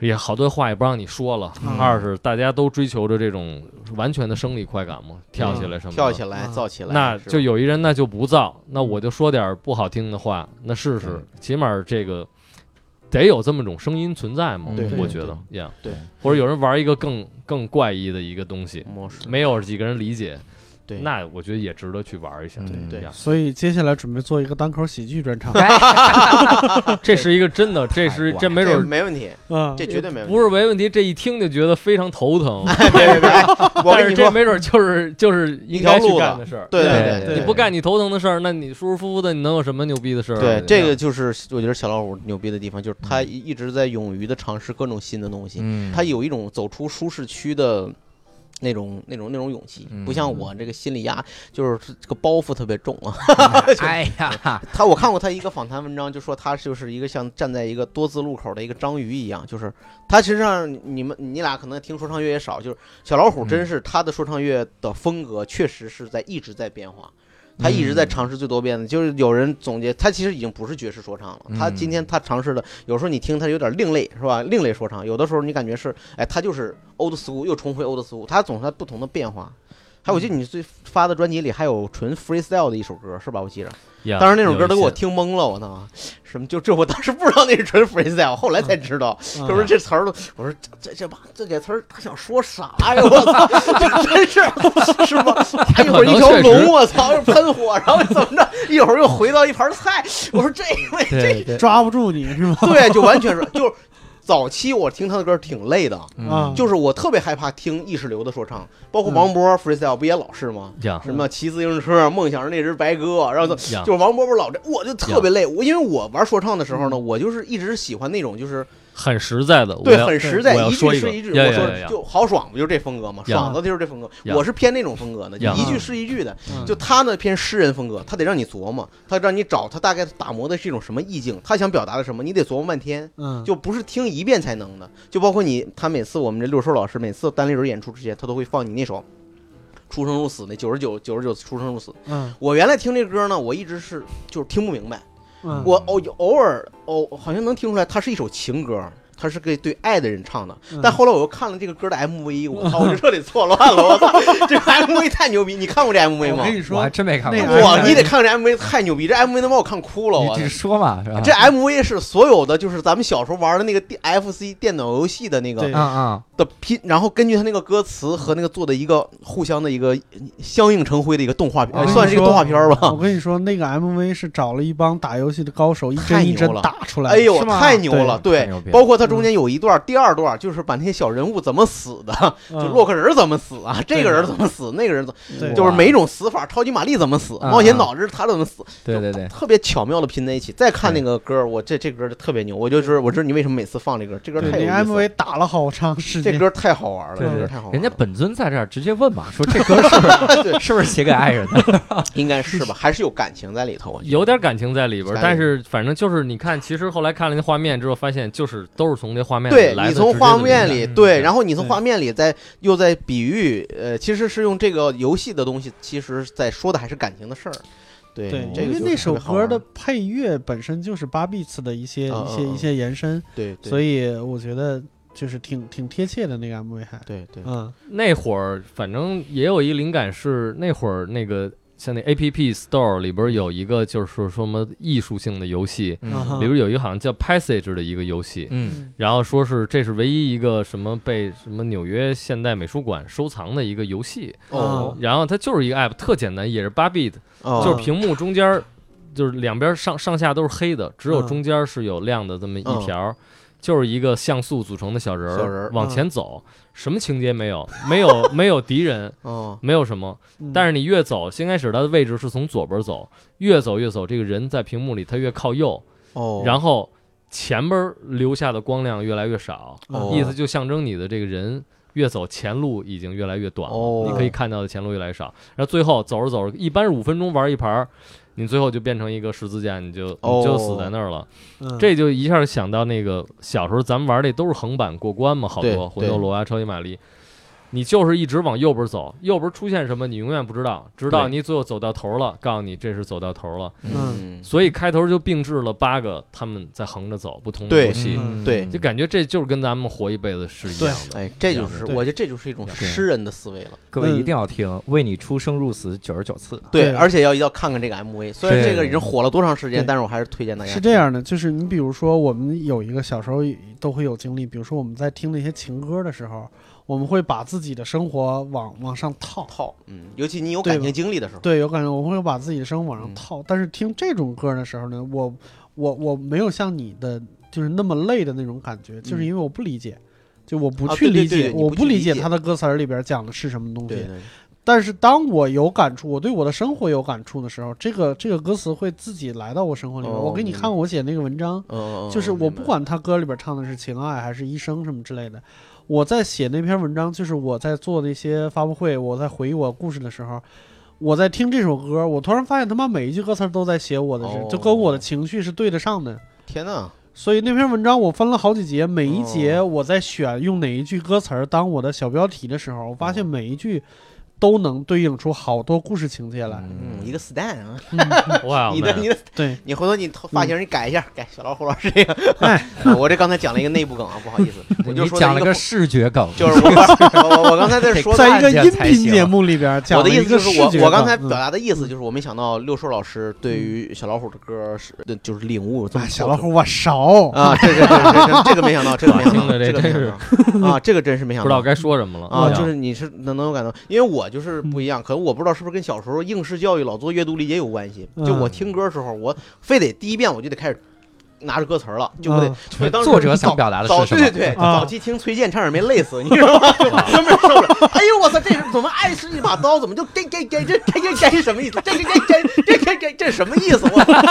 S5: 也好多话也不让你说了。
S3: 嗯
S5: 二是大家都追求着这种完全的生理快感嘛，跳起来什么的、嗯
S4: 嗯跳起来嗯
S3: 啊
S4: 造起来，
S5: 那
S4: 是吧
S5: 就有一人那就不造，那我就说点儿不好听的话，那试试
S6: 对，
S5: 起码这个得有这么种声音存在嘛，
S4: 对
S5: 我
S4: 对
S5: 觉得呀，
S4: 对，
S5: 或者有人玩一个更更怪异的一个东西，
S4: 模式，
S5: 没有几个人理解，
S4: 对，
S5: 那我觉得也值得去玩一下，
S6: 嗯
S4: 对
S5: 呀
S3: 所以接下来准备做一个单口喜剧专场。
S4: 哎
S5: 这是一个真的，这是
S6: 太
S5: 这没
S4: 这
S5: 准儿
S4: 没问题，
S3: 嗯
S4: 这，绝对没问题。
S5: 不是没问题，这一听就觉得非常头疼，
S4: 别别别，我
S5: 但
S4: 跟
S5: 是
S4: 你
S5: 这
S4: 说，
S5: 没准儿就是 就是应该去干的事儿，
S4: 对
S6: 对
S4: 对，
S5: 你不干你头疼的事儿，那你舒舒服服的，你能有什么牛逼的事儿啊？
S4: 对，这
S5: 呀
S4: 个就是我觉得小老虎牛逼的地方，就是他一一直在勇于的尝试各种新的东西，
S6: 嗯
S4: 他有一种走出舒适区的那种、那种、那种勇气，不像我这个心理压，就是这个包袱特别重啊。
S6: 哎 呀，
S4: 他我看过他一个访谈文章，就说他就是一个像站在一个多字路口的一个章鱼一样，就是他其实上你们你俩可能听说唱乐也少，就是小老虎真是他的说唱乐的风格确实是在一直在变化。他一直在尝试最多变的，就是有人总结，他其实已经不是爵士说唱了。他今天他尝试的，有时候你听他有点另类，是吧？另类说唱，有的时候你感觉是，哎，他就是 old school 又重回 old school，他总是在不同的变化。还有，我记得你最发的专辑里还有纯 freestyle 的一首歌，是吧？我记着。
S5: 呀
S4: 当时那首歌都给我
S5: 啊有一些
S4: 听懵了，我操！什么就这我当时不知道那是纯 freestyle，后 来才知道，
S3: 嗯
S4: 就是这词儿都，我说这这这吧，这这词儿他想说啥呀？我操，这真是是 吧？他一会儿一条
S5: 可能确实
S4: 龙，我操，又喷火，然后怎么着？一会儿又回到一盘菜，我说这位 这
S5: 对对
S3: 抓不住你是吗？
S4: 对，就完全是就是。早期我听他的歌挺累的，
S2: 嗯
S3: 啊，
S5: 嗯
S4: 就是我特别害怕听意识流的说唱，包括王波 freestyle 不也老是吗？
S5: 呀
S4: 什么骑自行车，梦想是那只白鸽，然后就
S5: 呀
S4: 就是王波波老这，我就特别累。我因为我玩说唱的时候呢，我就是一直喜欢那种就是
S5: 很实在的，嗯
S4: 对
S5: 我要
S4: 很实在
S5: 我，要
S4: 一
S5: 说
S4: 句
S5: 一个
S4: 是一句，
S5: 呀
S4: 我
S5: 呀呀
S4: 说
S5: 呀
S4: 就豪爽不就是这风格吗？
S5: 呀
S4: 爽子就是这风格，
S5: 呀
S4: 我是偏那种风格的，就
S5: 呀
S4: 一句是一句的。
S3: 嗯
S4: 就他呢偏诗人风格，他得让你琢磨，他让你找他大概打磨的是一种什么意境，他想表达的什么，你得琢磨半天。
S3: 嗯，
S4: 就不是听一遍才能的。就包括你，他每次我们这六叔老师每次单立人演出之前，他都会放你那首《出生入死》那九十九九十九出生入死。
S3: 嗯
S4: 我原来听这歌呢，我一直是就是听不明白，
S3: 嗯，
S4: 我偶偶尔偶好像能听出来，它是一首情歌。它是给对爱的人唱的，
S3: 嗯
S4: 但后来我又看了这个歌的 MV，我操，我就彻底错乱了，我操，这个 MV 太牛逼！你看过这 MV
S3: 我
S4: 吗？
S3: 跟你
S6: 我还
S3: 说，
S6: 真没看过。
S3: 那
S4: 哇，
S3: MV
S4: 你得看这 MV 太牛逼，这 MV 能把我看哭了，
S6: 你
S4: 我操
S6: 只说嘛是吧？
S4: 这 MV 是所有的，就是咱们小时候玩的那个 D- FC 电脑游戏的那
S3: 对
S4: 个
S6: 嗯嗯，
S4: 的拼，然后根据它那个歌词和那个做的一个互相的一个相映成辉的一个动画片，
S3: 哦我
S4: 呃
S3: 跟你
S4: 算是一个
S3: 说哦
S4: 动画片儿
S3: 我
S4: 吧。
S3: 跟你说，那个 MV 是找了一帮打游戏的高手，一帧
S4: 太牛
S3: 一帧
S4: 了
S3: 打出来的。
S4: 哎呦，
S3: 是吗
S4: 太牛了！
S6: 太
S4: 对
S6: 牛逼，了
S4: 包括它中间有一段，第二段就是把那些小人物怎么死的，
S3: 嗯
S4: 就洛克人儿怎么死啊，这个人儿怎么死，那个人怎么，
S3: 对
S4: 就是每种死法，超级玛丽怎么死，
S6: 嗯
S4: 冒险岛是他怎么死，
S6: 对对对，
S4: 特别巧妙的拼在一起。再看那个歌儿，我这这歌儿特别牛，我就知我知道你为什么每次放这歌儿，这歌儿
S3: 对
S4: 太有意
S3: 那
S4: 思了。
S3: MV 打了好长时间。
S4: 这歌太好玩了，
S6: 对
S4: 这
S6: 对
S4: 歌
S6: 对
S4: 太好玩了，
S6: 人家本尊在这儿直接问嘛，说这歌是 不是是不是写给爱人的？
S4: 应 该是吧，还是有感情在里头。我觉得
S5: 有点感情在里边儿，
S4: 在
S5: 但
S4: 里
S5: 是反正就是你看，其实后来看了那画面之后，发现就是都是从那画面
S4: 对
S5: 来的
S4: 你从
S5: 直接的
S4: 画
S5: 灵
S4: 面
S5: 感
S4: 里，
S3: 嗯
S4: 对，然后你从
S3: 对
S4: 画面里再又在比喻，呃，其实是用这个游戏的东西，其实在说的还是感情的事儿。对
S3: 对，
S4: 这
S3: 因
S4: 个
S3: 为
S4: 就
S3: 那
S4: 是特
S3: 首
S4: 别好玩
S3: 歌的配乐本身就是八 bits 的一些
S4: 嗯
S3: 一些
S4: 嗯嗯
S3: 一些延伸，
S4: 对，对
S3: 所以我觉得就是挺挺贴切的那个 MV 还。
S4: 对对
S3: 嗯
S5: 那会儿反正也有一灵感是那会儿那个像那 A P P Store 里边儿有一个就是说什么艺术性的游戏，
S6: 嗯
S3: 嗯
S5: 里边儿有一个好像叫 Passage 的一个游戏，
S6: 嗯
S5: 然后说是这是唯一一个什么被什么纽约现代美术馆收藏的一个游戏，
S4: 哦
S5: 然后它就是一个 app，特简单，也是八 bit，
S4: 哦，
S5: 就是屏幕中间儿，就是两边儿上上下都是黑的，只有
S3: 嗯
S5: 中间儿是有亮的这么一
S4: 嗯
S5: 条儿，就是一个像素组成的小人儿，
S4: 小人儿
S5: 往
S3: 嗯
S5: 前走，什么情节没有？没有没有敌人，
S4: 哦
S5: 没有什么。
S3: 嗯，
S5: 但是你越走，先开始它的位置是从左边走，越走越走，这个人在屏幕里他越靠右，
S4: 哦，
S5: 然后前边儿留下的光亮越来越少，
S4: 哦
S5: 意思就象征你的这个人。越走前路已经越来越短了，
S4: 哦
S5: 你可以看到的前路越来越少。然后最后走着走着，一般是五分钟玩一盘儿，你最后就变成一个十字架，你就
S4: 哦
S5: 你就死在那儿了。
S3: 嗯
S5: 这就一下想到那个小时候咱们玩的都是横版过关嘛，好
S4: 对
S5: 多魂斗罗啊、超级玛丽。你就是一直往右边走，右边出现什么你永远不知道，直到
S6: 对
S5: 你最后走到头了，告诉你这是走到头了。
S3: 嗯，
S4: 嗯，
S5: 所以开头就并置了八个他们在横着走不同的
S4: 对
S5: 游戏，
S3: 嗯
S4: 对
S5: 就感觉这就是跟咱们活一辈子是一样的。
S4: 哎，这就是
S3: 对
S4: 我觉得这就是一种
S6: 对
S4: 诗人的思维了。
S6: 各位
S3: 嗯
S6: 一定要听，为你出生入死九十九次。
S4: 对，
S3: 对
S4: 而且要要看看这个 MV，虽然
S6: 对
S4: 这个已经火了多长时间，
S3: 对
S4: 但是我还是推荐大家。
S3: 是这，样的，就是你比如说，我们有一个小时候都会有经历，比如说我们在听那些情歌的时候，我们会把自己的生活往往上套，
S4: 套，嗯，尤其你有
S3: 对
S4: 感情经历的时候，
S3: 对，有感觉我会把自己的生活往
S4: 嗯
S3: 上套。但是听这种歌的时候呢，我我我没有像你的就是那么累的那种感觉，就是因为我不理解。就我不
S4: 嗯啊
S3: 去
S4: 对对
S3: 理
S4: 对
S3: 解，
S4: 你
S3: 我
S4: 不去
S3: 理
S4: 理
S3: 解
S4: 解
S3: 他的歌词儿里边讲的是什么东西
S4: 对，对，嗯
S3: 但是当我有感触，我对我的生活有感触的时候，这个这个歌词会自己来到我生活里边。
S4: 哦
S3: 我给你看我写那个文章，
S4: 嗯，
S3: 就是我不
S4: 明白，
S3: 管他歌里边唱的是情爱还是医生什么之类的，我在写那篇文章，就是我在做那些发布会，我在回忆我故事的时候，我在听这首歌，我突然发现他妈每一句歌词都在写我的事，
S4: 哦
S3: 就跟我的情绪是对得上的。
S4: 天哪，
S3: 所以那篇文章我分了好几节，每一节
S4: 哦
S3: 我在选用哪一句歌词儿当我的小标题的时候，我发
S4: 哦
S3: 现每一句都能对应出好多故事情节来。
S4: 嗯，一个 stan 啊，
S5: 哇，
S4: 你的你的，
S3: 对，
S4: 你回头你头发型你改一下，改小老虎老师这个，
S3: 嗯哎
S4: 啊我这刚才讲了一个内部梗啊，不好意思，我就
S6: 你
S4: 说
S6: 讲了
S4: 一
S6: 个
S4: 个，
S6: 视觉梗，
S4: 就是我我我刚才在说的
S3: 在一个
S6: 看见
S3: 音
S6: 才
S3: 频
S6: 行
S3: 节目里边讲
S4: 我的
S3: 了
S4: 意
S3: 一
S4: 思就
S3: 个
S4: 是
S3: 视觉
S4: 我我刚
S3: 的
S4: 才
S3: 嗯
S4: 表达的意思就是，我没想到六兽老师对于小老虎的歌是对就是领悟有这么
S3: 哎，
S4: 透
S3: 小老
S4: 彻
S3: 虎我少，
S4: 啊，这个这个这个这个没想到，这个没想
S5: 听
S4: 到，
S5: 着这
S4: 这个没
S5: 真
S4: 想到啊，这个真是没
S5: 不
S4: 想
S5: 知道
S4: 到。
S5: 该说什么了
S4: 啊，
S5: 对
S4: 就是你是能能有感到，因为我就是
S3: 嗯
S4: 不一样，可能我不知道是不是跟小时候应试教育老做阅读理解有关系。就我
S3: 嗯
S4: 听歌的时候，我非得第一遍我就得开始拿着歌词儿了，就我得
S3: 嗯
S4: 所以当时
S6: 作者想表达的
S4: 早
S6: 是
S4: 对对
S6: 什啊
S4: 对，
S3: 啊
S4: 早期听崔健差点没累死，你知道吗？就根本受不了。哎呦，我操，这是怎么爱是一把刀？怎么就这这这这这这这是什么意思？这这这这这这这这什么意 思？我操，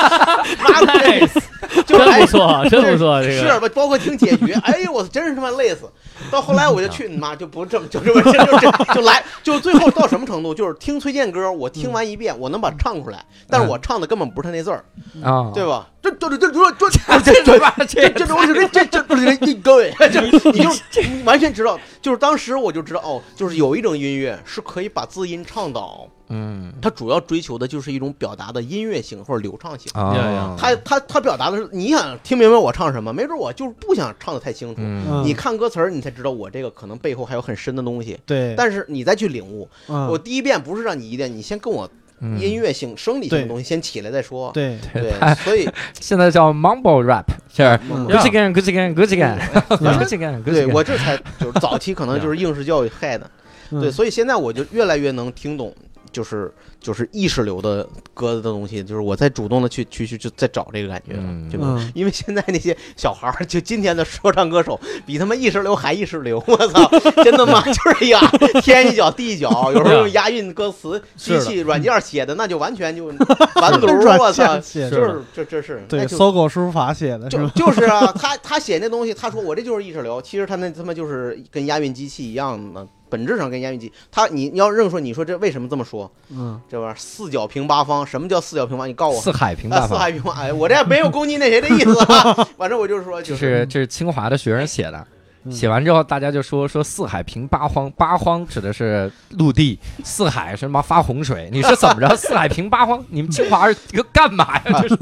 S4: 妈的， 就
S5: 哎真
S4: 哎
S5: 不错，真不错，这个
S4: 是吧？包括听解决，哎呦我操真是他妈累死。到后来我就去你妈，就不这么就这么就就就就来，就最后到什么程度？就是听崔健歌，我听完一遍，我能把它唱出来，但是我唱的根本不是他那字儿，
S6: 啊？
S4: 对吧？这这这这这这这这这这东西，这这这不是你各位，就你就你完全知道，就是当时我就知道哦，就是有一种音乐是可以把字音倡导，
S6: 嗯
S4: 它主要追求的就是一种表达的音乐性或者流畅性。
S5: 呀呀
S6: 啊，
S4: 他他他表达的是，你想听明白我唱什么？没准我就是不想唱的太清楚。
S6: 嗯
S3: 嗯
S4: 你看歌词儿，你才知道我这个可能背后还有很深的东西。
S3: 对，
S4: 但是你再去领悟，
S3: 嗯
S4: 我第一遍不是让你一遍，你先跟我
S6: 嗯
S4: 音乐性、生理性的
S3: 对
S4: 东西先起来再说。
S3: 对，
S4: 对，所以
S6: 现在叫 mumble rap，是
S4: 嗯
S6: Gucci gang Gucci gang Gucci gang Gucci gang Gucci gang。
S4: 对我这才就是早期可能就是应试教育害的。
S3: 嗯
S4: 对，所以现在我就越来越能听懂，就是就是意识流的歌的东西，就是我在主动的去去去去在找这个感觉了，
S6: 嗯
S4: 对吧？
S3: 嗯，
S4: 因为现在那些小孩儿，就今天的说唱歌手，比他妈意识流还意识流，我操，真的吗？就是呀，天一脚地一脚，有时
S3: 啊
S4: 候用押韵歌词，机器软件写的，那就完 全就完犊儿，我
S3: 嗯软
S4: 操
S3: 件，写
S4: 就
S3: 的，
S4: 是这这是哎
S3: 对，
S4: 就
S3: 搜狗输入法写的是
S4: 就
S3: 吧？
S4: 就是 啊，他他写那东西，他说我这就是意识流，其实他那他妈就是跟押韵机器一样的，本质上跟押韵机，他你你要认说，你说这为什么这么说？
S3: 嗯，
S4: 这玩意儿四角平八方，什么叫四角平八？你告诉我。
S6: 四海平
S4: 啊，
S6: 大
S4: 四
S6: 法，
S4: 海平 方，哎，我这没有攻击那谁的意思 啊，反正我就说，
S6: 这
S4: 就是嗯
S6: 这是清华的学生写的。
S3: 嗯
S6: 写完之后，大家就说说四海平八荒，八荒指的是陆地，四海是什么发洪水？你是怎么 着？四海平八荒，你们清华是一个干嘛呀？这是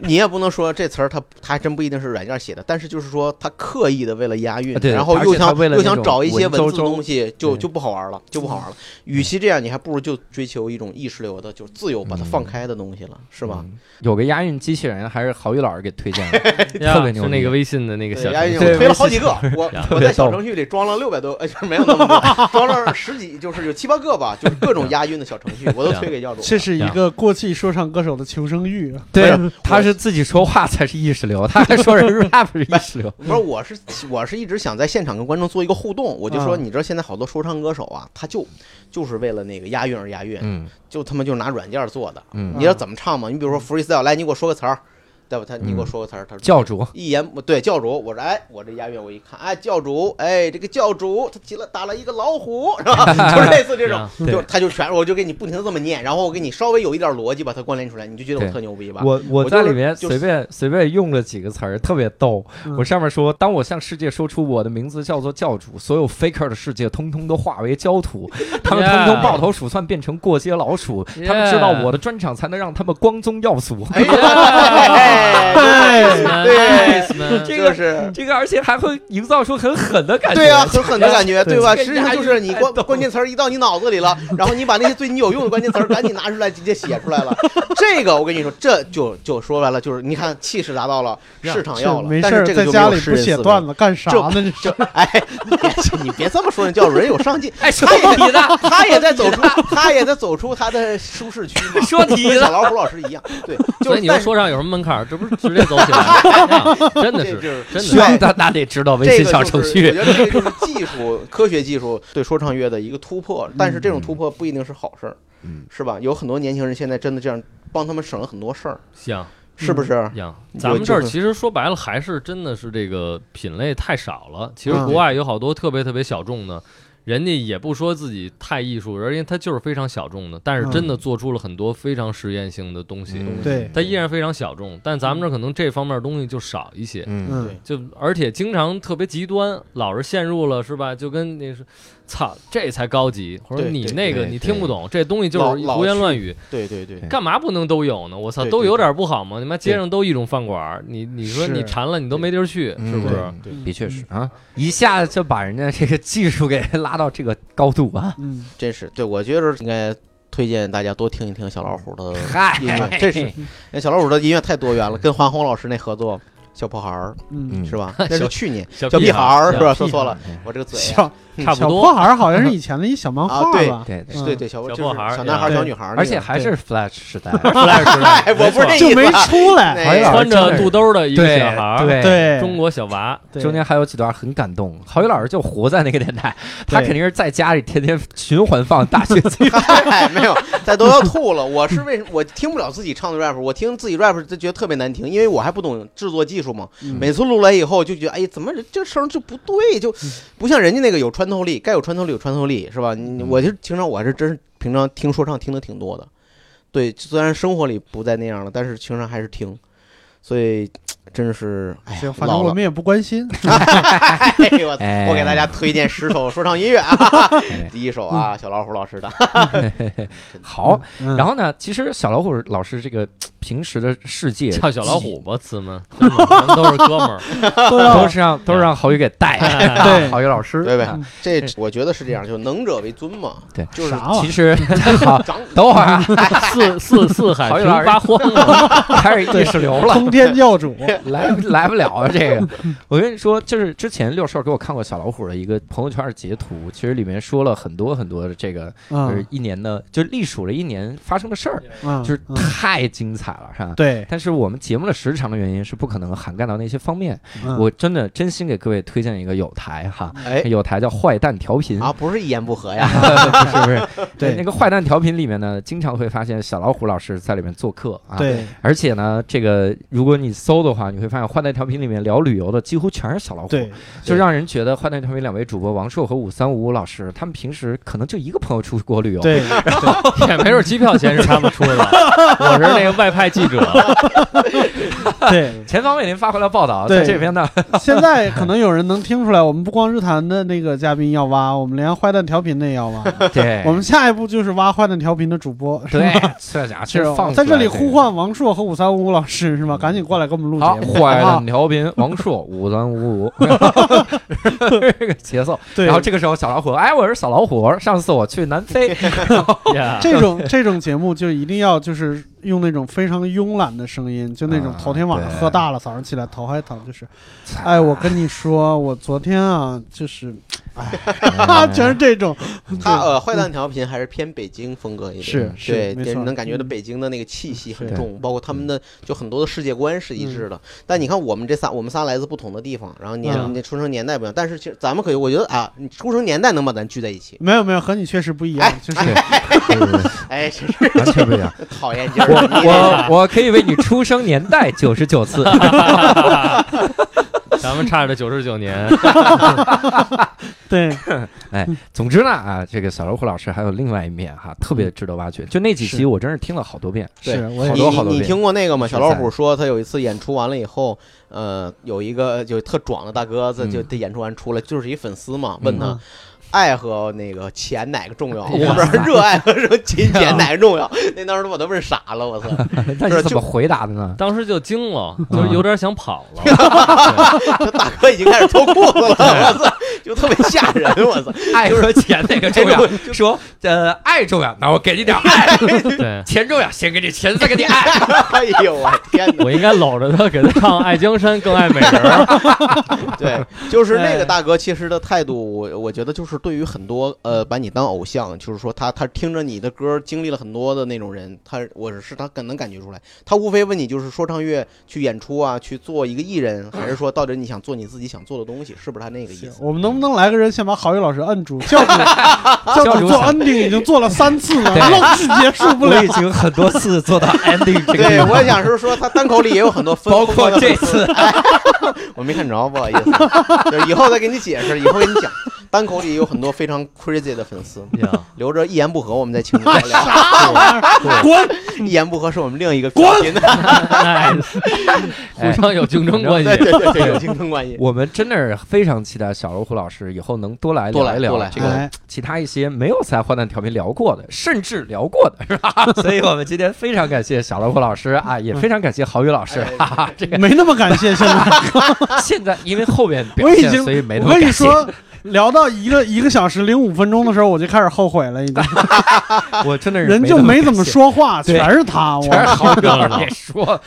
S4: 你也不能说这词儿它它还真不一定是软件写的，但是就是说他刻意的为了押韵，
S6: 对
S4: 然后
S6: 而
S4: 又
S6: 且它
S4: 想
S6: 为了
S4: 又
S6: 那
S4: 想
S6: 种
S4: 找一些
S6: 文绉
S4: 文字的
S6: 绉
S4: 东西，就
S6: 对嗯
S4: 就不好玩了，就不好玩了。与其这样，你还不如就追求一种意识流的，就是自由把它放开的东西了，是吧？
S6: 嗯有个押韵机器人，还是郝宇老师给推荐的，
S5: 呀
S6: 特别牛
S5: 是
S6: 逼。
S5: 那个微信的那个
S4: 对
S5: 小
S4: 哎押韵，
S6: 对
S4: 我推了好几 个，我
S5: 特
S4: 我
S5: 别
S4: 在小
S5: 逗
S4: 程序里装了六百多， 哎，就是没有那么多，装了十几，就是有七八个吧，就是各种押韵的小程序，我都推给教主了。
S3: 这是一个过气说唱歌手的求生欲。
S2: 啊
S6: 对
S4: 不是，
S6: 他是自己说话才是意识流，他还说 人 rap 是意识流。
S4: 不是，我是我是一直想在现场跟观众做一个互动，我就说，
S3: 嗯
S4: 你知道现在好多说唱歌手啊，他就就是为了那个押韵而押韵，
S6: 嗯
S4: 就他妈就拿软件做的，
S6: 嗯
S2: 啊
S4: 你知道怎么唱吗？你比如说 freestyle，来，你给我说个词儿。对吧？他你给我说过他是他是
S6: 教主，
S4: 一言不对教主，我说哎，我这押韵我一看，哎，教主，哎，这个教主他骑了打了一个老虎，是吧？ 就是类似这种，
S2: 对
S4: 就他就全我就给你不停的这么念，然后我给你稍微有一点逻辑把它关联出来，你就觉得我特牛逼吧？
S2: 我我
S4: 我
S2: 在里
S4: 就是
S2: 面
S4: 就
S2: 随
S4: 是
S2: 便随便用了几个词儿，特别逗。
S3: 嗯
S2: 我上面说，当我向世界说出我的名字叫做教主，所有 faker 的世界通通都化为焦 土，他们通
S5: Yeah
S2: 通抱头鼠窜，变成过街老鼠。他们知道
S5: Yeah
S2: 我的专场才能让他们光宗耀祖。
S4: 哎
S3: 哎
S4: 呀，对
S5: 对，
S2: 这
S4: 就
S2: 个
S4: 是。
S2: 这个，而且还会营造出很狠的感觉。
S4: 对啊，很狠的感觉，
S2: 对
S4: 对吧？
S2: 这个
S4: 实际上就是你
S2: 押韵太
S4: 关
S2: 逗了
S4: 关键词儿一到你脑子里了，然后你把那些对你有用的关键词儿赶紧拿出来，直接写出来了。这个我跟你说，这就就说白了，就是你看气势达到了，市场要了
S3: 没，
S4: 但
S3: 事
S4: 是
S3: 儿
S4: 这
S3: 在
S4: 个就没
S3: 家
S4: 有
S3: 里
S4: 诗
S3: 不
S4: 人
S3: 写
S4: 思维
S3: 段子干啥
S4: 这
S3: 呢？ 这是
S4: 就哎，你别你别这么说人，教主人有上进，
S2: 哎，说
S4: 他也
S2: 你呢？
S4: 他也在走出，他也在走出他的舒适区嘛，
S2: 说题
S4: 跟
S2: 了
S4: 小老虎老师一样，对，就
S5: 所以哎
S4: 是
S5: 你说
S4: 但是
S5: 说唱有什么门槛儿？这不是直接走 起来了？啊真的
S4: 这
S5: 是，
S4: 就是
S5: 真的
S4: 对
S2: 望他那得知道微信小程序。
S4: 这个就是我觉得这个就是技术、科学技术对说唱乐的一个突破，但是这种突破不一定是好事儿，
S6: 嗯
S4: 是吧？有很多年轻人现在真的这样帮他们省了很多事儿，
S5: 像
S4: 是不是？
S5: 样，
S4: 有
S5: 咱们这儿
S4: 就会
S5: 其实说白了，还是真的是这个品类太少了。其实
S3: 嗯
S5: 国外有好多特别特别小众的，人家也不说自己太艺术，而因为他就是非常小众的，但是真的做出了很多非常实验性的东西。
S6: 嗯
S3: 对
S5: 它依然非常小众，但咱们这儿可能这方面东西就少一些，
S6: 嗯，
S3: 嗯，
S5: 就而且经常特别极端，老是陷入了是吧？就跟那是，操，这才高级，或者
S4: 对
S5: 你
S4: 对
S5: 那个
S6: 对对
S5: 你听不懂，这东西就
S4: 老
S5: 是
S4: 老
S5: 胡言
S4: 去
S5: 乱语。
S4: 对对对，
S5: 干嘛不能都有呢？我操，
S4: 对
S5: 都
S4: 对
S5: 有
S4: 对
S5: 点不好吗？你妈街上都一种饭馆儿，你你说
S3: 是
S5: 你馋了，你都没地儿去，
S4: 嗯
S5: 是不是？
S6: 对？
S3: 嗯
S6: 的确是啊，
S2: 一下就把人家这个技术给 拉到这个高度 啊！
S3: 嗯，
S4: 真是对我觉得应该推荐大家多听一听小老虎的
S2: 嗨
S4: 音乐，这是那小老虎的音乐太多元了，跟黄宏老师那合作。小破孩儿
S3: 嗯，
S4: 是吧？那是
S5: 小
S4: 去年
S5: 小
S4: 小
S5: 屁
S4: 屁
S5: 孩
S4: 孩
S5: 儿嗯
S4: 儿是吧？
S3: 小
S4: 说
S3: 屁
S4: 错
S3: 孩
S4: 了，我这个嘴啊
S3: 小
S5: 差
S3: 小
S5: 不
S3: 破
S5: 多。
S3: 孩儿好像是以前的一小漫画
S4: 啊对
S3: 吧？
S2: 对对，
S3: 嗯
S4: 对对，小
S5: 小
S4: 就是
S5: 破孩儿
S4: 小男孩儿、
S3: 对
S4: 小女孩儿那个，
S2: 而 且还是
S3: 对
S2: Flash 时代，
S4: 哎，我不是这
S3: 就
S4: 意思
S3: 没
S4: 啊，
S3: 出来。
S4: 哎呀
S5: 穿着肚兜的一个小孩儿，
S2: 对
S3: 对，
S5: 中国小娃，
S3: 对
S2: 哎中间还有几段很感动。郝宇老师就活在那个年代，他
S3: 对
S2: 肯定是在家里天天循环放大学 记
S4: 嗨，没有，在都要吐了。我是为什么我听不了自己唱的 rap？我听自己 rap 就觉得特别难听，因为我还不懂制作技术嘛。
S3: 嗯
S4: 每次录来以后就觉得，哎，怎么这声儿就不对，就不像人家那个有穿透力，该有穿透力有穿透力，是吧？你我就平常我还是真是平常听说唱听的挺多的，对，虽然生活里不再那样了，但是平常还是听，所以真是哎呀
S3: 行，反正
S4: 老
S3: 我
S4: 了。
S3: 们也不关 心。
S4: 哎呦我操
S2: 哎
S4: 我给大家推荐十首说唱音乐啊，第一首啊，小老虎老师的，
S2: 好。
S3: 嗯
S2: 然后呢，其实小老虎老师这个平时的世界
S5: 叫小老虎吧，词 们，真的咱们都是哥们儿。
S3: 对
S2: 都
S3: 啊，
S2: 是让都是让郝宇给带，
S3: 对
S2: 郝宇老师
S4: 对呗
S2: 啊
S4: 这我觉得是
S3: 嗯
S4: 这样，就能者为尊嘛，
S2: 对
S4: 就是
S3: 啥玩意
S2: 其
S3: 儿？
S2: 实 好，
S4: 长
S2: 等会儿啊，
S5: 四四四海
S2: 好有
S5: 平
S2: 点儿
S5: 八荒啊，
S2: 开始意识流 了，
S3: 通天教 主，
S2: 来来不了啊！这个，我跟你说，就是之前六兽给我看过小老虎的一个朋友圈的截图，其实里面说了很多很多的这个，就是
S3: 嗯
S2: 一年的，就历数了一年发生的事儿，
S3: 嗯，
S2: 就是
S3: 嗯
S2: 太精彩了，是吧？
S3: 对，
S2: 但是我们节目的时长的原因是不可能涵盖到那些方面。
S3: 嗯
S2: 我真的真心给各位推荐一个有台哈，
S4: 哎
S2: 有台叫坏蛋调频
S4: 啊，，不是一言不合呀，
S3: 嗯
S2: 不是不是？
S3: 对
S2: 那个坏蛋调频里面呢，经常会发现小老虎老师在里面做客啊。
S3: 对，
S2: 而且呢，这个如果你搜的话，你会发现《坏蛋调频》里面聊旅游的几乎全是小老虎，
S3: 对，
S2: 就让人觉得《坏蛋调频》两位主播王硕和五三五老师，他们平时可能就一个朋友出国旅游，，
S3: 对，
S5: 也没准机票钱是他们出的， 我是那个外派记者，
S3: 对，
S2: 前方为您发回了报道，
S3: 对
S2: 在这 边呢，
S3: 现在可能有人能听出来，我们不光日坛的那个嘉宾要挖，我们连坏蛋调频的也要挖。
S2: 对，
S3: 我们下一步就是挖坏蛋调频的主播，是吧
S2: 对，这家伙
S3: 是
S2: 这
S3: 吧
S2: 放
S3: 在这里
S2: 出来这个
S3: 呼。唤王硕和五三五老师是吧？赶紧过来给我们录
S2: 好，
S3: 节目，啊
S2: 坏
S3: 好
S2: 蛋
S3: 不好
S2: 调频，王硕五三 五 五，这个节奏。
S3: 对，
S2: 然后这个时候，小老虎，哎，我是小老虎，上次我去南 非，
S5: 呀
S3: 这种这种节目就一定要就是用那种非常慵懒的声音，就那种
S2: 啊
S3: 头天晚上
S2: 对
S3: 喝大了，早上起来头还疼，就是，哎，我跟你说，我昨天啊，就是哈，全是这种，
S4: 他呃，坏蛋调频还是偏北京风格一点，
S3: 嗯是是
S4: 对，
S3: 没
S4: 对，
S3: 错嗯
S4: 你能感觉到北京的那个气息很
S3: 是嗯
S4: 重，包括他们的就很多的世界观是一致的。但你看我们这仨，我们仨来自不同的地方，然后年
S3: 嗯
S4: 那出生年代不一样，但是其实咱们可以，我觉得啊，你出生年代能把咱聚在一起，
S3: 没有没有，和你确实不一样，就是
S2: 对对对
S4: 哎，真是
S2: 完全不一样。
S4: 讨厌劲儿。
S2: 我我我可以为你出生年代九十九次，
S5: 咱们差着九十九 年，
S3: 对，
S2: 总之呢啊，这个小老虎老师还有另外一面哈，特别值得挖掘。就那几集我真是听了好多遍，
S4: 对
S3: 是我也
S2: 好
S4: 你
S2: 多好多
S4: 你你
S2: 遍。
S4: 听过那个吗？
S2: 是
S4: 小老
S2: 在
S4: 虎说他有一次演出完了以后，呃，有一个就特壮的大哥，
S2: 嗯
S4: 在就他演出完出来，就是一粉丝嘛，问他
S3: 嗯。
S4: 爱和那个钱哪个重要？
S2: 哎
S4: 我不知道热爱和什么金钱哪个 重要？那当时我都问傻了，我操！
S2: 那你怎么回答的呢？
S5: 当时就惊了，就是有点想跑了。
S4: 这大哥已经开始脱裤子了，我操，就特别吓人，我操！
S2: 爱和钱哪个重
S4: 哎
S2: 要
S4: 我？
S2: 说呃，爱重要，那我给你点爱；
S5: 对，
S2: 钱重要，先给你钱，再给你爱。
S4: 哎呦我天哪！
S5: 我应该搂着他给他唱《爱江山更爱美人》。
S4: 对，就是那个大哥，其实的态度，我我觉得就是对于很多呃把你当偶像，就是说他他听着你的歌，经历了很多的那种人，他我是他感能感觉出来，他无非问你就是说唱乐去演出啊，去做一个艺人，还是说到底你想做你自己想做的东西，是不是他那个意思？
S3: 我们能不能来个人先把郝宇老师摁住？ 教主教
S2: 教
S3: 主
S2: 主
S3: 做
S2: 想
S3: ending 已经做了三次了，
S2: 对
S3: 愣是结束不
S2: 我
S3: 了
S2: 已。经很多次做到 ending 这个地
S4: 对，
S2: 方，
S4: 我也想是说，他单口里也有很多分，哎
S2: 包括这次，
S4: 我没看着，不好意思，就是以后再给你解释，以后给你讲。单口里有很多非常 crazy 的粉丝， 留着一言不合我们再请你
S2: 哎
S4: 聊聊。
S3: 滚！
S4: 一言不合是我们另一个标题呢。
S2: 哎
S5: 哎互相有竞争关系
S4: 对，对对
S2: 哎
S4: 对，有竞争关系。
S2: 我们真的是非常期待小老虎老师以后能多来
S4: 多
S2: 聊
S4: 来
S2: 一
S4: 多
S2: 聊
S4: 来
S2: 这个
S3: 哎
S2: 其他一些没有在《坏蛋调频》聊过的，甚至聊过的，是 吧？所以我们今天非常感谢小老虎老师啊，
S3: 嗯
S2: 也非常感谢郝宇老师
S4: 哎。
S2: 哈哈，这个
S3: 没那么感谢，现在
S2: 现在因为后面表
S3: 我已
S2: 现，
S3: 经，
S2: 所以 没那
S3: 我
S2: 么
S3: 跟你
S2: 感谢
S3: 说，聊到一个一个小时零五分钟的时候，我就开始后悔了，已经。
S2: 我真的是
S3: 人就
S2: 哎没
S3: 没
S2: 那
S3: 怎么
S2: 感谢，
S3: 说话，
S2: 对
S3: 全是他。我
S2: 全是郝宇老师给说。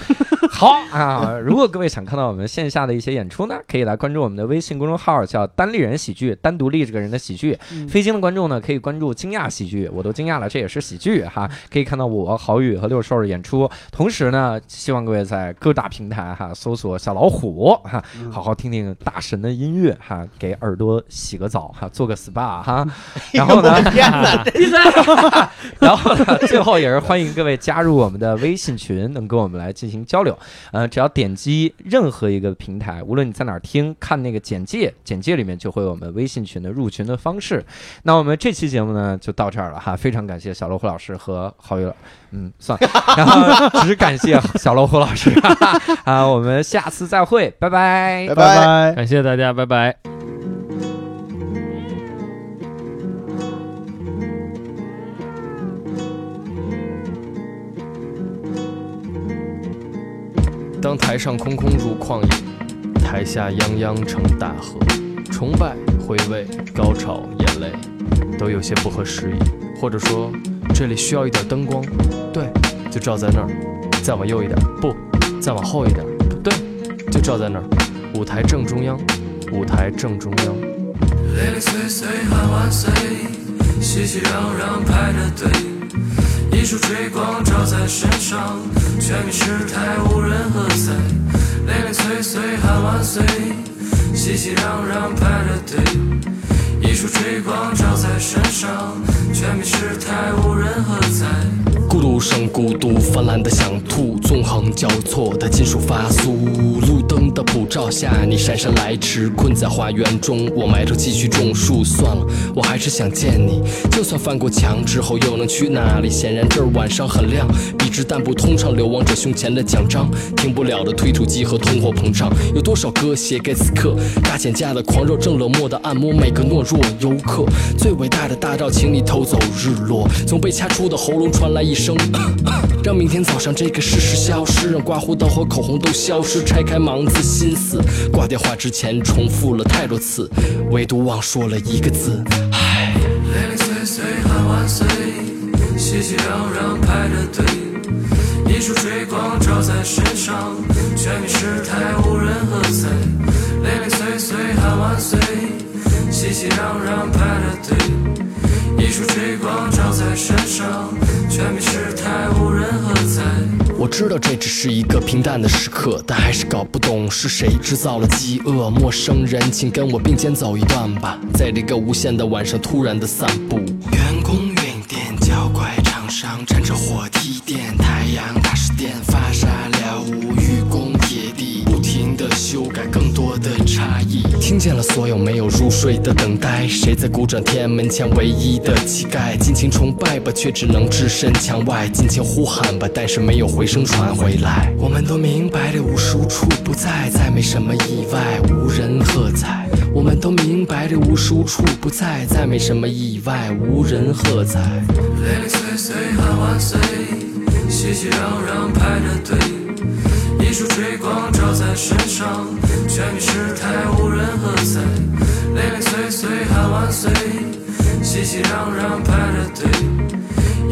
S2: 好 啊，如果各位想看到我们线下的一些演出呢，可以来关注我们的微信公众号，叫“单立人喜剧”，单独立这个人的喜剧。
S3: 嗯
S2: 飞京的观众呢，可以关注惊讶喜剧，我都惊讶了，这也是喜剧哈。可以看到我郝宇和六兽的演出，同时呢，希望各位在各大平台哈搜索小老虎哈，好好听听大神的音乐哈，给耳朵洗个澡哈，做个 SPA 哈。
S4: 哎
S2: 然后呢，
S4: 天哪，这
S2: 然后呢，最后也是欢迎各位加入我们的微信群，能跟我们来进行交流。呃，只要点击任何一个平台，无论你在哪儿听，看那个简介，简介里面就会有我们微信群的入群的方式。那我们这期节目呢就到这儿了哈，非常感谢小老虎老师和郝宇老，嗯，算了，然后只感谢小老虎老师 啊，我们下次再会，拜拜。
S4: 拜
S3: 拜。拜。
S5: 感谢大家，拜拜。当台上空空如旷野，台下泱泱成大河。崇拜、回味、高潮、眼泪，都有些不合时宜。或者说，这里需要一点灯光，对，就照在那儿。再往右一点，不，再往后一点，不对，就照在那儿。舞台正中央，舞台正中央。
S8: 零零碎碎喊万岁，熙熙攘攘排着队，一束追光照在身上，全民失态无人喝彩。零零碎碎喊万岁，熙熙攘攘排着队，一束追光照在身上，全民失态无人喝彩。
S9: 孤独生孤独，泛滥的想吐，纵横交错的金属发酥。路灯的普照下，你姗姗来迟，困在花园中。我埋头继续种树，算了，我还是想见你。就算翻过墙之后，又能去哪里？显然这儿晚上很亮，笔直淡步通畅流亡者胸前的奖章。停不了的推土机和通货膨胀，有多少歌写给此刻？大减价的狂热正冷漠的按摩每个懦弱游客。最伟大的大道，请你偷走日落。从被掐出的喉咙传来一声，让明天早上这个事实消失，让刮胡刀和口红都消失。拆开盲字心思，挂电话之前重复了太多次，唯独忘说了一个字。
S8: 零零碎碎喊万岁，熙熙攘攘排着队，一束追光照在身上，全民失态无人喝彩。零零碎碎喊万岁，熙熙熙攘攘排了队，一束追光照在身上，全民失态，无人喝彩。
S9: 我知道这只是一个平淡的时刻，但还是搞不懂是谁制造了饥饿。陌生人，请跟我并肩走一段吧，在这个无限的晚上突然的散步。员工运电脚拐厂商站着火梯电，太阳大石电发沙了无愚公铁地，不停的修改更多的差异。听见了所有没有入睡的等待，谁在鼓掌天安门前唯一的乞丐？尽情崇拜吧，却只能置身墙外；尽情呼喊吧，但是没有回声传回来。我们都明白这无数处不在，再没什么意外，无人喝彩。我们都明白这无数处不在，再没什么意外，无人喝彩。
S8: 零零碎碎喊万岁，熙熙攘攘排着队，一束追光照在身上，全民失态，无人喝彩。零零碎碎喊万岁，熙熙攘攘排着队，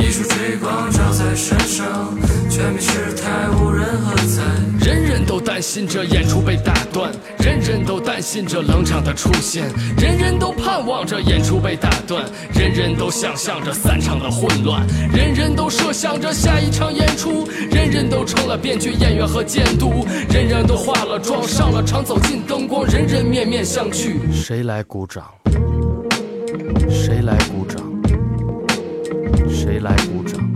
S8: 一束追光照在身上，全民失态，无人喝彩。
S9: 人人都担心着演出被打断，人人都担心着冷场的出现，人人都盼望着演出被打断，人人都想象着散场的混乱，人人都设想着下一场演出，人人都成了编剧、演员和监督，人人都化了妆、上了场、走进灯光，人人面面相觑。谁来鼓掌？谁来鼓掌？谁来鼓掌？